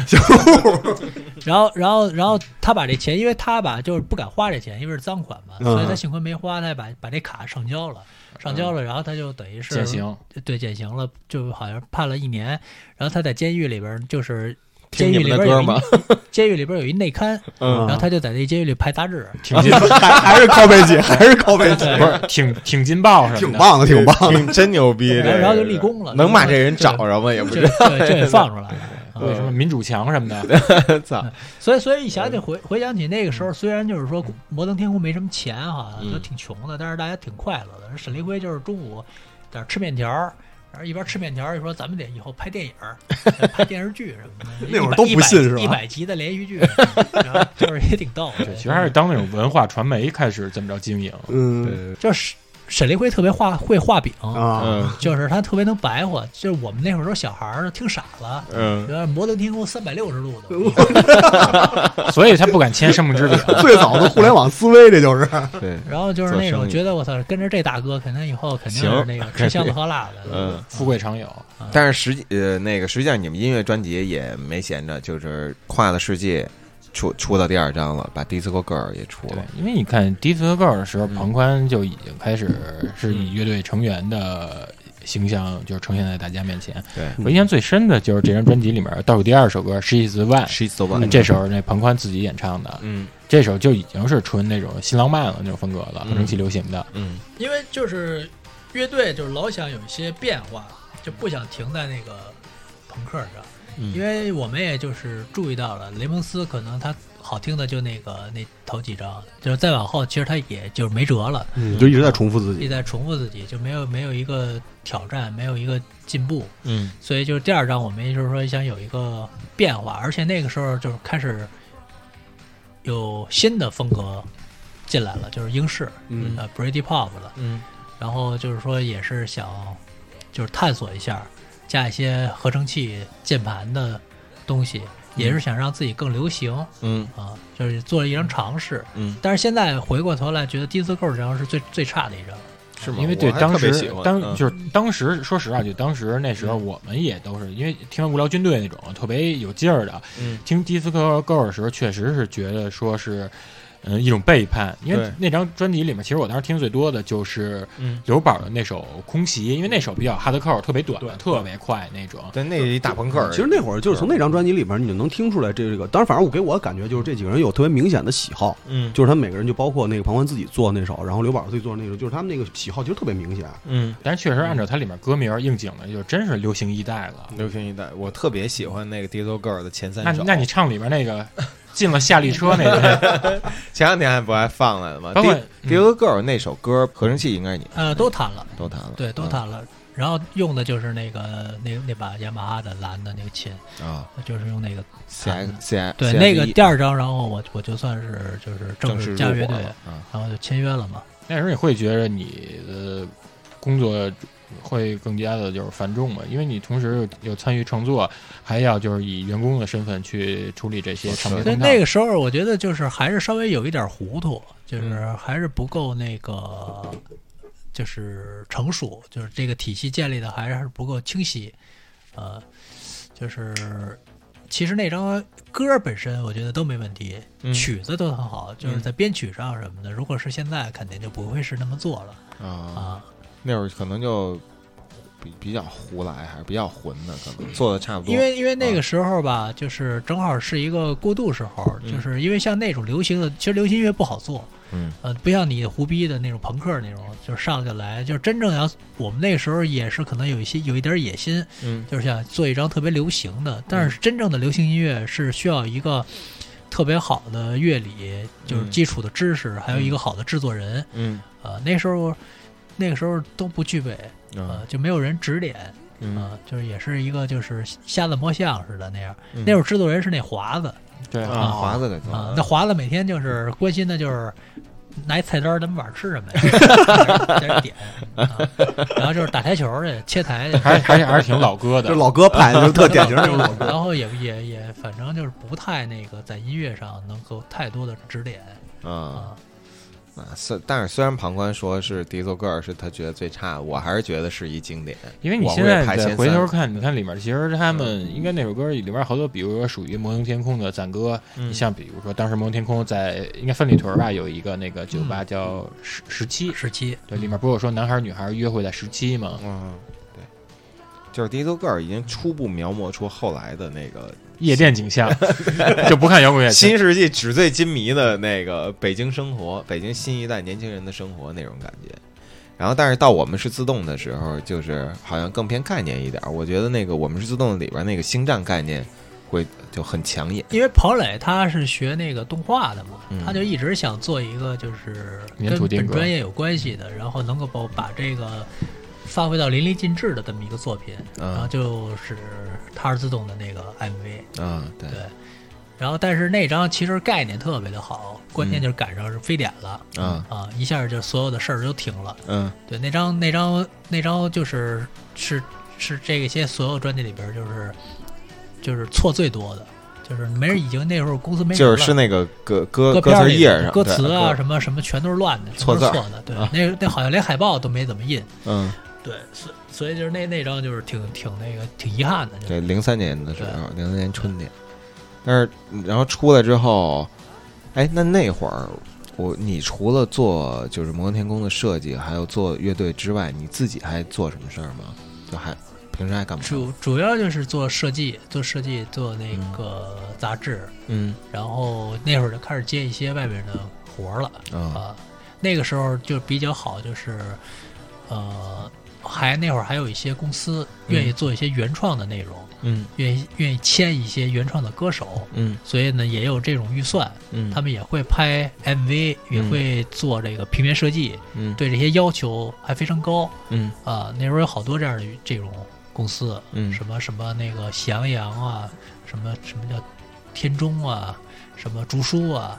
E: 然后然后然后他把这钱，因为他吧就是不敢花这钱，因为是赃款嘛，
C: 嗯
E: 所以他幸亏没花，他把把这卡上交了。上交了，然后他就等于是
D: 减，刑，
E: 对减刑了，就好像判了一年。然后他在监狱里边儿，就是监
B: 听
E: 狱里
B: 你们
E: 边
B: 的
E: 儿有
B: 歌
E: 一
B: 吗？
E: 监狱里边儿有一内刊，
C: 嗯
E: 然后他就在那监狱里排杂志，
D: 挺 劲，
C: 还还是靠背姐，还是靠背姐，
D: 不是挺挺劲爆什
C: 挺
D: 么的。
C: 棒的，挺棒的。
B: 挺真牛逼
E: 然
B: 这
E: 后
B: 个
E: 然后就立功了
B: 能把这人找着吗？也不
E: 这
B: 知道
E: 这这也放出来了。啊
D: 对什么民主墙什么的，
B: 操，
E: 所以，所以一想
C: 嗯
E: 起回回想起那个时候，虽然就是说摩登天空没什么钱哈、
C: 嗯
E: 都挺穷的，但是大家挺快乐的。沈立辉就是中午在那儿吃面条儿，然后一边吃面条儿一说咱们得以后拍电影儿、拍电视剧什么的。
C: 那会儿都不信是吧
E: 一百集的连续剧， 然后就是也挺逗的。
D: 其实还是当那种文化传媒开始这么着经营。
C: 嗯
E: 就是沈立辉特别画会画饼，
C: 啊，
B: 嗯
E: 就是他特别能白话，就是我们那会儿都小孩儿都听傻了。
B: 嗯，
E: 原来摩登天空三百六十度的，
D: 所以他不敢签生命之饼。
C: 最早的互联网思维，这就是
B: 对，
E: 然后就是那
B: 做
E: 种
B: 生意
E: 觉得我操，跟着这大哥，肯定以后肯定
B: 行
E: 是那个吃香的喝辣的。 嗯
B: 嗯。
D: 富贵常有，
B: 但是实际呃，那个实际上你们音乐专辑也没闲着，就是跨了世界出出到第二张了，把《Disco Girl》也出
D: 对
B: 了，，
D: 因为你看《迪斯科 girl》的时候，
B: 嗯
D: 庞宽就已经开始是以乐队成员的形象，就是呈现在大家面前。
B: 对
D: 我印象最深的就是这张专辑里面倒数第二首歌《She Is the One》，
B: She's the
D: 那
B: One，
D: 这首那庞宽自己演唱的，
B: 嗯
D: 这首就已经是纯那种新浪漫了那种风格了，
B: 嗯
D: 蒸汽流行的。
B: 嗯
E: 因为就是乐队就是老想有一些变化，就不想停在那个朋克上。
B: 嗯
E: 因为我们也就是注意到了，雷蒙斯可能他好听的就那个那头几张，就是再往后其实他也就是没辙了，
C: 嗯就一直在重复
E: 一
C: 自己。
E: 直在重复自己，就没有没有一个挑战，没有一个进步。
B: 嗯
E: 所以就是第二张，我们也就是说想有一个变化，而且那个时候就是开始有新的风格进来了，就是英式，
C: 嗯
E: 呃，Brady Pop 了，
B: 嗯
E: 然后就是说也是想就是探索一下，加一些合成器、键盘的东西，也是想让自己更流行
B: 嗯
E: 啊，就是做了一张尝试。
B: 嗯，
E: 但是现在回过头来，觉得 Disco 这张是最最差的一张，
B: 是吗？
D: 因为对
B: 我还
D: 当
B: 特别
D: 时
B: 喜欢
D: 当
B: 嗯
D: 就是当时，说实话，就当时那时候我们也都是因为听完无聊军队那种特别有劲儿的，
B: 嗯
D: 听迪斯科歌的时候，确实是觉得说是。嗯，一种背叛，因为
B: 对
D: 那张专辑里面，其实我当时听最多的就是
B: 嗯
D: 刘宝的那首《空袭》，因为那首比较哈德克，特别短，特别快那种。
B: 但那一大 朋克，
C: 嗯其实那会儿就是从那张专辑里边，你就能听出来这个。当然，反正我给我的感觉就是这几个人有特别明显的喜好，
B: 嗯
C: 就是他们每个人就包括那个庞宽自己做那首，然后刘宝自己做那首，就是他们那个喜好其实特别明显。
B: 嗯。
D: 但是确实按照它里面歌名儿应景的，就真是流行一代了。
B: 流行一代，我特别喜欢那个《Disco Girl》的前三
D: 那
B: 首。
D: 那你唱里边那个进了夏利车那 个，
B: 前两天还不还放来了吗？
D: 包括
B: 《Disco Girl》那首歌合成器应该是你
E: 呃，都谈了。
B: 都弹了，嗯
E: 对，都弹了。然后用的就是那个那那把雅马哈的蓝的那个琴，
B: 嗯啊
E: 就是用那个
B: ，C
E: 弹
B: X
E: 的
B: C X
E: 啊对那个第二张，然后我我就算是就是
B: 正式
E: 式
B: 入
E: 加乐
B: 伙
E: 队，
B: 了啊，
E: 然后就签约了嘛。
D: 那时候你会觉得你的工作会更加的就是繁重嘛，因为你同时有有参与创作，还要就是以员工的身份去处理这
B: 哦
D: 些唱片
E: 所以
D: 公告。
E: 那个时候我觉得就是还是稍微有一点糊涂，就是还是不够那个就是成熟，就是这个体系建立的还是不够清晰，呃，就是。其实那张歌本身我觉得都没问题，
B: 嗯
E: 曲子都很好，就是在编曲上什么的。如果是现在，肯定就不会是那么做了
B: 啊，
E: 啊。
B: 那会儿可能就比比较胡来，还是比较混的，可能做的差不多。
E: 因为因为那
B: 啊
E: 个时候吧，就是正好是一个过渡时候，
B: 嗯
E: 就是因为像那种流行的，其实流行音乐不好做，
B: 嗯，
E: 呃，不像你胡逼的那种朋克那种，就是上来就来，就是真正要我们那个时候也是可能有一些有一点野心，
B: 嗯，
E: 就是想做一张特别流行的，但是真正的流行音乐是需要一个特别好的乐理，就是
B: 嗯
E: 基础的知识，还有一个好的制作人，
B: 嗯
E: 呃，那时候那个时候都不具备，
B: 啊
E: 呃，就没有人指点。
B: 嗯
E: 啊，就是也是一个就是瞎子摸象似的那样。
B: 嗯
E: 那会儿制作人是那华子
D: 对
B: 啊，华子给做
E: 啊
B: 的，
E: 那华子每天就是关心的就是拿一菜单儿，咱们晚上吃什么呀？ 在这儿点啊，然后就是打台球去，切台去。
D: 还是还是还是挺老哥
H: 这
D: 的，
H: 老哥派 就是特典型那种老
E: 然
H: 哥，
E: 后也也也，反正就是不太那个在音乐上能够太多的指点
B: 啊
E: 啊。
B: 啊，虽但是虽然庞宽说是迪索个尔是他觉得最差的，我还是觉得是一经典。
D: 因为你
B: 我
D: 现
B: 会
D: 在
B: 排
D: 再
B: 前
D: 回头
B: 三
D: 看，你看里面其实他们应该那首歌里边好多，比如说属于摩登天空的赞歌，
E: 嗯
D: 你像比如说当时摩登天空在应该三里屯吧有一个那个酒
E: 嗯
D: 吧叫十十七，
E: 时期。
D: 对，里面不是有说男孩女孩约会在十七吗？
B: 嗯，对，就是迪索个尔已经初步描摹出后来的那个
D: 夜店景象 就不看摇滚乐，
B: 新世纪纸醉金迷的那个北京生活，北京新一代年轻人的生活那种感觉。然后，但是到我们是自动的时候，就是好像更偏概念一点儿。我觉得那个我们是自动里边那个星战概念会就很抢眼。
E: 因为彭磊他是学那个动画的嘛，
B: 嗯
E: 他就一直想做一个就是
D: 粘
E: 跟
D: 土定
E: 本
D: 格
E: 专业有关系的，然后能够把把这个发挥到淋漓尽致的这么一个作品。然后
B: 啊
E: 就是他是自动的那个 MV，
B: 啊，对
E: 对然后但是那张其实概念特别的好，关键就是赶上是非典了、
B: 啊，
E: 啊，一下就所有的事儿都停了。
B: 嗯
E: 对，那张那张那张就是是是这些所有专辑里边儿就是就是错最多的，就是没人已经那时候公司没人
B: 就是
E: 了
B: 是那个歌歌
E: 歌
B: 歌
E: 片儿
B: 词
E: 里
B: 页上
E: 歌词啊
B: 对
E: 什么什么全都是乱的，全
B: 错
E: 都
B: 字
E: 是
B: 儿
E: 错的。对
B: 啊，
E: 那那好像连海报都没怎么印。
B: 嗯，
E: 对，所所以就是那那张就是挺挺那个挺遗憾的。就是
B: 对，零三年的时候，零三年春天，但是然后出来之后，哎，那那会儿我你除了做就是摩登天空的设计，还有做乐队之外，你自己还做什么事儿吗？就还平时还干嘛？
E: 主主要就是做设计，做设计，做那个杂志，
B: 嗯
E: 然后那会儿就开始接一些外面的活儿了
B: 啊
E: 啊。那个时候就比较好，就是呃，还那会儿还有一些公司愿意做一些原创的内容，
B: 嗯
E: 愿意愿意签一些原创的歌手，
B: 嗯
E: 所以呢也有这种预算，
B: 嗯，
E: 他们也会拍 MV，也会做这个平面设计，
B: 嗯
E: 对这些要求还非常高
B: 嗯
E: 啊。那时候有好多这样的这种公司，
B: 嗯
E: 什么什么那个喜羊羊啊，什么什么叫天中啊，什么竹书啊，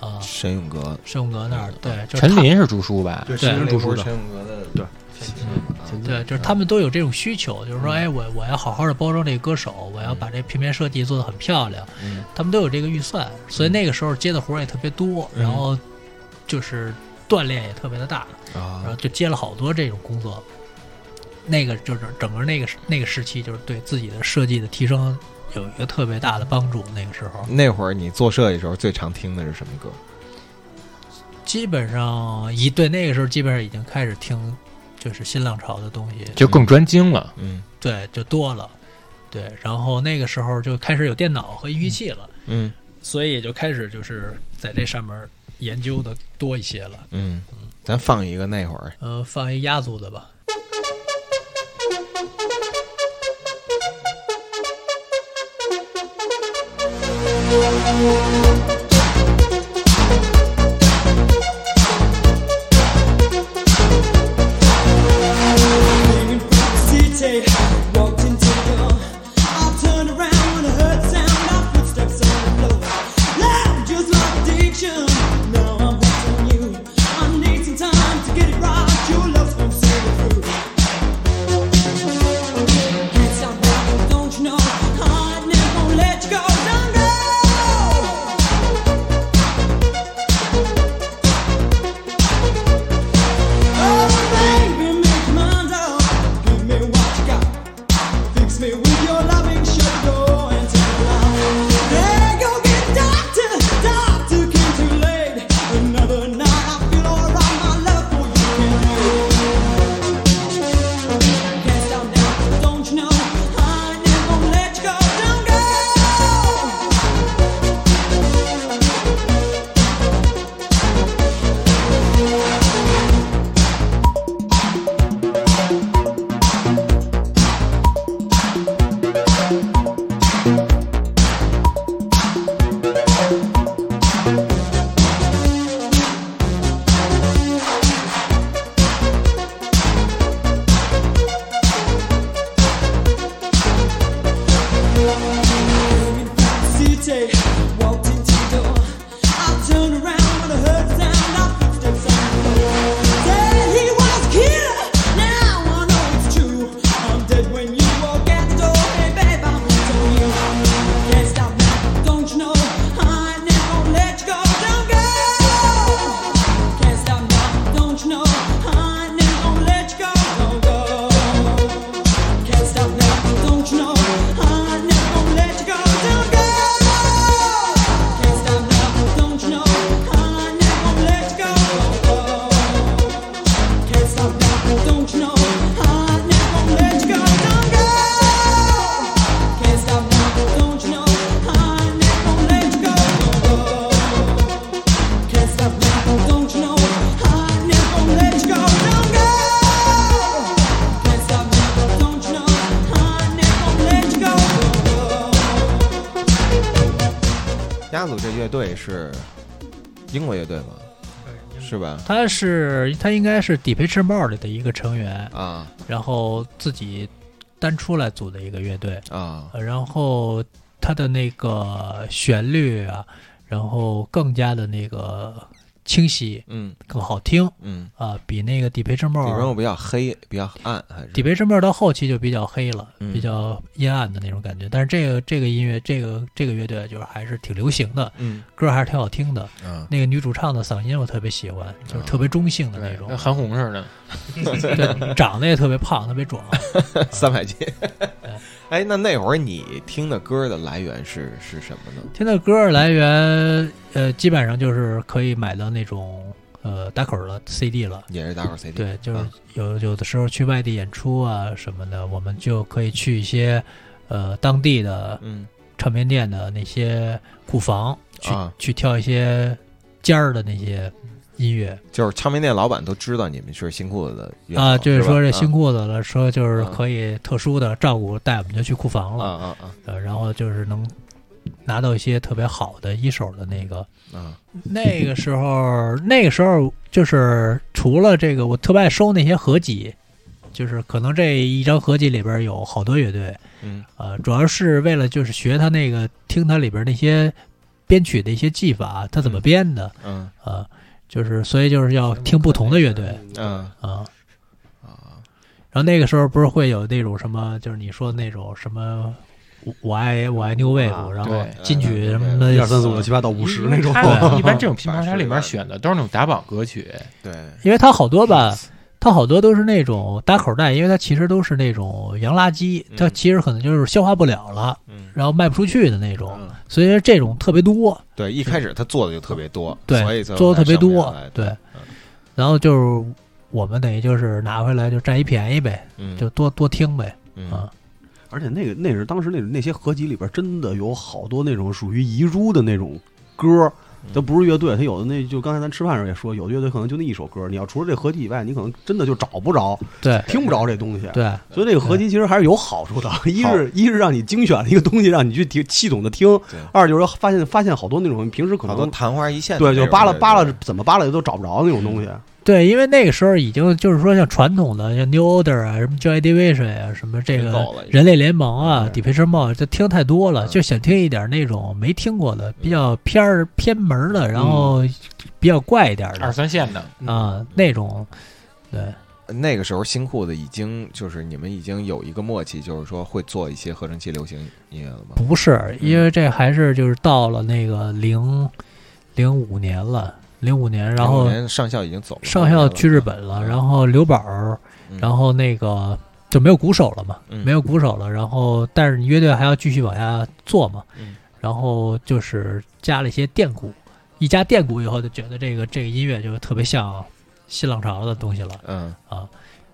E: 啊，
B: 沈永革，
E: 申永革那儿对，
B: 嗯
E: 就是
D: 陈
E: 他
D: 林是朱叔吧？
C: 对，
E: 对
C: 新人主持的，
B: 永革的
C: 对
B: 前啊嗯
E: 对，就是他们都有这种需求，就是说，哎，我我要好好的包装这个歌手，我要把这平面设计做得很漂亮，
B: 嗯
E: 他们都有这个预算，所以那个时候接的活儿也特别多，
B: 嗯
E: 然后就是锻炼也特别的大，然后
B: 啊，
E: 就接了好多这种工作。那个就是整个那个时那个时期，就是对自己的设计的提升有一个特别大的帮助。那个时候
B: 那会儿你做设计时候最常听的是什么歌？
E: 基本上一对那个时候基本上已经开始听，就是新浪潮的东西，
D: 就更专精了。
B: 嗯
E: 对，就多了，对，然后那个时候就开始有电脑和音乐器了，
B: 嗯
E: 所以也就开始就是在这上面研究的多一些了。
B: 嗯，咱放一个那会儿
E: 呃，放一压族的吧，
I: Don't you know I never let you go? No, no.
B: 家族这乐队是英国乐队吗？是吧？
E: 他是他应该是底培翅帽里的一个成员，
B: 啊
E: 然后自己单出来组的一个乐队，
B: 啊
E: 呃然后他的那个旋律啊，然后更加的那个清晰，
B: 嗯
E: 更好听
B: 嗯，
E: 啊，比那个底培翅
B: 里面
E: 帽
B: 我比较黑，比较暗，还是
E: 底培翅帽到后期就比较黑了，
B: 嗯
E: 比较阴暗的那种感觉。但是这个这个音乐，这个这个乐队就是还是挺流行的，
B: 嗯
E: 歌还是挺好听的。
D: 嗯
B: 啊
E: 那个女主唱的嗓音我特别喜欢，就是特别中性的那种
D: 嗯跟，韩红似的。
E: 对，长得也特别胖，特别 壮。
B: 三百斤。 哎，那那会儿你听的歌的来源是是什么呢？
E: 听的歌来源，呃，基本上就是可以买到那种呃打口的 CD 了。
B: 也是打口 CD。
E: 对，就是
B: 啊
E: 有有的时候去外地演出啊什么的，我们就可以去一些呃当地的
B: 嗯
E: 唱片店的那些库房去、
B: 啊
E: 去挑一些尖儿的那些音乐
B: 就是唱片店老板都知道你们是新裤子的乐手
E: 啊，就是说这
B: 吧嗯
E: 新裤子了，说就是
B: 啊
E: 可以特殊的照顾带我们就去库房了，
B: 啊啊啊
E: 呃，然后就是能拿到一些特别好的一手的那个。
B: 啊
E: 那个时候，那个时候就是除了这个，我特别爱收那些合集，就是可能这一张合集里边有好多乐队，
B: 嗯
E: 呃，主要是为了就是学他那个听他里边那些编曲的一些技法，他怎么编的，
B: 嗯
E: 呃，就是所以就是要听不同的乐队
B: 嗯
E: 啊、呃
B: 啊
E: 然后那个时候不是会有那种什么，就是你说那种什么，我我爱我爱 New Wave，
C: 啊
E: 然后
D: 对
E: 金曲什么
B: 嗯
C: 一
E: 的
C: 二，三四五六七八到五十那种，
D: 他一 般这种
B: 品
D: 品
B: 牌
D: 牌
B: 它
D: 它
B: 里
D: 里
B: 面
D: 面选的都是那种打榜歌曲，
B: 对
C: 啊
E: 因为它好多吧，它好多都是那种搭口袋，因为它其实都是那种洋垃圾，它其实可能就是消化不了了，
B: 嗯
E: 然后卖不出去的那种，
B: 嗯
E: 所以这种特别多，
B: 对，一开始他做的就特别多，所
E: 对，
B: 以才
E: 做的特别
B: 上
E: 多
B: 面来，
E: 对，然后就是我们等于就是拿回来就占一便宜呗，
B: 嗯
E: 就多多听呗，
B: 嗯
E: 啊，
C: 而且那个那是当时那那些合集里边真的有好多那种属于遗珠的那种歌，
B: 嗯
C: 都不是乐队，他有的那就刚才咱吃饭时候也说，有的乐队可能就那一首歌，你要除了这合集以外，你可能真的就找不 着、
E: 对
C: 听不着这东西。
E: 对
C: 所以这个合集其实还是有好 处的，一是一是让你精选了一个东西，让你去听系统的听
B: 对；
C: 二就是发现发现好多那种平时可
B: 好多
C: 能
B: 昙花一现的
C: 对
B: 那种嗯
C: 就
B: 乐队，
C: 扒拉扒拉怎么扒拉都找不着那种东西。
E: 对，因为那个时候已经就是说像传统的像 New Order 啊，什么 Joy Division 啊，什么这
B: 真够
E: 个
B: 了
E: 人类联盟啊
B: 对，
E: 底培之帽，这听太多了，
B: 嗯
E: 就想听一点那种没听过的、比较偏儿偏门儿的，然
C: 嗯
E: 后比较怪一点
D: 二
E: 的
D: 三线的。
E: 啊那种，对
B: 那个时候新裤子已经就是你们已经有一个默契，就是说会做一些合成器流行音乐了吗？
E: 不是，因为这还是就是到了那个零零五年了，零五年，然后
B: 05年上校已经走了，
E: 上校去日本了，
B: 嗯
E: 然后刘宝儿，
B: 嗯
E: 然后那个就没有鼓手了嘛，
B: 嗯
E: 没有鼓手了，然后但是你乐队还要继续往下做嘛，
B: 嗯
E: 然后就是加了一些电鼓，一加电鼓以后就觉得这个这个音乐就特别像新浪潮的东西了，啊
B: 嗯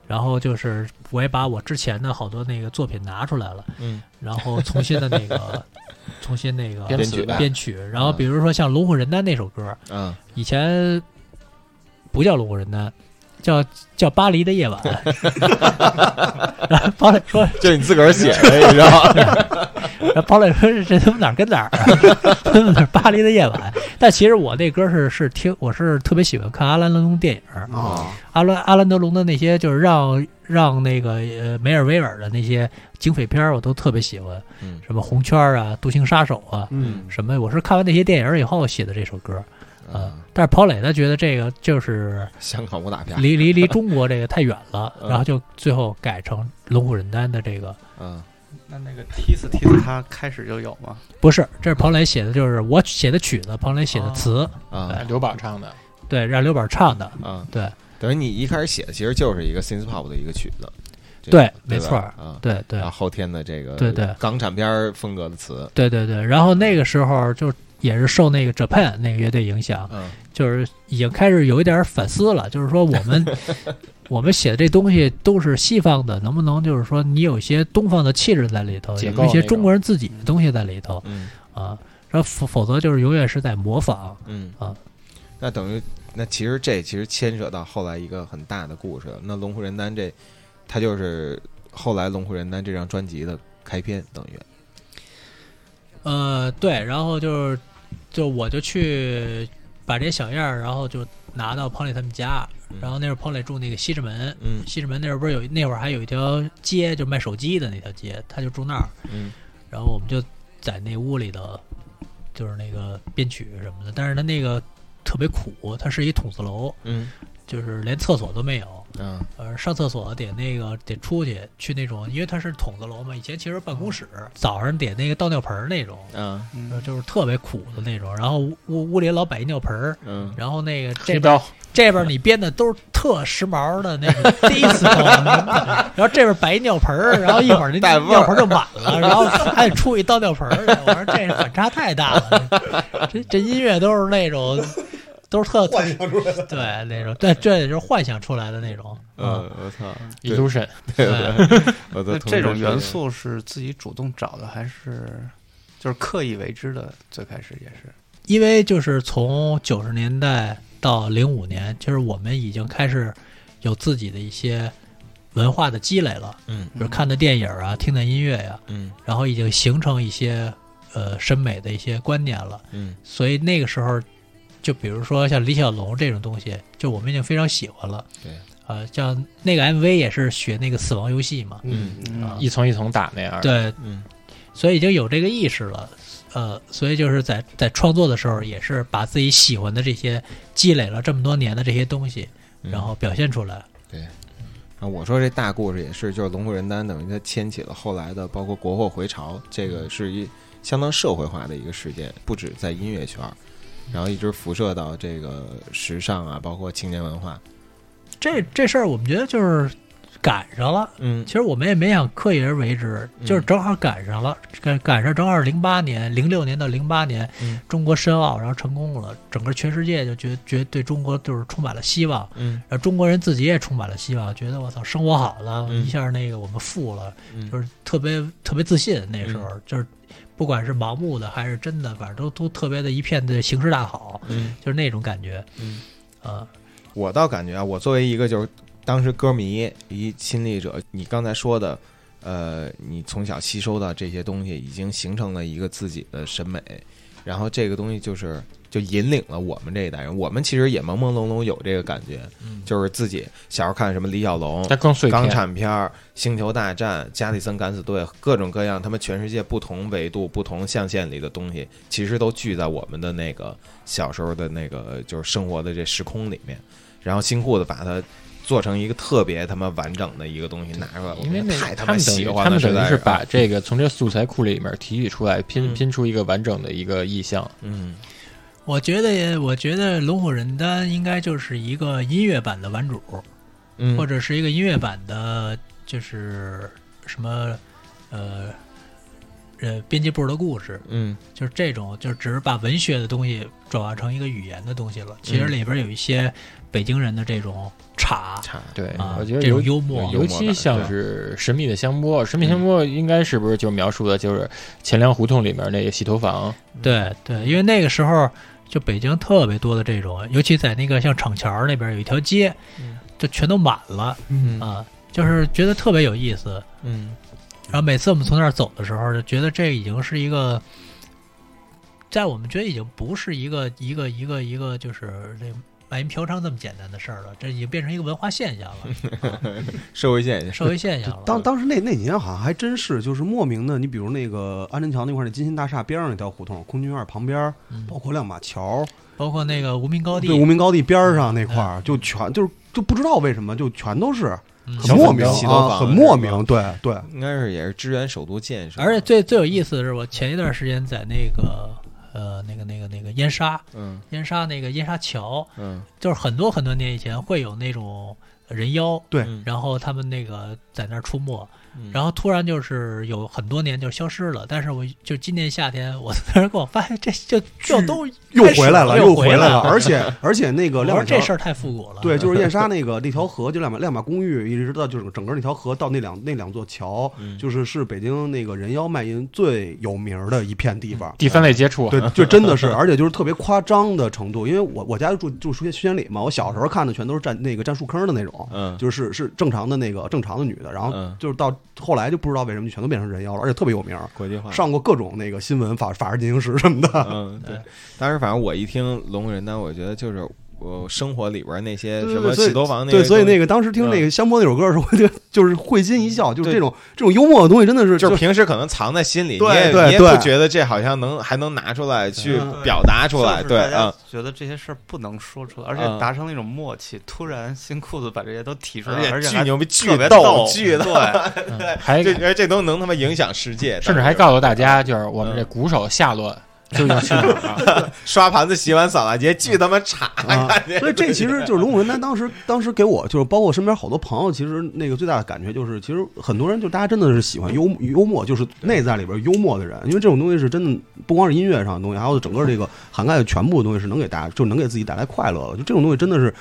E: 然后就是我也把我之前的好多那个作品拿出来了，
B: 嗯
E: 然后重新的那个重新那个
D: 编
B: 曲吧
E: 编曲，然后比如说像《龙虎人丹》那首歌，
B: 嗯
E: 以前不叫《龙虎人丹》，叫叫《巴黎的夜晚》。 然后包磊说
B: 就你自个儿写的，你知道吗？：“
E: 然后包磊说这他妈哪儿跟哪儿啊？ 他妈哪儿巴黎的夜晚？”但其实我那歌是是听，我是特别喜欢看阿兰德龙电影儿，
C: 啊，
E: 阿兰阿兰德龙的那些就是让让那个呃梅尔维尔的那些警匪片儿，我都特别喜欢，
B: 嗯
E: 什么红圈儿啊、独行杀手啊，
C: 嗯，
E: 什么我是看完那些电影儿以后写的这首歌啊、呃
B: 嗯，
E: 但是跑磊他觉得这个就是
B: 香港武打片，
E: 离离离中国这个太远了
B: ，嗯
E: 然后就最后改成龙虎人丹的这个
B: 嗯
A: 那那个踢死踢死他开始就有吗？
E: 不是，这是彭磊写的，就是我写的曲子，彭磊写的词，
B: 啊
D: 刘宝唱的，
E: 对，让刘宝唱的，
B: 啊，
E: 对
B: 等于你一开始写的其实就是一个 synth pop 的一个曲子，这
E: 对
B: 吧
E: 没错儿
B: 啊，
E: 对对
B: 然后后天的这个
E: 对对
B: 港产片儿风格的词，
E: 对对对。然后那个时候就也是受那个 Japan 那个乐队影响，
B: 嗯
E: 就是已经开始有一点反思了，就是说我们我们写的这东西都是西方的，能不能就是说你有一些东方的气质在里头，
D: 解构
E: 有一些
D: 那种
E: 中国人自己的东西在里头
B: 嗯
E: 啊，然后否否则就是永远是在模仿。
B: 嗯
E: 啊，
B: 那等于那其实这其实牵扯到后来一个很大的故事了，那《龙虎人丹》这，它就是后来《龙虎人丹》这张专辑的开篇，等于
E: 呃，对，然后就是就我就去把这些小样儿，然后就拿到彭磊他们家。然后那会儿彭磊住那个西直门，
B: 嗯
E: 西直门那会儿不是有那会儿还有一条街，就卖手机的那条街，他就住那儿。
B: 嗯
E: 然后我们就在那屋里头，就是那个编曲什么的，但是他那个特别苦，它是一筒子楼，
B: 嗯
E: 就是连厕所都没有。
B: 嗯
E: 呃，上厕所得那个得出去去那种，因为它是筒子楼嘛，以前其实办公室，早上得那个倒尿盆儿那种，
B: 嗯
E: 呃就是特别苦的那种。然后屋屋屋里老摆一尿盆儿，
B: 嗯，
E: 然后那个这
D: 黑
E: 边
D: 刀，
E: 这边你编的都是特时髦的那种 disco，然后这边摆一尿盆儿，然后一会儿那
B: 带味儿
E: 尿盆儿就满了，然后还得出一倒尿盆儿去。我说这反差太大了，这这音乐都是那种都是特幻想出来的，对那种对这也就是幻想出来的那种，嗯，
B: 呃，我操，
D: 一都神，
E: 对，
B: 我的
A: 那这种元，素是自己主动找的，还是就是刻意为之的？最开始也是，
E: 因为就是从九十年代到零五年，就是我们已经开始有自己的一些文化的积累了，
B: 嗯，
E: 比如看的电影啊，听的音乐呀、
B: 嗯
E: 然后已经形成一些呃审美的一些观念了。
B: 嗯
E: 所以那个时候，就比如说像李小龙这种东西，就我们已经非常喜欢了。
B: 对，
E: 呃，像那个 MV 也是学那个死亡游戏嘛，
B: 嗯
E: 啊
D: 一层一层打那样。，
E: 对，
B: 嗯
E: 所以已经有这个意识了。呃，所以就是在在创作的时候，也是把自己喜欢的这些积累了这么多年的这些东西，
B: 嗯
E: 然后表现出来。
B: 啊，我说这大故事也是，就是龙虎人丹等于它牵起了后来的，包括国货回潮，这个是一相当社会化的一个事件，不止在音乐圈儿，然后一直辐射到这个时尚啊，包括青年文化。
E: 这这事儿，我们觉得就是赶上了，
B: 嗯
E: 其实我们也没想刻意而为之，
B: 嗯
E: 就是正好赶上了，赶赶上正好是零八年、零六年到零八年，
B: 嗯
E: 中国申奥然后成功了，整个全世界就觉觉得对中国就是充满了希望，
B: 嗯
E: 然后中国人自己也充满了希望，觉得我操生活好了，
B: 嗯
E: 一下那个我们富了，
B: 嗯
E: 就是特别特别自信。那时候、就是不管是盲目的还是真的，反正都都特别的一片的形势大好，
B: 嗯，
E: 就是那种感觉。
B: 嗯，
E: 啊、
B: 我倒感觉啊，我作为一个就是当时歌迷一亲历者，你刚才说的，呃，你从小吸收到这些东西，已经形成了一个自己的审美，然后这个东西就是就引领了我们这一代人。我们其实也朦朦胧胧有这个感觉，就是自己小时候看什么李小龙。
D: 它嗯更碎
B: 港
D: 片。
B: 产片儿、《星球大战》、《加里森敢死队》，各种各样，他们全世界不同维度、不同象限里的东西，其实都聚在我们的那个小时候的那个就是生活的这时空里面。然后新裤子把它做成一个特别他妈完整的一个东西拿出来，我
D: 因为
B: 觉
D: 那
B: 得太
D: 他
B: 妈
D: 们等于
B: 喜欢
D: 他
B: 了，
D: 们等
B: 实在
D: 于
B: 是啊
D: 是把这个从这素材库里面提取出来，拼
B: 嗯
D: 拼出一个完整的一个意象。
B: 嗯
E: 我觉得，我觉得《龙虎人丹》应该就是一个音乐版的玩主，
B: 嗯
E: 或者是一个音乐版的，就是什么，呃，呃，编辑部的故事，
B: 嗯
E: 就是这种，就只是把文学的东西转化成一个语言的东西
B: 嗯
E: 了。其实里边有一些北京人的这种茶，
B: 差
D: 对
E: 啊，
D: 我觉得
E: 这
D: 尤
E: 种幽默
D: 尤其像是《神秘的香波》，《神秘
B: 嗯
D: 香波》应该是不是就是描述的就是钱粮胡同里面那个洗头房？
E: 对对，因为那个时候就北京特别多的这种，尤其在那个像厂桥那边有一条街，就全都满了
B: 嗯
E: 啊，就是觉得特别有意思。
B: 嗯
E: 然后每次我们从那儿走的时候，就觉得这已经是一个，在我们觉得已经不是一个一个一个一个就是这卖淫嫖娼这么简单的事儿了，这已经变成一个文化现象了，啊、
B: 社会现象，
E: 社会现象了。
C: 当当时那那几年好像还真是，就是莫名的，你比如那个安贞桥那块儿那金鑫大厦边上那条胡同，空军院旁边儿，
E: 嗯
C: 包括亮马桥，
E: 包括那个无名高地
C: 对，无名高地边儿上那块儿，就全就是就不知道为什么就全都是
E: 嗯
C: 很莫名
B: 小粉红
C: 啊，很莫名，对对，
B: 应该是也是支援首都建设，
E: 而且最最有意思的是，我前一段时间在那个呃那个那个那个燕莎
B: 嗯
E: 燕莎那个燕莎桥，
B: 嗯
E: 就是很多很多年以前会有那种人妖，
C: 对
B: 嗯
E: 然后他们那个在那儿出没，
B: 嗯
E: 然后突然就是有很多年就消失了，但是我就今年夏天，我在那儿给我发现这就就都
C: 又回来了，
E: 又
C: 回
E: 来
C: 来了，。而且而且那个
E: 我
C: 亮
E: 说
C: 马桥
E: 这事儿太复古了，
C: 对，就是燕莎那个那条河，就亮马亮马公寓，一直到就是整个那条河到那两那两座桥，
B: 嗯
C: 就是是北京那个人妖卖淫最有名儿的一片地方。
D: 第三类接触，
C: 对，就真的是，而且就是特别夸张的程度。因为我我家住住书轩里嘛，我小时候看的全都是站那个站树坑的那种，
B: 嗯
C: 就是是正常的那个正常的女的，然后
B: 嗯
C: 就是到后来就不知道为什么就全都变成人妖了，而且特别有名儿，
B: 国际化
C: 上过各种那个新闻，法法制进行时什么的。
B: 嗯，对。当时反正我一听《龙人》呢，我觉得就是我生活里边那些呃嗯什么
C: 对
B: 洗头房那
C: 对，所以那
B: 个
C: 个当时听那个香波那首歌的时候，我就就是会心一笑，就是这种这种幽默的东西，真的是啊
B: 就是平时可能藏在心里，你
C: 对
B: 也
C: 对
B: 你也
C: 对
B: 不觉得这好像能还能拿出来去
C: 嗯
B: 表达出
A: 就
B: 来，
A: 是
B: 对，
A: 大家
B: 嗯，
A: 觉得这些事儿不能说出来，而
B: 嗯
A: 且达成了一种默契。突然新裤子把这些都提出来，
B: 而
A: 而
B: 且
A: 且
B: 巨
A: 还
B: 牛逼，巨
A: 特别
B: 逗，巨
A: 巨
B: 逗，
D: 嗯还
B: 这哎这都能他妈影响世界，
D: 甚至还
B: 当时
D: 告诉大
B: 呃
D: 家，就是我们这鼓手下落究竟 是哪儿啊？
B: 刷盘子、洗碗、扫大街，巨他妈差，
C: 啊
B: 感觉，
C: 所以这其实就是龙虎人丹当时当时给我就是包括我身边好多朋友，其实那个最大的感觉就是，其实很多人就大家真的是喜欢幽默幽默，就是内在里边幽默的人，因为这种东西是真的不光是音乐上的东西，还有整个这个涵盖的全部的东西是能给大家就能给自己带来快乐的，就这种东西真的是。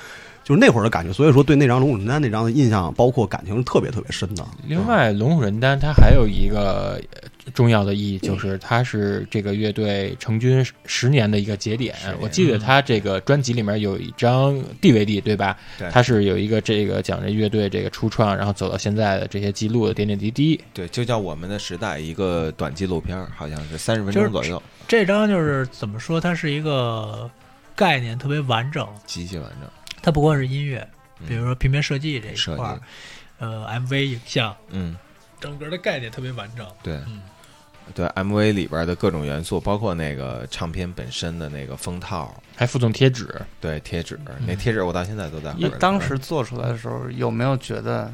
C: 就是那会儿的感觉，所以说对那张《龙虎人丹》那张的印象，包括感情是特别特别深的。
D: 另外，《龙虎人丹》它还有一个呃重要的意义，就是
B: 嗯
D: 它是这个乐队成军十十年的一个节点
B: 十年。嗯
D: 我记得它这个专辑里面有一张 DVD，对吧？
B: 对
D: 它是有一个这个讲这乐队这个初创，然后走到现在的这些记录的点点滴滴。
B: 对，就叫我们的时代一个短纪录片儿，好像是三十分
E: 就
B: 钟
E: 是
B: 左右，
E: 这张就是怎么说，它是一个概念特别完整，
B: 极其完整。
E: 它不光是音乐，
B: 嗯
E: 比如说平面设计这
B: 设
E: 一块儿
B: 计，，
E: 呃，MV 影像，
B: 嗯，
E: 整个的概念特别完整。
B: 对
E: 嗯，
B: 对，MV 里边的各种元素，包括那个唱片本身的那个封套，
D: 还附赠贴纸，
B: 对，贴纸，那贴纸我到现在都在回
A: 你
B: 来。
A: 当时做出来的时候，有没有觉得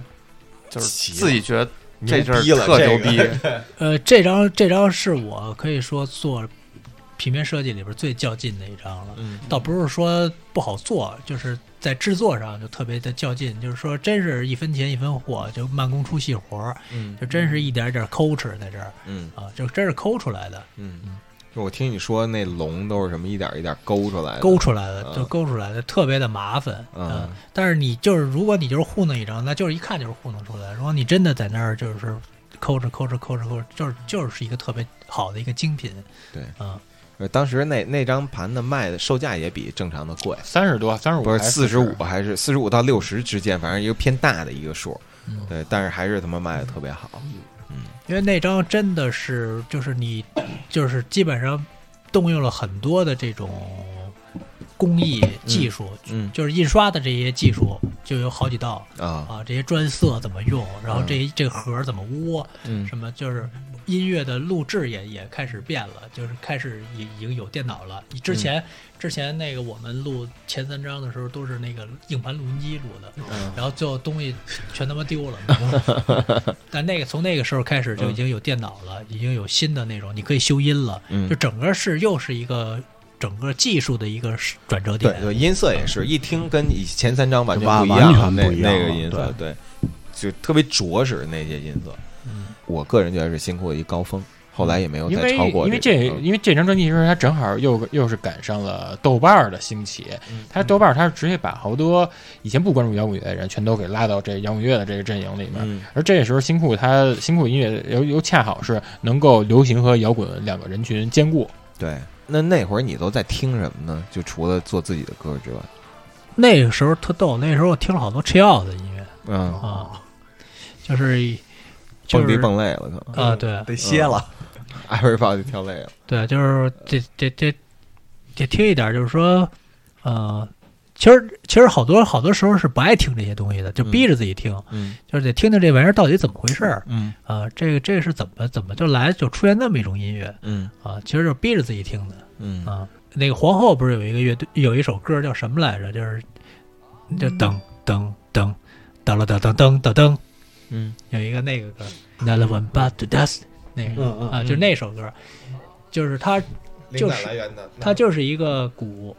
A: 就是
B: 急了
A: 自己觉得这阵儿
B: 牛逼了
A: 特
B: 这
A: 牛
B: 个
A: 逼？
E: 呃，这张这张是我可以说做平面设计里边最较劲的一张了。
B: 嗯，
E: 倒不是说不好做，就是在制作上就特别的较劲，就是说真是一分钱一分货，就慢工出细活儿，
B: 嗯
E: 就真是一点一点抠哧在这儿
B: 嗯
E: 啊，就真是抠出来的，
B: 嗯，就我听你说那龙都是什么一点一点勾出来的，
E: 勾出来的
B: 嗯
E: 就勾出来的，特别的麻烦。
B: 嗯
E: 嗯，但是你就是如果你就是糊弄一张，那就是一看就是糊弄出来的。如果你真的在那儿就是抠哧抠哧抠哧抠哧，就是就是一个特别好的一个精品。
B: 对
D: 啊
E: 嗯，
B: 呃当时那那张盘的卖的售价也比正常的贵，
D: 三十多，三十五
B: 不是四十
D: 十
B: 五还是四十五到六十之间，反正一个偏大的一个数
E: 嗯。
B: 对，但是还是他妈卖的特别好。
E: 因为那张真的是就是你就是基本上动用了很多的这种工艺技术，
B: 嗯
E: 就是印刷的这些技术就有好几道
B: 啊，
E: 啊，这些专色怎么用，然后这、这盒怎么窝，
B: 嗯
E: 什么就是音乐的录制也也开始变了，就是开始已已经有电脑了。你之
B: 嗯
E: 前、之前那个我们录前三章的时候都是那个硬盘录音机录的，
B: 嗯
E: 然后最后东西全他妈丢 了。但那个从那个时候开始就已经有电脑了，已经有新的那种你可以修音了，
B: 嗯
E: 就整个是又是一个整个技术的一个转折
B: 对
E: 点。嗯
B: 对，音色也是一听跟以前三张完全
C: 完
B: 不一样了，
C: 完全
B: 那
C: 不一样
B: 那
C: 了
B: 个音色，对，就特别着实那些音色。
E: 嗯
B: 我个人觉得是新裤子一高峰，后来也没有
D: 因
B: 再
D: 为
B: 超过
D: 因为
B: 这
D: 这
B: 个嗯
D: 因为这张专辑其实它正好又又是赶上了豆瓣儿的兴起，
B: 嗯
D: 它豆瓣儿它是直接把好多以前不关注摇滚乐的人全都给拉到这摇滚乐的这个阵营里面，
B: 嗯
D: 而这个时候新酷它新酷音乐又又恰好是能够流行和摇滚两个人群兼顾，
B: 对。那那会儿你都 在听什么呢？就除了做自己的歌之外，
E: 那个时候特逗，那时候我听了好多 chill 的音乐
B: 嗯，
E: 啊，就是就
B: 蹦迪
E: 是
B: 蹦累了，可能
E: 啊，
D: 嗯
E: 对
H: 得歇了，
B: 艾瑞放就跳累了。
E: 对，就是这这这得听一点，就是说，呃，其实其实好多好多时候是不爱听这些东西的，就
B: 嗯
E: 逼着自己听，
B: 嗯
E: 就是得听听这玩意儿到底怎么回事儿
B: 嗯
E: 啊、这个这个是怎么怎么就来就出现那么一种音乐
B: 嗯
E: 啊、其实就是逼着自己听的
B: 嗯
E: 啊、那个皇后不是有一个乐队有一首歌叫什么来着？就是就噔噔噔噔了噔噔噔噔噔，
B: 嗯，
E: 有一个那个歌，Not one but the dust，那个
C: 嗯嗯
E: 啊，就是那首歌，就是它就是灵感来
B: 源的，
E: 它就是一个鼓，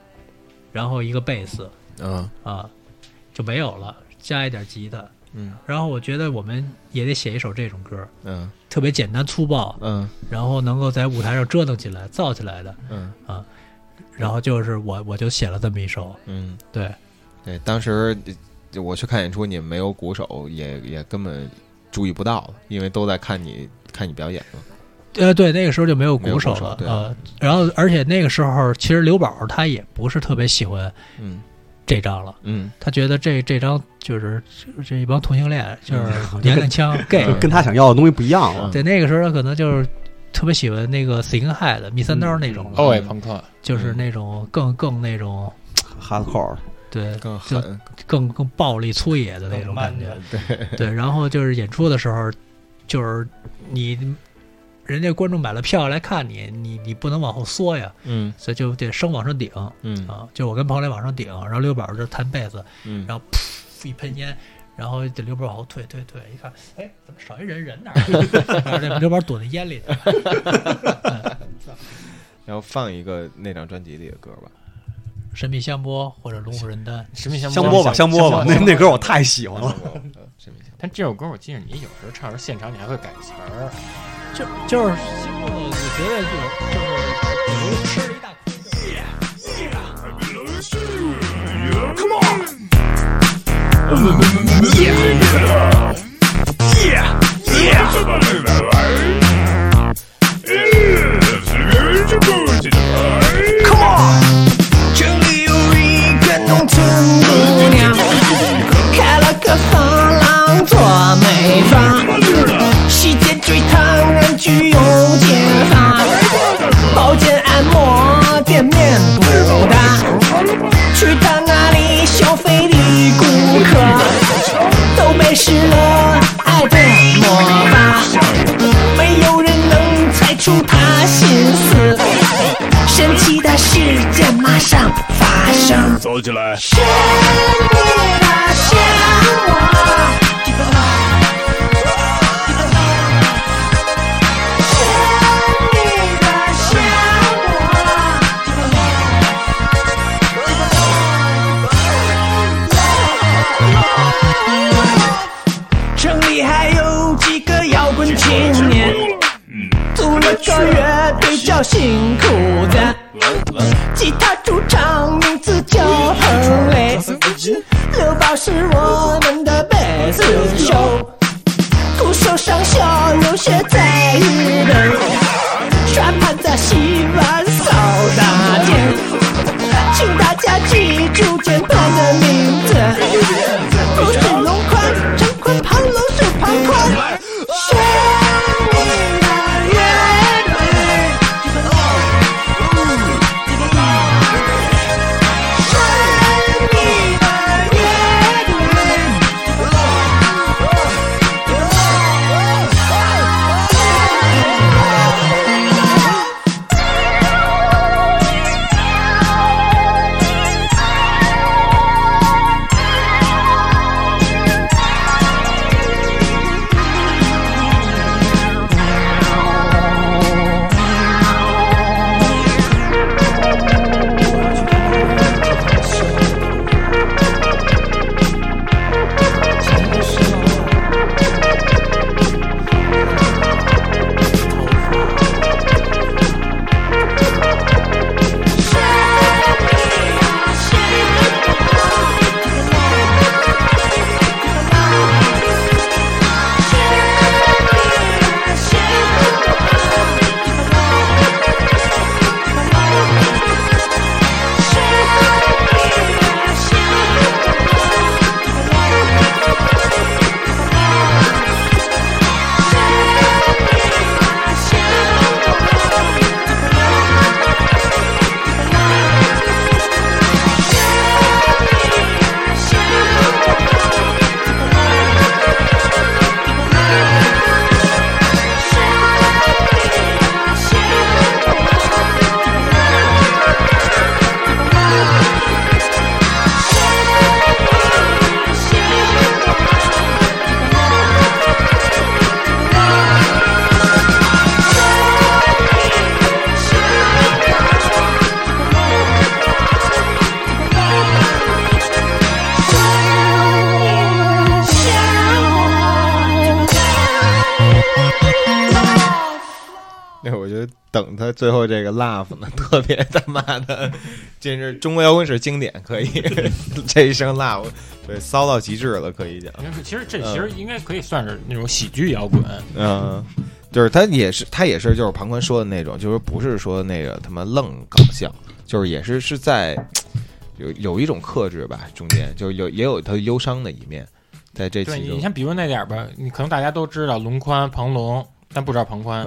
E: 然后一个贝斯
B: 嗯
E: 啊，就没有了，加一点吉他。
B: 嗯，
E: 然后我觉得我们也得写一首这种歌，
B: 嗯
E: 特别简单粗暴，
B: 嗯
E: 然后能够在舞台上折腾起来、造起来的。啊
B: 嗯
E: 然后就是我我就写了这么一首，
B: 嗯，
E: 对，
B: 对，当时就我去看演出，你没有鼓手，也也根本注意不到了，因为都在看你看你表演了。
E: 呃，对，那个时候就没有
B: 没
E: 鼓
B: 有鼓
E: 手
B: 手
E: 了，
B: 对
E: 呃，然后而且那个时候其实刘宝他也不是特别喜欢
B: 嗯
E: 这张了。
B: 嗯，
E: 他觉得这这张就是这一帮同性恋，就是娘娘腔 gay，
C: 嗯就跟他想要的东西不一样
B: 嗯
C: 了。
E: 对，那个时候他可能就是特别喜欢那个 Sing High 的密三刀那
B: 嗯
E: 种的，
D: 欧美
C: 嗯
D: 朋克，
E: 就是那种更更那种
C: 哈扣儿，
E: 对
B: 更
E: 就
B: 狠，
E: 更更暴力粗野的那种感觉。对，然后就是演出的时候，就是你人家观众买了票来看你，你你不能往后缩呀，
B: 嗯
E: 所以就得升往上顶
B: 嗯
E: 啊。就我跟彭磊往上顶，然后刘宝就弹贝斯，
B: 嗯
E: 然后噗一喷烟，然后这刘宝往后退退退，一看，哎，怎么少一人？人哪儿去了？ 然后这刘宝躲在烟里去了。
B: 然后放一个那张专辑里的歌吧，
E: 神秘香波或者龙虎人丹，
D: 神秘香
C: 香饽吧，香饽吧，那那歌我太喜欢了。
B: 神秘
D: 哦但这首歌我记得你有时候唱着现场你还会改词儿，
E: 就就是西部的，我觉得有就是吃了一大苦。
I: Come on，这里有一个农村姑娘，开了个发廊做美发，时间最烫人去用剪发，保健按摩店面不大，去他那里啊消费的顾客都被施了爱的魔法。没有人能猜出他心思。神奇的事件马上发生，走起来！深夜的漩涡。神秘的漩涡城里还有几个摇滚青年，组了个乐队叫新裤子，吉他主唱名字叫彭磊，刘宝是我们的贝斯手，鼓手上校留学在日本，刷盘子洗碗扫大街，请大家记住键盘的名字，不是龙宽、陈宽、庞龙是庞宽。神秘的乐队。神秘的乐啊队。
B: 那我就等他最后这个 laugh 呢，特别他妈的，这是中国摇滚史经典，可以 这一声 laugh，对，骚到极致了，可以讲，
D: 应该是其实这其实应该可以算是那种喜剧摇滚，
B: 嗯，就是他也是他也是就是庞宽说的那种，就是不是说那个他妈愣搞笑，就是也是是在有有一种克制吧，中间就有也有它忧伤的一面，在这
D: 对
B: 其
D: 你，
B: 中
D: 你。像比如那点儿吧，你可能大家都知道龙宽、庞龙，但不知道庞宽，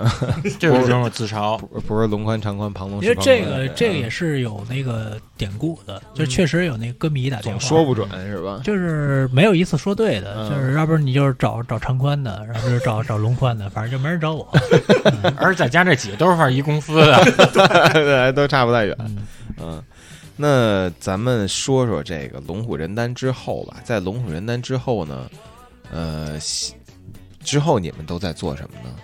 D: 这是一 种自嘲。
B: 不不是龙宽、长宽、庞龙，
E: 因为这个
B: 石庞宽
E: 这个也是有那个典故的，就确实有那个歌迷打电话，
B: 总嗯说不准是吧？
E: 就是没有一次说对的，
B: 嗯
E: 就是要不然你就是找找长宽的，要不就是找找龙宽的，反正就没人找我。
D: 而再加这几个都是一公司的，
B: 对，都差不太远。
E: 嗯
B: 嗯，那咱们说说这个《龙虎人丹》之后吧，在《龙虎人丹》之后呢，呃，西之后你们都在做什么呢？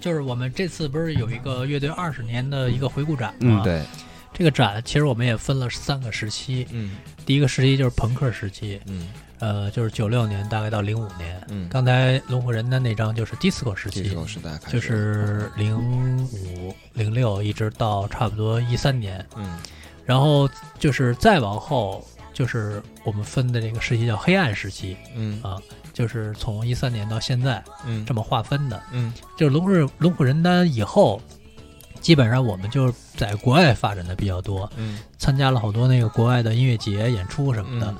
E: 就是我们这次不是有一个乐队二十年的一个回顾展
B: 嗯，
E: 吗？
B: 对，
E: 这个展其实我们也分了三个时期，
B: 嗯
E: 第一个时期就是朋克时期，
B: 嗯
E: 呃，就是九六年大概到零五年。
B: 嗯，
E: 刚才龙虎人丹那张就是 disco 时
B: 这
E: 期
B: 种，时代开始，
E: 就是零五零六一直到差不多一三年，
B: 嗯
E: 然后就是再往后就是我们分的这个时期叫黑暗时期，啊
B: 嗯
E: 就是从一三年到现在
B: 嗯
E: 这么划分的。
B: 嗯
E: 就是龙虎龙虎人丹以后，基本上我们就是在国外发展的比较多，
B: 嗯
E: 参加了好多那个国外的音乐节、演出什么的，
B: 嗯，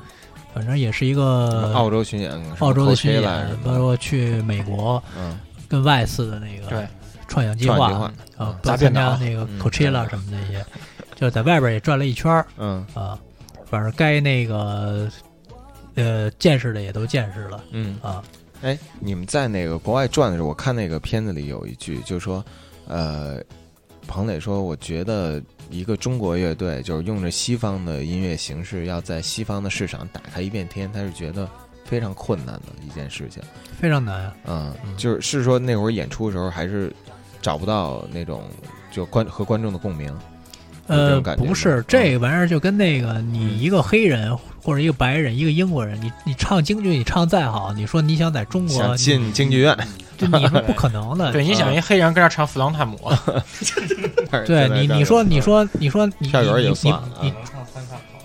E: 反正也是一
B: 什
E: 个
B: 么澳洲巡演，什么
E: 澳洲的巡
B: Coachella 什
E: 演，
B: 么的
E: 包括去美国
B: 嗯，
E: 跟外四的那
D: 对
E: 个创想计
B: 创业
E: 划
B: 计划，
E: 啊，
D: 砸
E: 包括参
D: 电脑
E: 加那个
B: 嗯
E: Coachella 什么那些，就是在外边也转了一圈儿
B: 嗯
E: 啊，反正该那个呃见识的也都见识了
B: 嗯，
E: 啊，
B: 哎，你们在那个国外转的时候，我看那个片子里有一句，就说，呃，彭磊说，我觉得一个中国乐队就是用着西方的音乐形式，要在西方的市场打开一片天，他是觉得非常困难的一件事情。
E: 非常难啊。
B: 嗯，
E: 嗯
B: 就是是说那会儿演出的时候，还是找不到那种就观和观众的共鸣。有这
E: 呃
B: 种，感觉吗
E: 不是
B: 嗯
E: 这个玩意儿，就跟那个你一个黑人或者一个白人，一个英国人，你你唱京剧，你唱再好，你说你想在中国，
B: 想
E: 你
B: 进京剧院，
E: 这你们不可能的。啊
D: 对，你想一黑人跟那唱弗朗泰姆，
E: 对你你说你说你说你
B: 跳远儿
E: 你
B: 也
E: 你
B: 算啊嗯了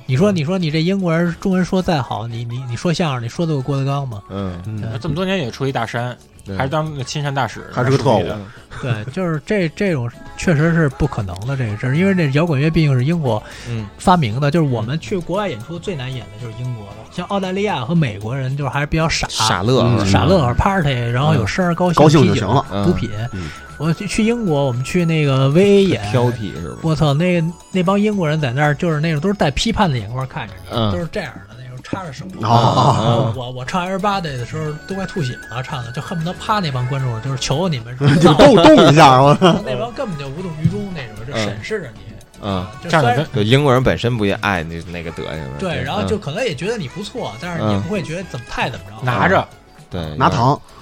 E: 你你说你说你这英国人中文说再好，你你你说相声，你说得过郭德纲吗？
B: 嗯，
E: 嗯
D: 这么多年也出一大山，
B: 对
D: 还是当那个亲善大使，
H: 还是个特务
D: 的。
E: 对，就是这这种确实是不可能的这个事儿，因为这摇滚乐毕竟是英国
B: 嗯
E: 发明的，就是我们去国外演出最难演的就是英国了，像澳大利亚和美国人就是还是比较傻
B: 傻乐
H: 嗯
B: 是吧
E: 傻乐呵 party，然后有声儿，高兴
H: 高兴就
E: 啤酒
H: 行了
B: 嗯
E: 补品
H: 嗯。
E: 我去去英国，我们去那个 VA 演，
B: 挑剔是吧？
E: 我操，那那帮英国人在那儿就是那种都是带批判的眼光看着你，
B: 嗯
E: 都是这样的那种插着手。
H: 哦
E: 我我我唱 Air b o d y 的时候都快吐血了，唱的就恨不得趴那帮观众，就是求求你 们，就
H: 动动一下，我
E: 那帮根本就无动于衷那种，就审视着 你，啊
B: 嗯，
E: 就虽
D: 站着
E: 然
D: 跟
B: 就英国人本身不也爱那那个德行吗？
E: 对，然后
B: 嗯
E: 就可能也觉得你不错，但是也不会觉得怎么太怎么着。
D: 拿着，
B: 对
H: 拿。糖，
E: 嗯
B: 然后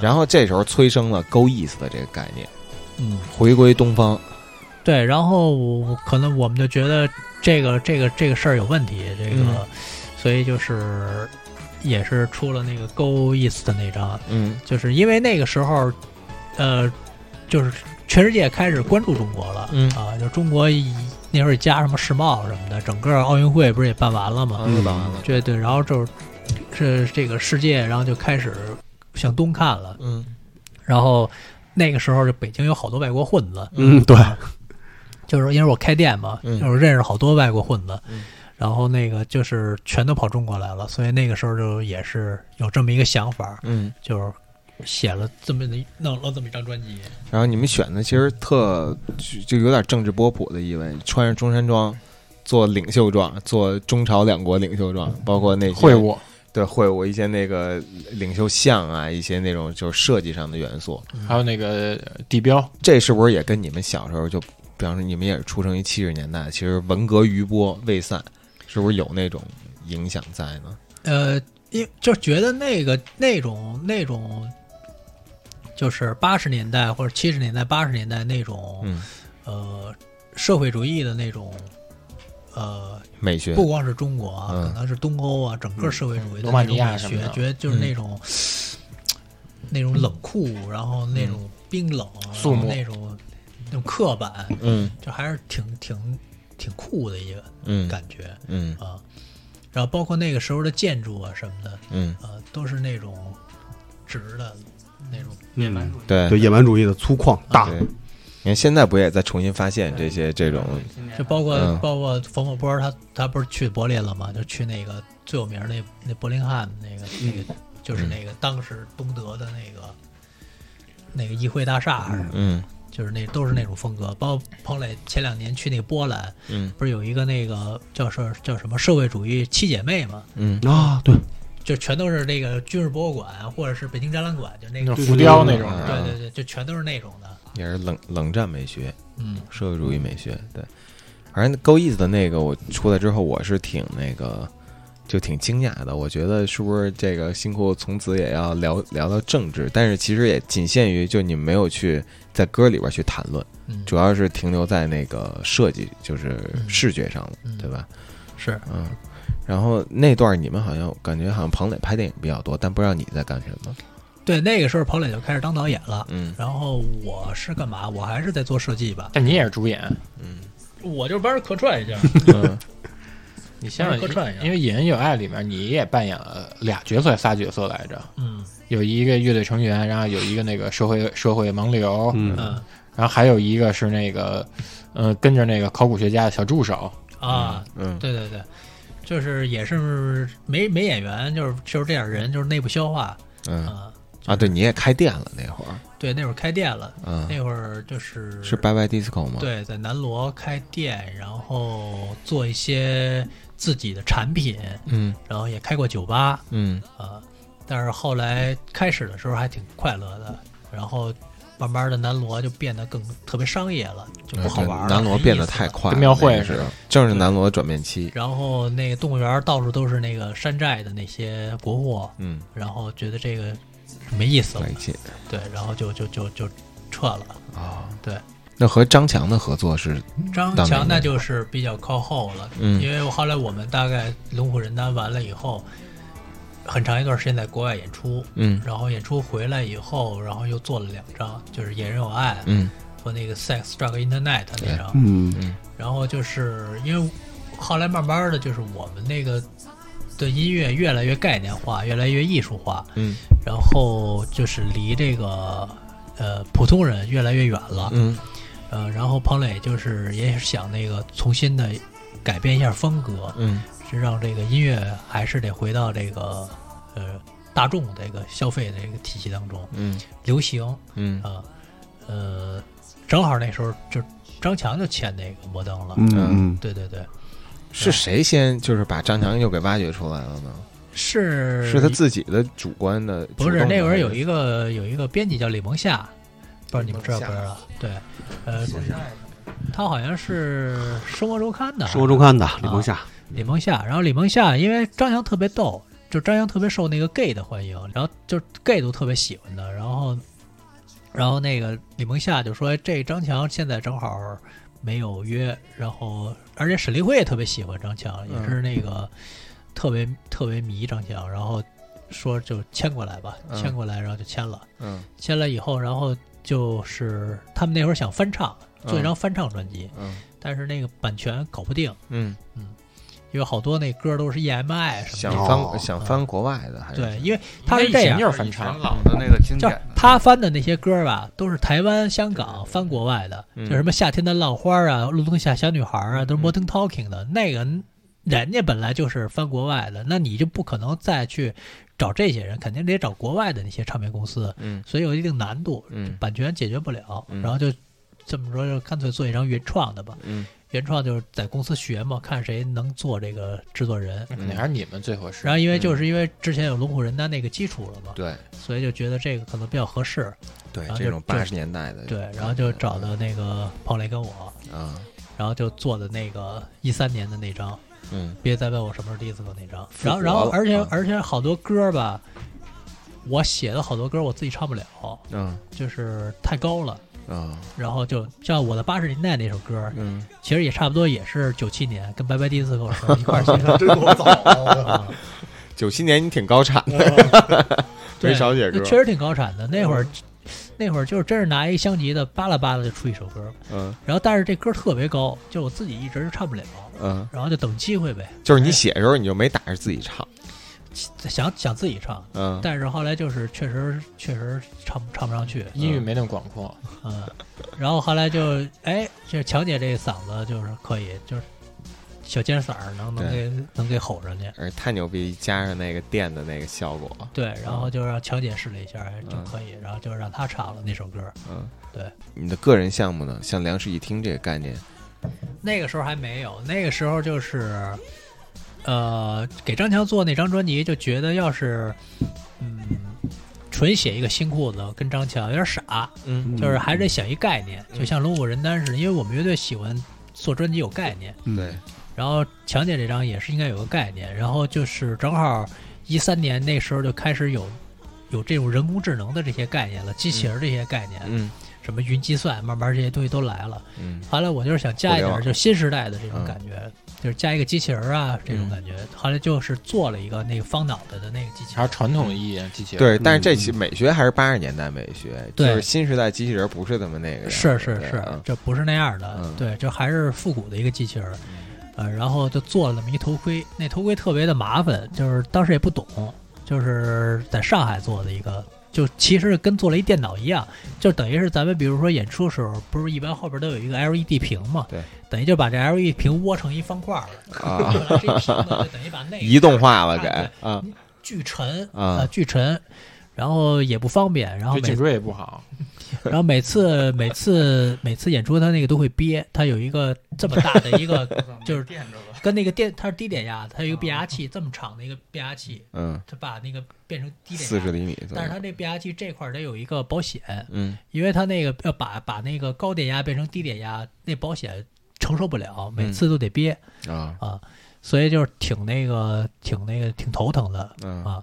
B: 然后这时候催生了 “go east” 的这个概念，
E: 嗯，
B: 回归东方。
E: 对，然后我可能我们就觉得这个这个这个事儿有问题，这个，
B: 嗯
E: 所以就是也是出了那个 Go East 的那张，
B: 嗯
E: 就是因为那个时候，呃，就是全世界开始关注中国了，
B: 嗯
E: 啊，就中国以那会儿加什么世贸什么的，整个奥运会不是也办完了吗？
B: 嗯，完了。
E: 对对，然后就是这这个世界，然后就开始向东看了，
B: 嗯
E: 然后那个时候就北京有好多外国混子，啊
H: 嗯，对，
E: 就是因为我开店嘛，
B: 嗯
E: 就是认识好多外国混子，
B: 嗯
E: 然后那个就是全都跑中国来了，所以那个时候就也是有这么一个想法，
B: 嗯。
E: 就是写了这么一弄了这么一张专辑。
B: 然后你们选的其实特就就有点政治波普的意味，穿上中山装，做领袖状，做中朝两国领袖状，包括那些
D: 会晤，
B: 对会晤一些那个领袖像啊，一些那种就是设计上的元素。
D: 还有那个地标，
B: 这是不是也跟你们小时候就，比方说你们也是出生于七十年代，其实文革余波未散，是不是有那种影响在呢？
E: 呃，因就觉得那个那种那种，就是八十年代或者七十年代八十年代那
D: 哦
E: 种、
B: 嗯，
E: 呃社会主义的那种呃
B: 美学，
E: 不光是中国啊，
B: 嗯
E: 可能是东欧啊，整个社会主义的
D: 罗马
E: 那种
D: 尼亚
E: 美
D: 什么
E: 学
D: 的，
E: 觉得就是那种、那种冷酷，然后那种冰冷，
D: 肃穆
E: 那种那种刻板，
B: 嗯
E: 就还是挺挺挺酷的一个
B: 嗯
E: 感觉
B: 嗯
E: 啊。然后包括那个时候的建筑啊什么的，
B: 嗯，
E: 呃，都是那种直的那种
H: 嗯，
B: 对嗯
H: 对，野蛮主义的粗犷大，
B: 对，你看现在不也在重新发现这些这种
E: 就包括、
B: 嗯
E: 包括冯小波，他他不是去柏林了吗？就去那个最有名儿那那柏林汉那个
B: 嗯
E: 那个，就是那个当时东德的那个那个议会大厦还是什么，
B: 嗯
E: 就是那都是那种风格。包括彭磊前两年去那个波兰，
B: 嗯
E: 不是有一个那个叫什叫什么社会主义七姐妹嘛？
B: 嗯
C: 啊，对，
E: 就全都是那个军事博物馆或者是北京展览馆，就那
D: 那
E: 个
D: 种浮雕那种
B: 对
E: 对
B: 啊
E: 对对，就全都是那种的。
B: 也是冷冷战美学、
E: 嗯，
B: 社会主义美学，对。反正够意思的那个，我出来之后我是挺那个，就挺惊讶的。我觉得是不是这个新裤从此也要聊聊到政治？但是其实也仅限于就你没有去在歌里边去谈论，
E: 嗯
B: 主要是停留在那个设计，就是
E: 嗯
B: 视觉上了，
E: 嗯
B: 对吧？
E: 是
B: 嗯，然后那段你们好像感觉好像彭磊拍电影比较多，但不知道你在干什么。
E: 对那个时候彭磊就开始当导演了。
B: 嗯
E: 然后我是干嘛？我还是在做设计吧，
D: 但你也是主演，
E: 我就帮着客串一下。
B: 嗯
D: 你像
E: 客串一下
D: 因为《野人有爱》里面你也扮演了俩角色，仨角色来着，
E: 嗯
D: 有一个乐队成员，然后有一个那个社会社会盲流，
C: 嗯
E: 嗯
D: 然后还有一个是那个，呃，跟着那个考古学家的小助手，
E: 啊，
B: 嗯
E: 对对对，就是也是没没演员，就是就是这点人，就是内部消化
B: 嗯
E: 啊。
B: 啊，对，你也开店了那会儿，
E: 对，那会儿开店了，
B: 嗯，
E: 那会儿就是
B: 是拜拜 disco 吗？，
E: 对，在南锣开店，然后做一些自己的产品，
B: 嗯
E: 然后也开过酒吧
B: 嗯
E: 啊。但是后来开始的时候还挺快乐的，然后慢慢的南锣就变得更特别商业了，就
B: 哎
E: 不好玩了。
B: 南
E: 没
B: 锣
E: 意
B: 变得
E: 思啊
B: 太
E: 了
B: 快了，
D: 跟庙会
B: 那个
D: 似的
B: 时候，正是南锣转变期。
E: 然后那个动物园到处都是那个山寨的那些国货，
B: 嗯，
E: 然后觉得这个没意思了
B: 来，劲
E: 对，然后就就就就撤了。
B: 啊。
E: 对，
B: 那和张强的合作是
E: 张
B: 当
E: 强
B: 年
E: 那
B: 的
E: 就是比较靠后了，
B: 嗯
E: 因为我后来我们大概龙虎人丹完了以后，很长一段时间在国外演出，
B: 嗯
E: 然后演出回来以后，然后又做了两张，就是《野人有爱》
B: 嗯
E: 和那个《Sex Drug Internet》那张，
C: 嗯
E: 然后就是因为后来慢慢的就是我们那个的音乐越来越概念化，越来越艺术化，
B: 嗯
E: 然后就是离这个呃普通人越来越远了，
B: 嗯
E: 呃，然后彭磊就是也是想那个重新的改变一下风格，
B: 嗯
E: 是让这个音乐还是得回到这个呃大众这个消费的这个体系当中，
B: 嗯
E: 流行
B: 嗯
E: 啊，呃，正好那时候就张强就签那个摩登了，
C: 嗯嗯，
E: 对对对，
B: 是谁先就是把张强又给挖掘出来了呢？
E: 是
B: 是他自己的主观的，
E: 不是那会儿有一
B: 个
E: 个有一个编辑叫李蒙夏，不知道你们知道不知道？对，呃，他好像是《生活周刊》的，
C: 生活周刊的李梦夏，
E: 李蒙夏，然后李蒙夏，因为张扬特别逗，就张扬特别受那个 gay 的欢迎，然后就是 gay 都特别喜欢他，然后，然后那个李蒙夏就说哎这张强现在正好没有约，然后而且沈立辉也特别喜欢张强，
B: 嗯
E: 也是那个特别特别迷张强，然后说就签过来吧，
B: 嗯
E: 签过来，然后就签了，
B: 嗯
E: 签了以后，然后就是他们那会儿想翻唱，做一张翻唱专辑，
B: 嗯
E: 但是那个版权搞不定。
B: 嗯。
E: 因为好多那歌都是 EMI 什
B: 想
E: 么
C: 哦
B: 翻、想翻国外的
E: 的，
B: 还是
E: 对，因为他是这
D: 以前
E: 样，
D: 就是翻唱，
A: 老的那个经
E: 就
A: 典
E: 是
A: 的，
E: 他翻的那些歌吧，都是台湾、香港翻国外的，
B: 嗯
E: 就什么夏天的浪花啊、路灯下小女孩啊，都是摩登 talking 的那个，人家本来就是翻国外的，那你就不可能再去找这些人，肯定得找国外的那些唱片公司，
B: 嗯
E: 所以有一定难度，
B: 嗯
E: 版权解决不了，
B: 嗯
E: 然后就这么说，就干脆做一张原创的吧。
B: 嗯
E: 原创就是在公司学嘛，看谁能做这个制作人，
D: 嗯那
B: 嗯
D: 肯定还是你们最合适嗯
E: 然。后因为就是因为之前有龙虎人丹那个基础了嘛，
B: 对
E: 所以就觉得这个可能比较合适，
B: 对
E: 然，后
B: 这
E: 就
B: 种
E: 就
B: 八十年代的
E: 对，然后就找的那个彭磊跟我，
B: 啊
E: 然后就做的那个一三年的那张，
B: 嗯
E: 别再问我什么是 disco 那张，
B: 复
E: 然
B: 活
E: 后
B: 了
E: 然后而且
B: 嗯
E: 而且好多歌吧，我写的好多歌我自己唱不了，
B: 嗯
E: 就是太高了。
B: 啊
E: 然后就像我的八十年代那首歌，
B: 嗯
E: 其实也差不多，也是九七年跟拜拜 disco 的时候一 块儿写的。
H: 真够早的，
E: 啊
B: 九七年你挺高产的，
E: 嗯对
B: 没少写歌嗯
E: 那确实挺高产的。那会儿，那会儿就是真是拿一香吉的扒拉扒拉就出一首歌，
B: 嗯
E: 然后但是这歌特别高，就我自己一直是唱不了，
B: 嗯，
E: 然后就等机会呗。
B: 就是你写的时候你就没打着自己唱，
E: 想想自己唱，
B: 嗯，
E: 但是后来就是确实确实唱不唱不上去，
D: 音域没那么广阔，
E: 嗯，然后后来就哎，这乔姐这嗓子就是可以，就是小尖嗓儿能能给能给吼上去，
B: 而太牛逼，加上那个电的那个效果，
E: 对，然后就让乔姐试了一下哎就可以，然后就让她唱了那首歌，
B: 嗯，
E: 对。
B: 你的个人项目呢？像粮食一听这个概念，
E: 那个时候还没有，那个时候就是，呃，给张强做那张专辑，就觉得要是，嗯，纯写一个新裤子跟张强有点傻，
B: 嗯
E: 就是还得想一概念，就像龙虎人丹似的，因为我们乐队喜欢做专辑有概念，
A: 对，
E: 然后强姐这张也是应该有个概念，然后就是正好一三年那时候就开始有有这种人工智能的这些概念了，机器人这些概念，
B: 嗯
E: 什么云计算，慢慢这些东西都来了。
B: 嗯
E: 后来我就是想加一点
B: 互
E: 儿
B: 联
E: 就新时代的这种
D: 嗯
E: 感觉，就是加一个机器人儿啊这种感觉。后来就是做了一个那个方脑袋的那个机器人
D: 还
E: 儿，
D: 是传统意
E: 啊
D: 义啊机器人。嗯
B: 对，但是这
E: 嗯
B: 期美学还是八十年代美学，就
E: 对
B: 是新时代机器人不是这么那个样子，
E: 是是
B: 对
E: 是
B: 嗯，
E: 这不是那样的，
B: 嗯
E: 对，这还是复古的一个机器人儿。呃，然后就做了那么一头盔，那头盔特别的麻烦，就是当时也不懂，就是在上海做的一个，就其实跟做了一电脑一样，就等于是咱们比如说演出时候，不是一般后边都有一个 LED 屏嘛，
B: 对，
E: 等于就把这 LED 屏窝成一方块儿了，
B: 啊
E: 这屏呢就等于把那个
B: 移动化了 给
E: 看着
B: 啊，
E: 巨沉呃
B: 啊
E: 巨沉，然后也不方便，然后
D: 对
E: 每
D: 颈椎也不好，
E: 然后每次每次每次演出他那个都会憋，他有一个这么大的一个就是跟那个电，它是低电压的，它有一个变压器这么长的一个变压器，
B: 嗯，
E: 它把那个变成低
B: 四
E: 电
B: 十
E: 压。
B: 厘米左
E: 但是它
B: 右，
E: 这变压器这块儿得有一个保险，
B: 嗯
E: 因为它那个要把把那个高电压变成低电压，那保险承受不了，每次都得憋。
B: 嗯啊
E: 啊，所以就是挺那个，挺那个，挺头疼的
B: 嗯
E: 啊。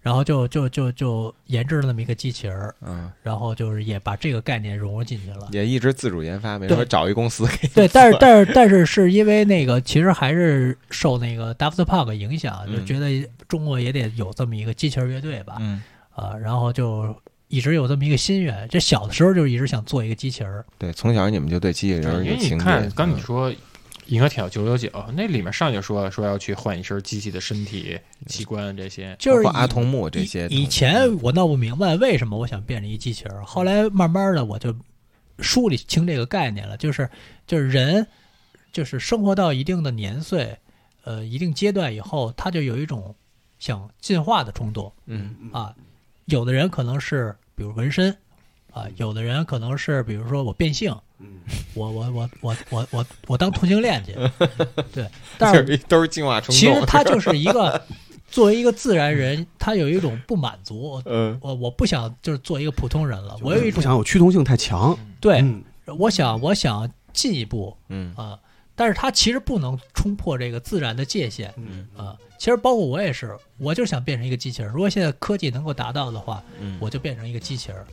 E: 然后就就就就研制了那么一个机器人儿，
B: 嗯，
E: 然后就是也把这个概念融入进去了。
B: 也一直自主研发，没
E: 对
B: 说找一公司给
E: 对，但是但是但是是因为那个，其实还是受那个 Daft Punk 影响，就
B: 嗯
E: 觉得中国也得有这么一个机器人乐队吧，
B: 嗯，
E: 啊，然后就一直有这么一个心愿。这小的时候就一直想做一个机器人儿，
B: 对，从小你们就对机器人
D: 对
B: 儿
D: 因
B: 有
D: 为你
B: 情结，
D: 看刚你
B: 嗯
D: 说《银河铁道九九九》，那里面上就说说要去换一身机器的身体器官这些，
E: 就是
B: 嗯包括阿
E: 以
B: 童木这
E: 以
B: 些，
E: 以前我闹不明白为什么我想变成一机器人儿，后来慢慢的我就梳理清这个概念了，就是就是人就是生活到一定的年岁，呃，一定阶段以后，他就有一种想进化的冲动
B: 嗯
E: 啊。有的人可能是比如纹身啊，有的人可能是比如说我变性，
B: 嗯
E: 我我我我我我我当同性恋 去，对，但是
B: 就是都是进化冲
E: 其实
B: 动，
E: 他就是一 个作为一个自然人，他有一种不满足，
B: 嗯
E: 我我不想就是做一个普通人了，我有一
C: 不
E: 种
C: 想有驱动性太强。
E: 对，
C: 嗯，
E: 我想我想进一步
B: 嗯
E: 啊，但是他其实不能冲破这个自然的界限
B: 嗯
E: 啊。其实包括我也是，我就想变成一个机器人。如果现在科技能够达到的话，
B: 嗯，
E: 我就变成一个机器人儿。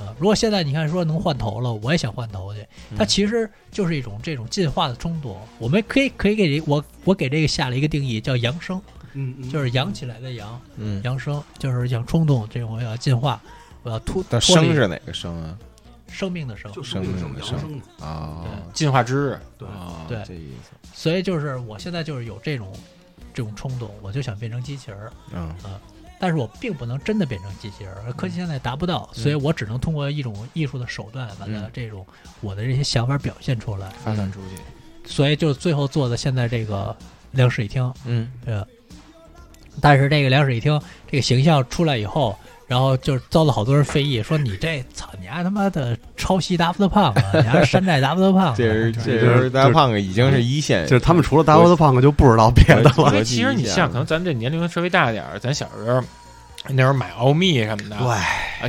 E: 啊，如果现在你看说能换头了，我也想换头去。
B: 嗯
E: 它其实就是一种这种进化的冲动。我们可以可以给这我我给这个下了一个定义，叫“扬升”，
C: 嗯
E: 就是扬起来的扬，
B: 嗯，
E: 扬升就是想冲动，这种我要进化，我要突脱
B: 那生
E: 离
B: 是哪个生啊？
E: 生命的生。
C: 就是
B: 生
C: 那个
B: 命的
C: 阳
B: 生
C: 生嘛
B: 哦，
D: 进化之日。
C: 对
B: 哦
E: 对
B: 这意思，
E: 所以就是我现在就是有这种这种冲动，我就想变成机器人儿，啊
B: 嗯
E: 但是我并不能真的变成机器人儿，科技现在达不到，所以我只能通过一种艺术的手段把它
B: 嗯
E: 这种我的这些想法表现出来。
D: 发散出去，
E: 所以就最后做的现在这个两室一厅，
B: 嗯
E: 呃，但是这个两室一厅这个形象出来以后，然后就遭到好多人非议，说你这操，你还他妈的抄袭 Daft Punk，啊你还山寨 Daft Punk，啊
B: 这是这
C: 就是是
B: 大胖哥已经是一线，
C: 就是他们除了大窝子胖哥就不知道别的
B: 我
C: 了。
D: 因为其实你
B: 逻辑一
D: 像
B: 样
D: 可能咱这年龄稍微大一点儿，咱小时候那时候买奥秘什么的，啊，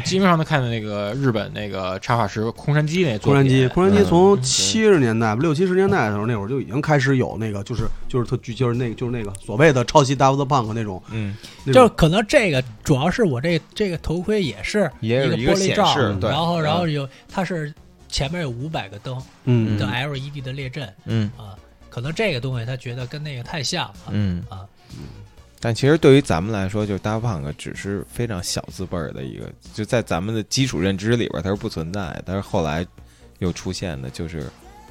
D: 基本上都看的那个日本那个插画师空山鸡那
C: 空
D: 作
C: 山鸡，
D: 品，
C: 空山鸡
B: 嗯
C: 从七十年代、六七十年代的时候，那会儿就已经开始有那个，就是就是特聚，就是那个就是那个所谓的抄袭 Daft Punk 那种，
B: 嗯，
C: 那
E: 就是
C: 种
E: 可能这个主要是我这这个头盔也是
B: 也有
E: 个
B: 一个
E: 玻璃
B: 显
E: 罩
B: 示
E: 儿，
B: 对
E: 然后
B: 嗯
E: 然后有它是前面有五百个灯
C: 嗯
E: 的 LED 的列阵
B: 嗯
E: 啊，可能这个东西他觉得跟那个太像了
B: 嗯
E: 啊，
B: 但其实对于咱们来说，就是大胖哥只是非常小字辈儿的一个，就在咱们的基础认知里边，它是不存在的。但是后来又出现的，就是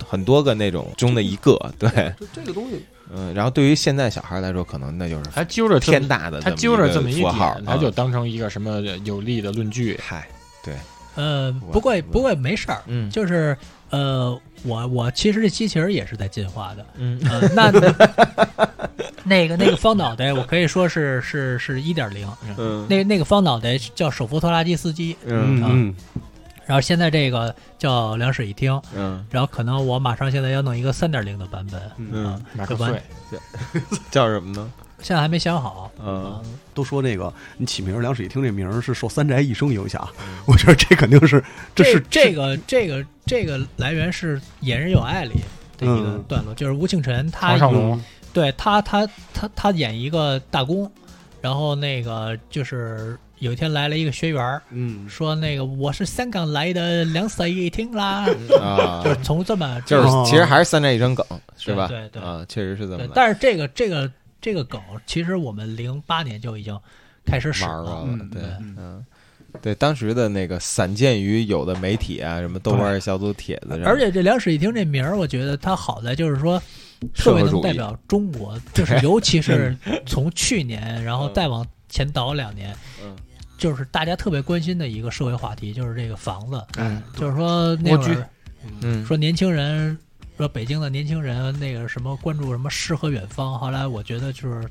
B: 很多个那种中的一个，对，
C: 这这个东西，
B: 嗯，然后对于现在小孩来说，可能那就是
D: 他揪着这么
B: 天大的
D: 他
B: 么
D: 揪着这么
B: 一
D: 一
B: 个符
D: 点
B: 号，，
D: 他就
B: 啊
D: 当成一个什么有力的论据。
B: 嗨，
E: 呃，
B: 我
E: 不过也不过也没事儿，
B: 嗯
E: 就是呃，我我其实这机器人也是在进化的，
B: 嗯
E: 呃， 那那个那个方脑袋，我可以说是是是一点零，
B: 嗯
E: 那那个方脑袋叫手扶拖拉机司机，啊
B: 嗯
C: 嗯
E: 然后现在这个叫两室一厅，
B: 嗯，
E: 然后可能我马上现在要弄一个三点零的版本，
B: 嗯，
D: 马克
E: 要不然
D: 费，
B: 叫什么呢？
E: 现在还没想好。
B: 嗯，
C: 都说那个你起名儿梁史一听这名儿是受三宅一生影响，我觉得这肯定是是
E: 这个这个这个来源是《野人有爱》里的一个
C: 嗯
E: 段落，就是吴庆辰他
D: 唐尚龙，
E: 对他，他他他演一个大工，然后那个就是有一天来了一个学员儿，
C: 嗯
E: 说那个我是香港来的两室一厅啦，
B: 啊
E: 就，是从这么
B: 就是
C: 哦
B: 其实还是三战一张梗，是
E: 对
B: 吧？
E: 对对
B: 啊，确实是这么
E: 对，
B: 来
E: 但是这个这个这个梗，其实我们零八年就已经开始使
B: 玩儿
E: 了
B: 过，了
C: 嗯，
B: 对，
E: 嗯
B: 嗯。对，当时的那个散见于有的媒体啊，什么豆瓣小组帖子上，
E: 而且这两室一厅这名儿，我觉得它好在就是说。
B: 社
E: 特
B: 会
E: 别
B: 主
E: 能
B: 义
E: 代表中国，就是尤其是从去年，然后再往前倒两年
B: 嗯，
E: 就是大家特别关心的一个社会话题，就是这个房子，
C: 哎，
E: 就是说那会
D: 蜗
E: 儿
B: 嗯，
E: 说年轻人，说北京的年轻人那个什么关注什么诗和远方，后来我觉得就是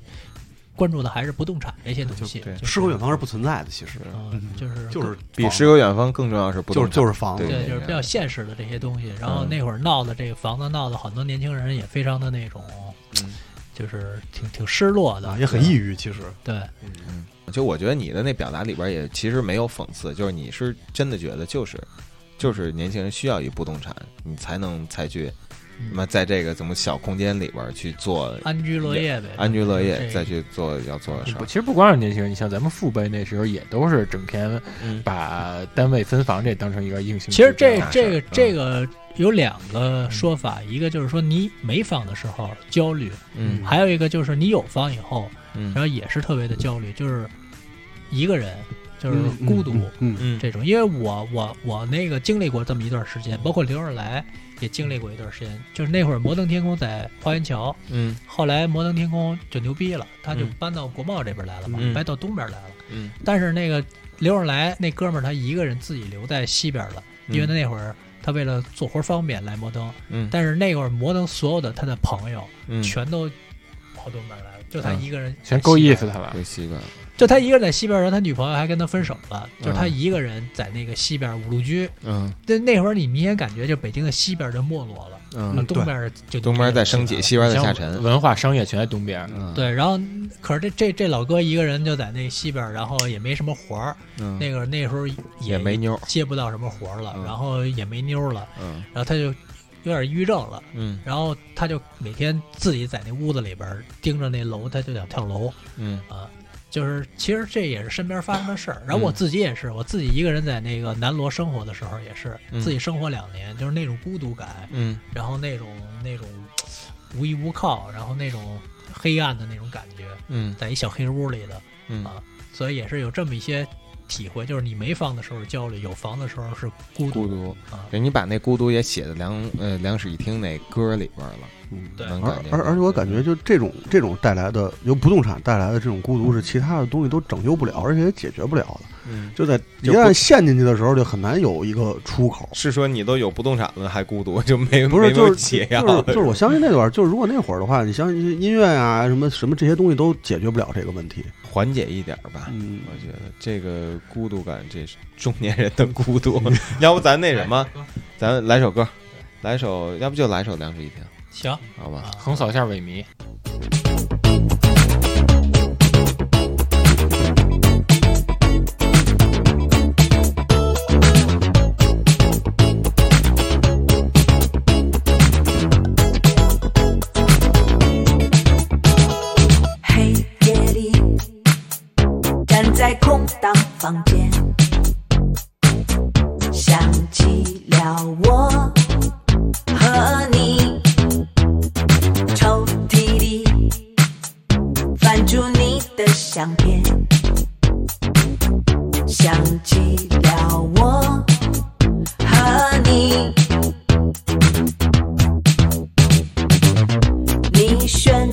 E: 关注的还是不动产这些东西，
B: 对
E: 就是
C: 诗和远方是不存在的，其实
E: 嗯就是
C: 就是
B: 比诗和远方更重要是不
C: 就
B: 动
C: 是就
B: 产
C: 是房子，
E: 对，就是
B: 对
E: 比较现实的这些东西。然后
B: 嗯
E: 那会儿闹的这个房子闹的，很多年轻人也非常的那种，就是挺挺失落的
C: 嗯啊，也很抑郁，其实
E: 对。
B: 就我觉得你的那表达里边也其实没有讽刺，就是你是真的觉得就是就是年轻人需要一不动产，你才能才去
E: 嗯
B: 那么在这个怎么小空间里边去做
E: 安居乐业呗，
B: 安居乐
E: 这
B: 业，
E: 个
B: 再去做要做的事
D: 不
B: 儿。
D: 其实不光是年轻人，你像咱们父辈那时候也都是整天
B: 嗯
D: 把单位分房这当成一个硬性指
E: 其
D: 标。
E: 实这
B: 大事
E: 这
B: 儿
C: 嗯
D: 嗯
E: 个这个有两个说法，一个就是说你没房的时候焦虑，
B: 嗯
E: 还有一个就是你有房以后，
B: 嗯
E: 然后也是特别的焦虑，就是一个人，就是孤独
C: 嗯，嗯
B: 嗯
E: 这种。因为我我我那个经历过这么一段时间，包括刘若来也经历过一段时间，就是那会儿摩登天空在花园桥，
B: 嗯
E: 后来摩登天空就牛逼了，他就
B: 嗯
E: 搬到国贸这边来了嘛，
B: 嗯
E: 搬到东边来了。
B: 嗯
E: 但是那个刘若来那哥们儿他一个人自己留在西边了，
B: 嗯
E: 因为他那会儿他为了做活方便来摩登，
B: 嗯
E: 但是那会儿摩登所有的他的朋友
B: 嗯，啊
E: 全都跑东边来了，就他一个人
D: 全够意思
E: 的。
D: 他了。
B: 回西边，
E: 就他一个人在西边，然后他女朋友还跟他分手了，就是他
B: 嗯
E: 一个人在那个西边五路居。
B: 嗯
E: 那那会儿你明显感觉就北京的西边就没落了，
B: 嗯，
E: 东边就
B: 东边在升起，西边在下沉
D: 像，文化商业全在东边，
B: 嗯，
E: 对，然后可是这这这老哥一个人就在那西边，然后也没什么活儿，
B: 嗯，
E: 那个那时候
B: 也没妞儿，
E: 接不到什么活儿了，
B: 嗯
E: 然后也没妞儿了，
B: 嗯
E: 然后他就有点抑郁症了，
B: 嗯
E: 然后他就每天自己在那屋子里边儿盯着那楼，他就想跳楼
B: 嗯
E: 啊。就是其实这也是身边发生的事儿，然后我自己也是，我自己一个人在那个南锣生活的时候也是，
B: 嗯
E: 自己生活两年，就是那种孤独感，
B: 嗯
E: 然后那种那种无依无靠，然后那种黑暗的那种感觉，
B: 嗯
E: 在一小黑屋里的，
B: 嗯
E: 啊，所以也是有这么一些体会，就是你没房的时候是焦虑，有房的时候是孤独
B: 孤独。
E: 啊。
B: 对你把那孤独也写在梁呃梁史一听那歌里边了，
C: 嗯
E: 对
B: 能
C: 而
B: 感觉
C: 而而且我感觉，就这种这种带来的由不动产带来的这种孤独，是其他的东西都拯救不了，而且也解决不了的。
B: 嗯，
C: 就在一
B: 就不
C: 旦陷进去的时候，就很难有一个出口。
B: 是说你都有不动产了还孤独，就没
C: 不
B: 没
C: 是，
B: 有
C: 就是
B: 解
C: 就
B: 药
C: 是就是我相信那段儿，就是如果那会儿的话，你相信音乐啊，什么什么这些东西都解决不了这个问题。
B: 缓解一点儿吧。
C: 嗯
B: 我觉得这个孤独感，这是中年人的孤独。 要不咱那什么，咱来首歌，来首，要不就来首《两室一厅》，
E: 行
B: 好吧？
E: 啊，
D: 横扫一下萎靡。
J: 黑夜里，站在空荡房间，想起了我和你。抽屉里翻出你的相片，想起了我和你。你选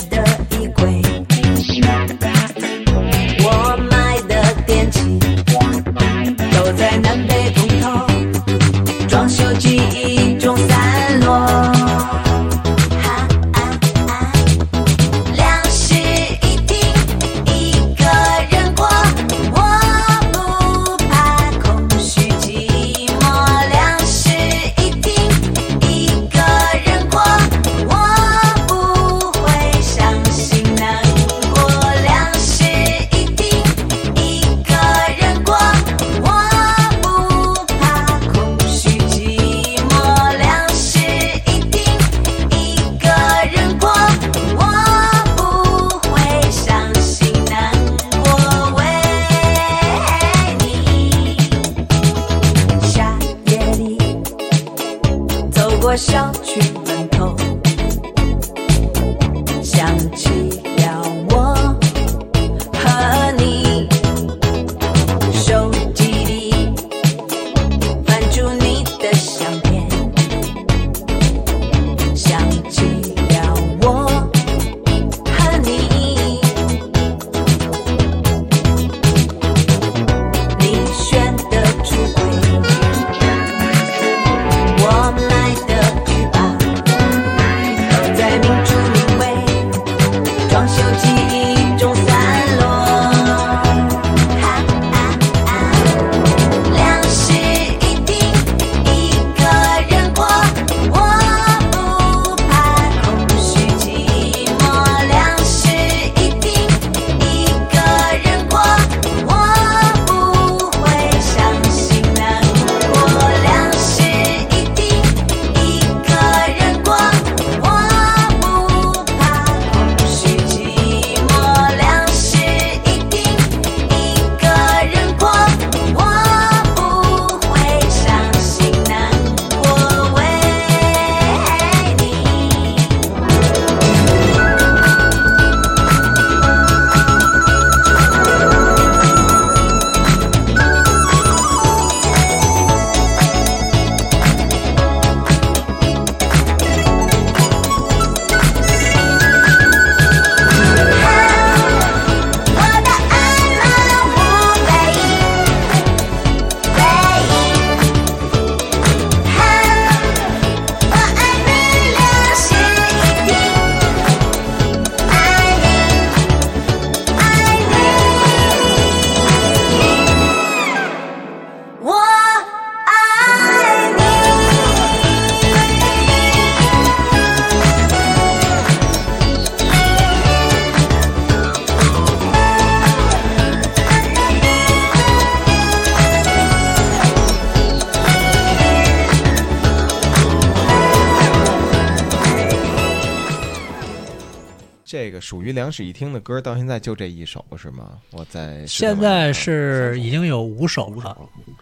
B: 个属于两室一厅的歌，到现在就这一首是吗？我在
E: 现在是已经有五首了，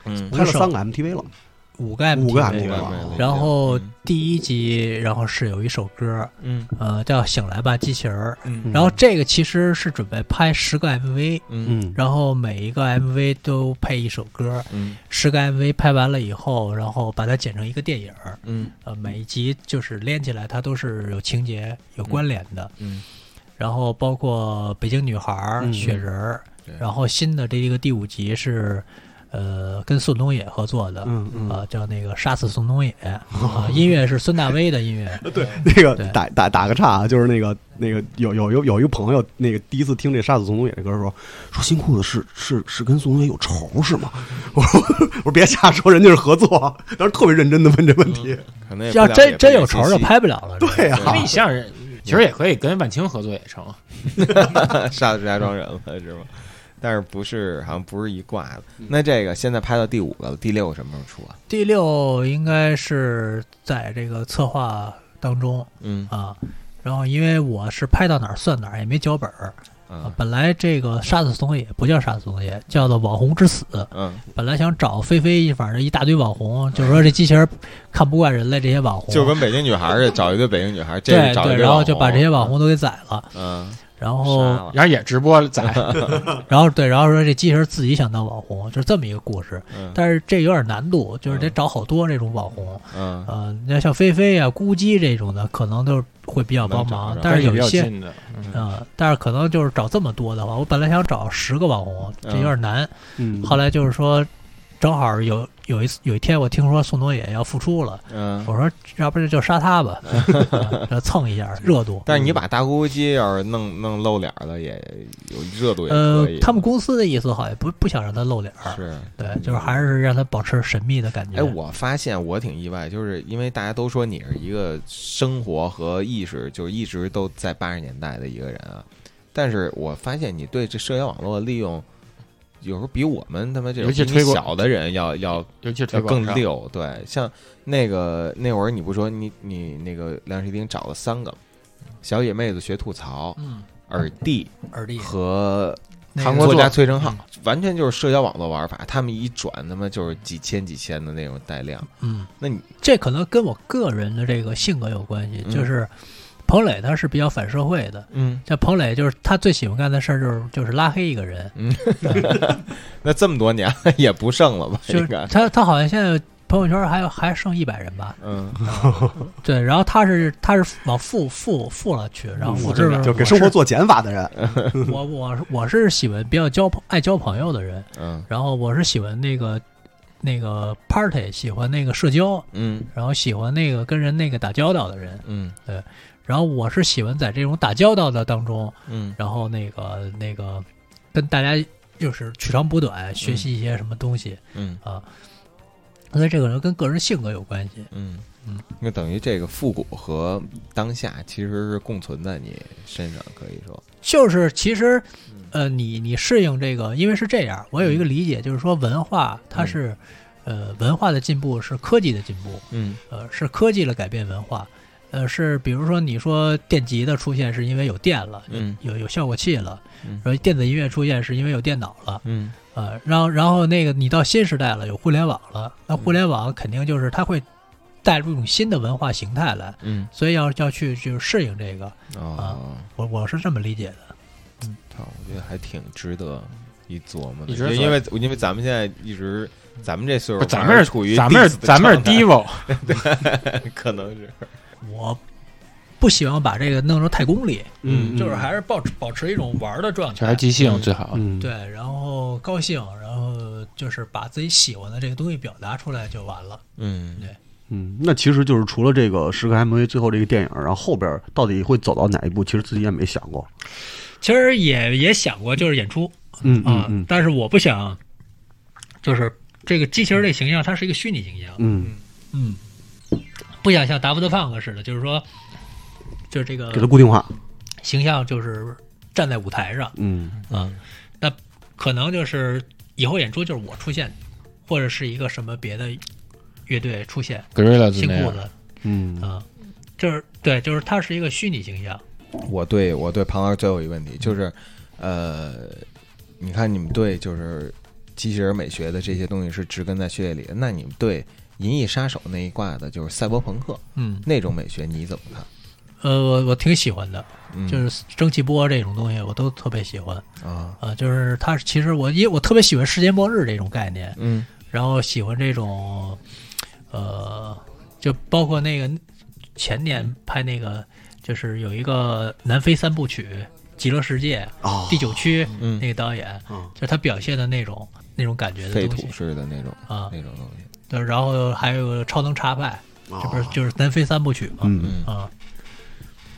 B: 嗯
E: 五
C: 拍了
E: 首
C: 三个 MTV 了，
E: 五个
C: 五个
E: MTV
C: MTV 了
E: 然后第一集，然后是有一首歌，
B: 嗯，
E: 呃，叫《醒来吧，机器人儿》。
B: 嗯
E: 然后这个其实是准备拍十个 MV，
B: 嗯
E: 然后每一个 MV 都配一首歌，
B: 嗯，
E: 十个 MV 拍完了以后，然后把它剪成一个电影，
B: 嗯，
E: 呃，每一集就是连起来，它都是有情节、有关联的，
B: 嗯，
E: 然后包括《北京女孩》儿《
B: 嗯》
E: 雪人》儿，然后新的这一个第五集是。呃，跟宋冬野合作的，
C: 嗯嗯
E: 呃，叫那个杀死宋冬野，啊音乐是孙大威的音乐，对，
C: 那个打打打个岔啊，就是那个那个有有有有一个朋友，那个第一次听这《杀死宋冬野》的歌的时候，说新裤子是是是跟宋冬野有仇是吗？我说我说别瞎说，人家是合作，当时特别认真的问这问题。
B: 嗯可能
E: 要真真有仇就拍不了了。
C: 对啊呀、
D: 因为你像人，其实也可以跟万青合作也成。
B: 杀石家庄人了是吗？但是不是好像不是一挂的？
E: 嗯
B: 那这个现在拍到第五个了，第六个什么时候出啊？
E: 第六应该是在这个策划当中，
B: 嗯
E: 啊，然后因为我是拍到哪儿算哪儿，也没脚本儿。
B: 啊，
E: 本来这个杀死松野不叫杀死松野，叫做网红之死。
B: 嗯，
E: 本来想找菲菲，反正一大堆网红，就是说这机器人看不惯人类这些网红，
B: 就跟北京女孩儿似的，找一堆北京女孩儿，这
E: 对
B: 是找
E: 对，
B: 一堆
E: 然后
B: 网
E: 就
B: 红
E: 把这些网红都给宰了。
B: 嗯，
E: 然后
B: 了，
D: 然后也直播了 宰
E: 然后对，然后说这机器人自己想当网红，就是这么一个故事。
B: 嗯
E: 但是这有点难度，就是得找好多这种网红。
B: 嗯
E: 呃，你要像菲菲啊、咕叽这种的，可能都是会比较帮忙
D: 能找着，
E: 但是有一些
D: 但是也比较近的嗯
E: 呃但是可能就是找这么多的话，我本来想找十个网红，这有点难。
C: 嗯
E: 后来就是说，正好有有一次有一天我听说宋冬野要复出了，
B: 嗯
E: 我说要不就就杀他 吧，呃这蹭一下热度。嗯
B: 但是你把大咕咕鸡要是弄弄露脸了，也有热度也
E: 呃
B: 可以，。
E: 他们公司的意思好像不不想让他露脸儿，
B: 是
E: 对，就是还是让他保持神秘的感觉。
B: 哎，我发现我挺意外，就是因为大家都说你是一个生活和意识就是一直都在八十年代的一个人啊，但是我发现你对这社交网络的利用，有时候比我们他妈这种
D: 尤其
B: 比
D: 推
B: 你
D: 广
B: 小的人要要
D: 尤其是推
B: 要
D: 广
B: 更
D: 上
B: 溜。对，像那个那会儿你不说你你那个梁诗丁找了三个小野妹子学吐槽，
E: 嗯，
B: 耳帝，
E: 耳帝
B: 和
E: 那个
B: 韩国作家
E: 作
B: 崔成浩，
D: 嗯
B: 完全就是社交网络玩法。他们一转，他妈就是几千几千的那种带量。
E: 嗯，
B: 那你
E: 这可能跟我个人的这个性格有关系，
B: 嗯
E: 就是彭磊他是比较反社会的，
B: 嗯，
E: 像彭磊就是他最喜欢干的事儿就是就是拉黑一个人，
B: 嗯，那这么多年了也不剩了吧？
E: 就
B: 应
E: 是
B: 该，
E: 他他好像现在朋友圈还有还剩一百人吧，
B: 嗯，
E: 对，然后他是他是往负负负了
B: 嗯
E: 去，然后我是
C: 就给生活做减法的 人，
E: 我我是我是喜欢比较交朋爱交朋友的人，
B: 嗯，
E: 然后我是喜欢那个那个 party，喜欢那个社交，
B: 嗯，
E: 然后喜欢那个跟人那个打交道的人，
B: 嗯，
E: 对，然后我是喜欢在这种打交道的当中，
B: 嗯
E: 然后那个那个跟大家就是取长补短，学习一些什么东西，
B: 嗯
E: 啊，所以这个人跟个人性格有关系，
B: 嗯
E: 嗯，
B: 那等于这个复古和当下其实是共存在你身上，可以说，
E: 就是其实，呃，你你适应这个，因为是这样，我有一个理解，就是说文化它是，呃，文化的进步是科技的进步，
B: 嗯
E: 呃，是科技了改变文化，呃，是比如说你说电极的出现是因为有电了，
B: 嗯
E: 有有效果器了，
B: 嗯
E: 然后电子音乐出现是因为有电脑了，
B: 嗯
E: 呃，然后然后那个你到新时代了，有互联网了，那互联网肯定就是它会带入一种新的文化形态来，
B: 嗯，
E: 所以要要去就是适应这个，啊
B: 哦，
E: 我我是这么理解的。
B: 操，我觉得还挺值得一琢磨的，
D: 一直琢
B: 因为因为咱们现在一直，咱们这岁数
D: 不是
B: 还，
D: 咱们是
B: 处于
D: 咱们是
B: diss 的
D: 咱们是
B: 状态
D: divo
B: 对，可能是，
E: 我不希望把这个弄成太功利，
C: 嗯
E: 就是还是保持保持一种玩儿的状
D: 全是
E: 态，
D: 即兴最好。
C: 嗯，
E: 对，然后高兴，然后就是把自己喜欢的这个东西表达出来就完了。
B: 嗯
C: 嗯，那其实就是除了这个十个 MV 最后这个电影，然后后边到底会走到哪一步，其实自己也没想过。
E: 其实也也想过就是演出
C: 嗯
E: 啊
C: 嗯，嗯
E: 但是我不想，就是这个机器人这形象，它是一个虚拟形象，
C: 嗯，
E: 嗯，不想像达夫特胖克似的，就是说，就是这个
C: 给它固定化。
E: 形象就是站在舞台上，
C: 嗯
E: 啊，那可能就是以后演出就是我出现，或者是一个什么别的乐队出现，
D: Gorillaz
E: 新
D: 那
E: 裤
D: 样
E: 子
C: 嗯
E: 啊，就是对，就是它是一个虚拟形象，
B: 我对我对庞老师最后一个问题就是，呃，你看你们对就是机器人美学的这些东西是植根在血液里的，那你们对《银翼杀手》那一挂的，就是赛博朋克，
E: 嗯
B: 那种美学你怎么看？
E: 呃，我我挺喜欢的，
B: 嗯
E: 就是蒸汽波这种东西，我都特别喜欢呃
B: 啊
E: 就是它其实我因为我特别喜欢世界末日这种概念，
B: 嗯，
E: 然后喜欢这种，呃，就包括那个前年拍那个，就是有一个南非三部曲《极乐世界》
B: 哦
E: 第九区、
B: 嗯
E: 那个导演，就是他表现的那种那种感觉的
B: 废
E: 东西
B: 土，式的那种
E: 啊
B: 那种东西，哦
E: 对，然后还有超能查派，这不是就是南非三部曲嘛？
B: 嗯
E: 啊，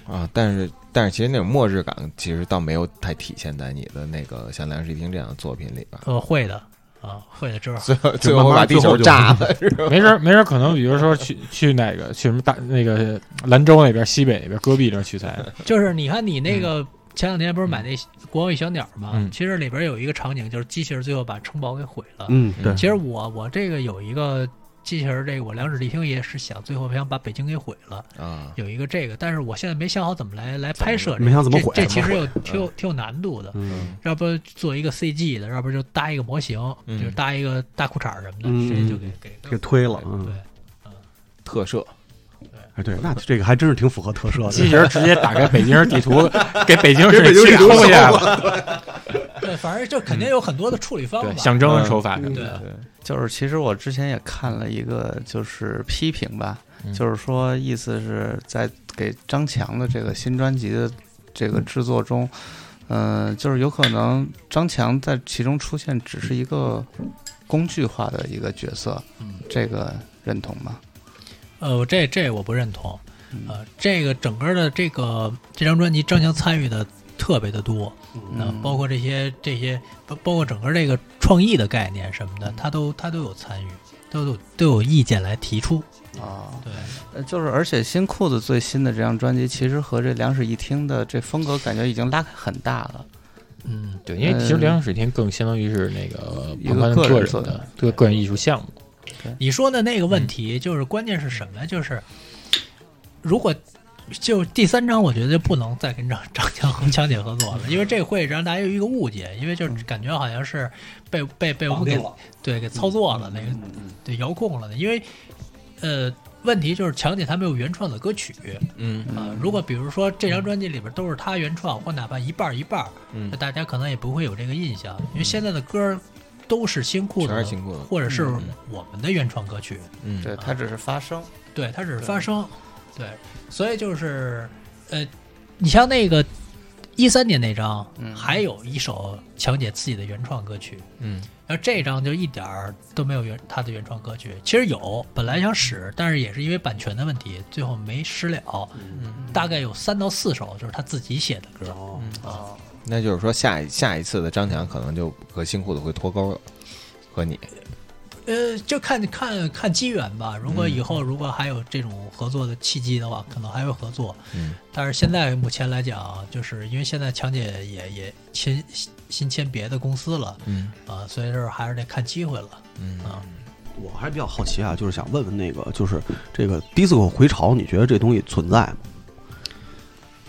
B: 啊，但是但是其实那种末日感其实倒没有太体现在你的那个像《梁士一听》这样的作品里吧。
E: 呃，会的啊，会的，知道。
B: 最后最后把地球炸了，是吧？
D: 没事儿没事儿，可能比如说去去哪个去什么大那个兰州那边、西北那边、戈壁这儿取 材，
E: 就是你看你那
B: 嗯
E: 个前两天不是买那国王与小鸟嘛？
D: 嗯
E: 其实里边有一个场景，就是机器人最后把城堡给毁了。
C: 嗯对
E: 其实我我这个有一个机器人，这个我两指力听也是想最后想把北京给毁了。
B: 啊，
E: 有一个这个，但是我现在没想好怎么来来拍摄这个、
C: 没想怎么毁
E: 这这
C: 怎
E: 其
C: 么
E: 实
C: 毁
E: 有挺有挺有难度的。
C: 嗯
E: 要不做一个 CG 的，要不就搭一个模型，
B: 嗯
E: 就是搭一个大裤衩儿什么的，
C: 嗯
E: 这就给给
C: 给推了，嗯，
B: 特摄。
C: 哎，对，那这个还真是挺符合特摄的。
D: 机器人直接打开北京人地 图给北京市
C: 给北京
D: 切
C: 地图
D: 抠
C: 搜
D: 下
C: 了
E: 对，反正就肯定有很多的处理方法，
D: 嗯对象征手法什么
E: 对
D: 的，嗯对
A: 就是其实我之前也看了一个就是批评吧，
D: 嗯
A: 就是说意思是在给张强的这个新专辑的这个制作中，嗯、就是有可能张强在其中出现只是一个工具化的一个角色，
D: 嗯
A: 这个认同吗？
E: 呃，我这这我不认同。呃，这个整个的这个这张专辑，张强参与的特别的多，呃，包括这些这些，包包括整个这个创意的概念什么的，他都他都有参与，都有都有意见来提出。
D: 哦
A: 啊，
E: 对，
A: 呃，就是而且新裤子最新的这张专辑，其实和这两室一厅的这风格感觉已经拉开很大了。
E: 嗯，
D: 对，因为其实《流浪水天》更相当于是那个
A: 一个
D: 庞宽
A: 个人
D: 个人
A: 作品
D: 的这个个人艺术项目，
E: 你说的那个问题，就是关键是什么呀？就是如果就第三章，我觉得就不能再跟张张强和强姐合作了，因为这会让大家有一个误解，因为
B: 嗯
E: 就是感觉好像是被被被我们给对给操作
B: 嗯
E: 了，那个对遥控了的，因为呃。问题就是强姐她没有原创的歌曲，
B: 嗯
E: 啊、如果比如说这张专辑里边都是她原创，或哪怕一半儿一半儿，
B: 嗯
E: 那大家可能也不会有这个印象，因为现在的歌儿都是新裤子
B: 全
E: 的，
B: 是新裤子
E: 或者是
B: 嗯
E: 我们的原创歌曲，啊
B: 嗯，
A: 对，它只是发声。
E: 对，它只是发声，对，所以就是，呃，你像那个一三年那张，还有一首强姐自己的原创歌曲，
B: 嗯，
E: 然后这张就一点儿都没有原她的原创歌曲，其实有，本来想
B: 嗯
E: 使，但是也是因为版权的问题，最后没使了，
B: 嗯
E: 大概有三到四首就是她自己写的歌，
B: 哦
E: 啊，
B: 那就是说下一下一次的张强可能就和新裤子会脱钩了，和你
E: 呃，就看看看机缘吧，如果以
B: 嗯
E: 后如果还有这种合作的契机的话，可能还会合作，
B: 嗯
E: 但是现在目前来讲，就是因为现在强姐也也签新新签别的公司了，
B: 嗯
E: 啊，所以就是还是得看机会了。
B: 嗯
E: 啊，
C: 我还比较好奇啊，就是想问问那个，就是这个 disco 回潮，你觉得这东西存在吗？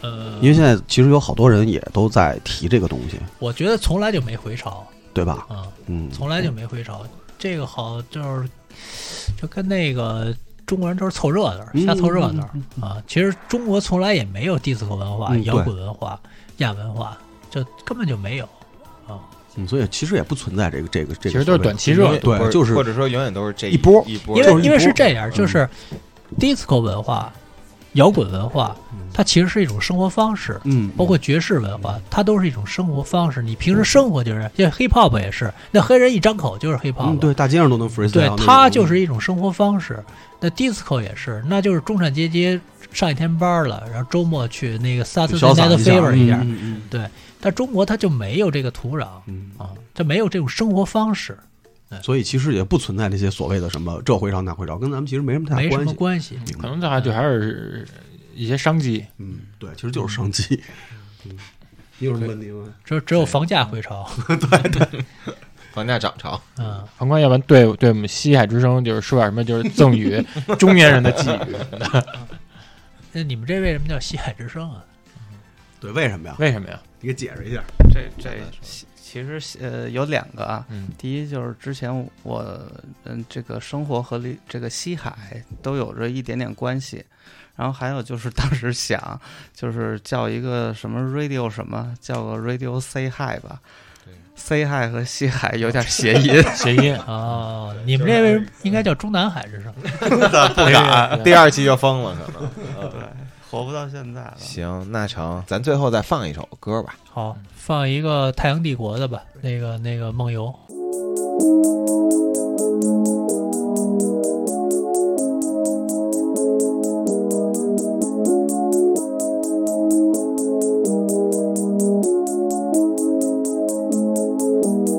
E: 呃，
C: 因为现在其实有好多人也都在提这个东西，
E: 我觉得从来就没回潮，
C: 对吧？
E: 啊，
C: 嗯，
E: 从来就没回潮。这个好就是就跟那个中国人就是凑热闹，
C: 嗯
E: 瞎凑热闹
C: 嗯
E: 啊。其实中国从来也没有迪斯科文化、
C: 嗯对
E: 摇滚文化、亚文化，这根本就没有。
C: 嗯，所以其实也不存在这个这个这个，
D: 其实都是短期热度
B: 或者
C: 对，就是嗯
B: 或者说永远都是这
C: 一波
B: 一波，
E: 因
C: 就是
E: 为
C: 一
E: 因为
C: 波嗯
E: 是这样，就是 disco 文化、摇滚文化，它其实是一种生活方式，
C: 嗯
E: 包括爵士文化，它都是一种生活方式。你平时生活就是，像 hip hop 也是，那黑人一张口就是 hip
C: 嗯，
E: hop，
C: 对，嗯大街上都能 freestyle，
E: 对
C: 那，种
E: 它就是一种生活方式。那 disco 也是，那就是中产阶级上一天班了，然后周末去那个萨斯
C: 潇洒
E: y 的
C: 一下
E: favor 一下
C: 嗯嗯嗯，
E: 对。但中国它就没有这个土壤啊，它没有这种生活方式，
C: 所以其实也不存在那些所谓的什么这回潮那回潮，跟咱们其实没什么太大
E: 没什么
C: 系。
E: 关系。
D: 可能这还就还是一些商机。
C: 嗯，对，其实就是商机。嗯你有什么问题吗？
E: 只有只有房价回潮，
B: 房价涨潮，
E: 嗯。
D: 旁观，要不然对对我们西海之声就是说点什么，就是 赠 予 中年人的寄语。
E: 那你们这为什么叫西海之声啊？
C: 对，为什么呀？
D: 为什么呀？
C: 你给解释一下。嗯
A: 这这其实呃有两个啊，第一就是之前我嗯这个生活和离这个西海都有着一点点关系，然后还有就是当时想就是叫一个什么 radio 什么叫个 radio say hi 吧。say hi 和西海有
C: 哦
A: 点谐 音，
D: 谐音
E: 哦，你们这位应该叫中南海之声，
A: 不敢，
B: 第二期就封了，可能。
A: 对，活不到现在了。
B: 行，那成，咱最后再放一首歌吧。
E: 好，放一个太阳帝国的吧，那个那个梦游。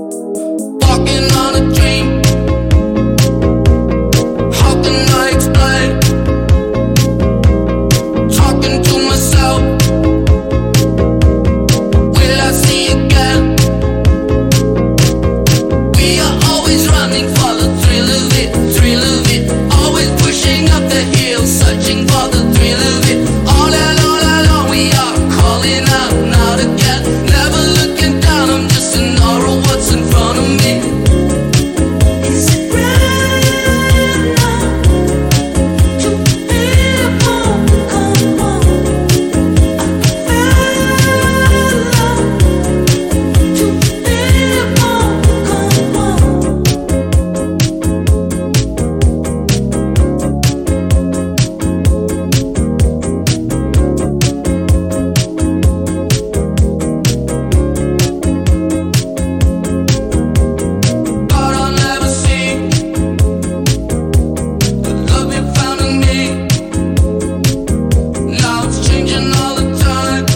I: Walking on a dream. How can I explain? Talking to myself. Will I see again? We are always running for the thrill of it, thrill of it. Always pushing up the hill, searching for the thrill of it. All alone, alone we are calling out, not again. Never looking down, I'm just in awe of what's in front of me. Is it But I'll never see the love you found in me. Now it's changing all the time.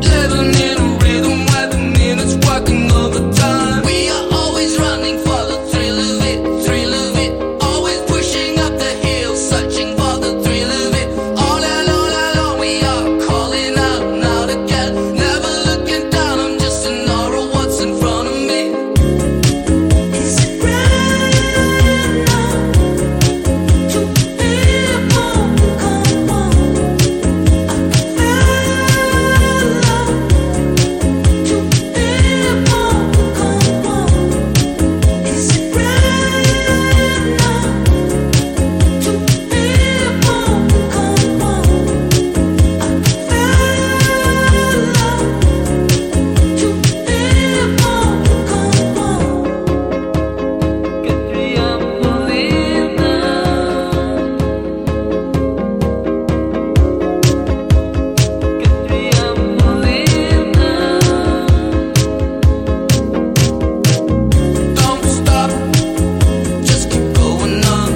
I: Living in a rhythm where the minutes working overtime. We are always running for the thrill of it, thrill of it. Always pushing up the hill, searching for the thrill of it. All alone, alone we are calling out, not again. Never looking down, I'm just in awe of what's in front of me. Is it Don't stop, just keep going on.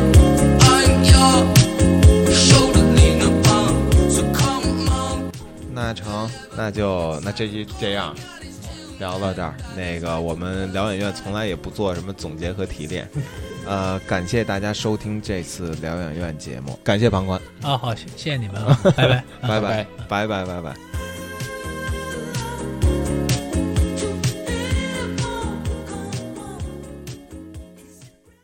I: I'm your shoulder to lean upon, so come on.
B: 那成，那就那这期这样，聊到这儿。那个我们疗养院从来也不做什么总结和提炼，呃，感谢大家收听这次疗养院节目，感谢旁观，
E: 哦 啊，好，谢谢你们啊，拜拜。
B: 拜拜拜拜拜拜。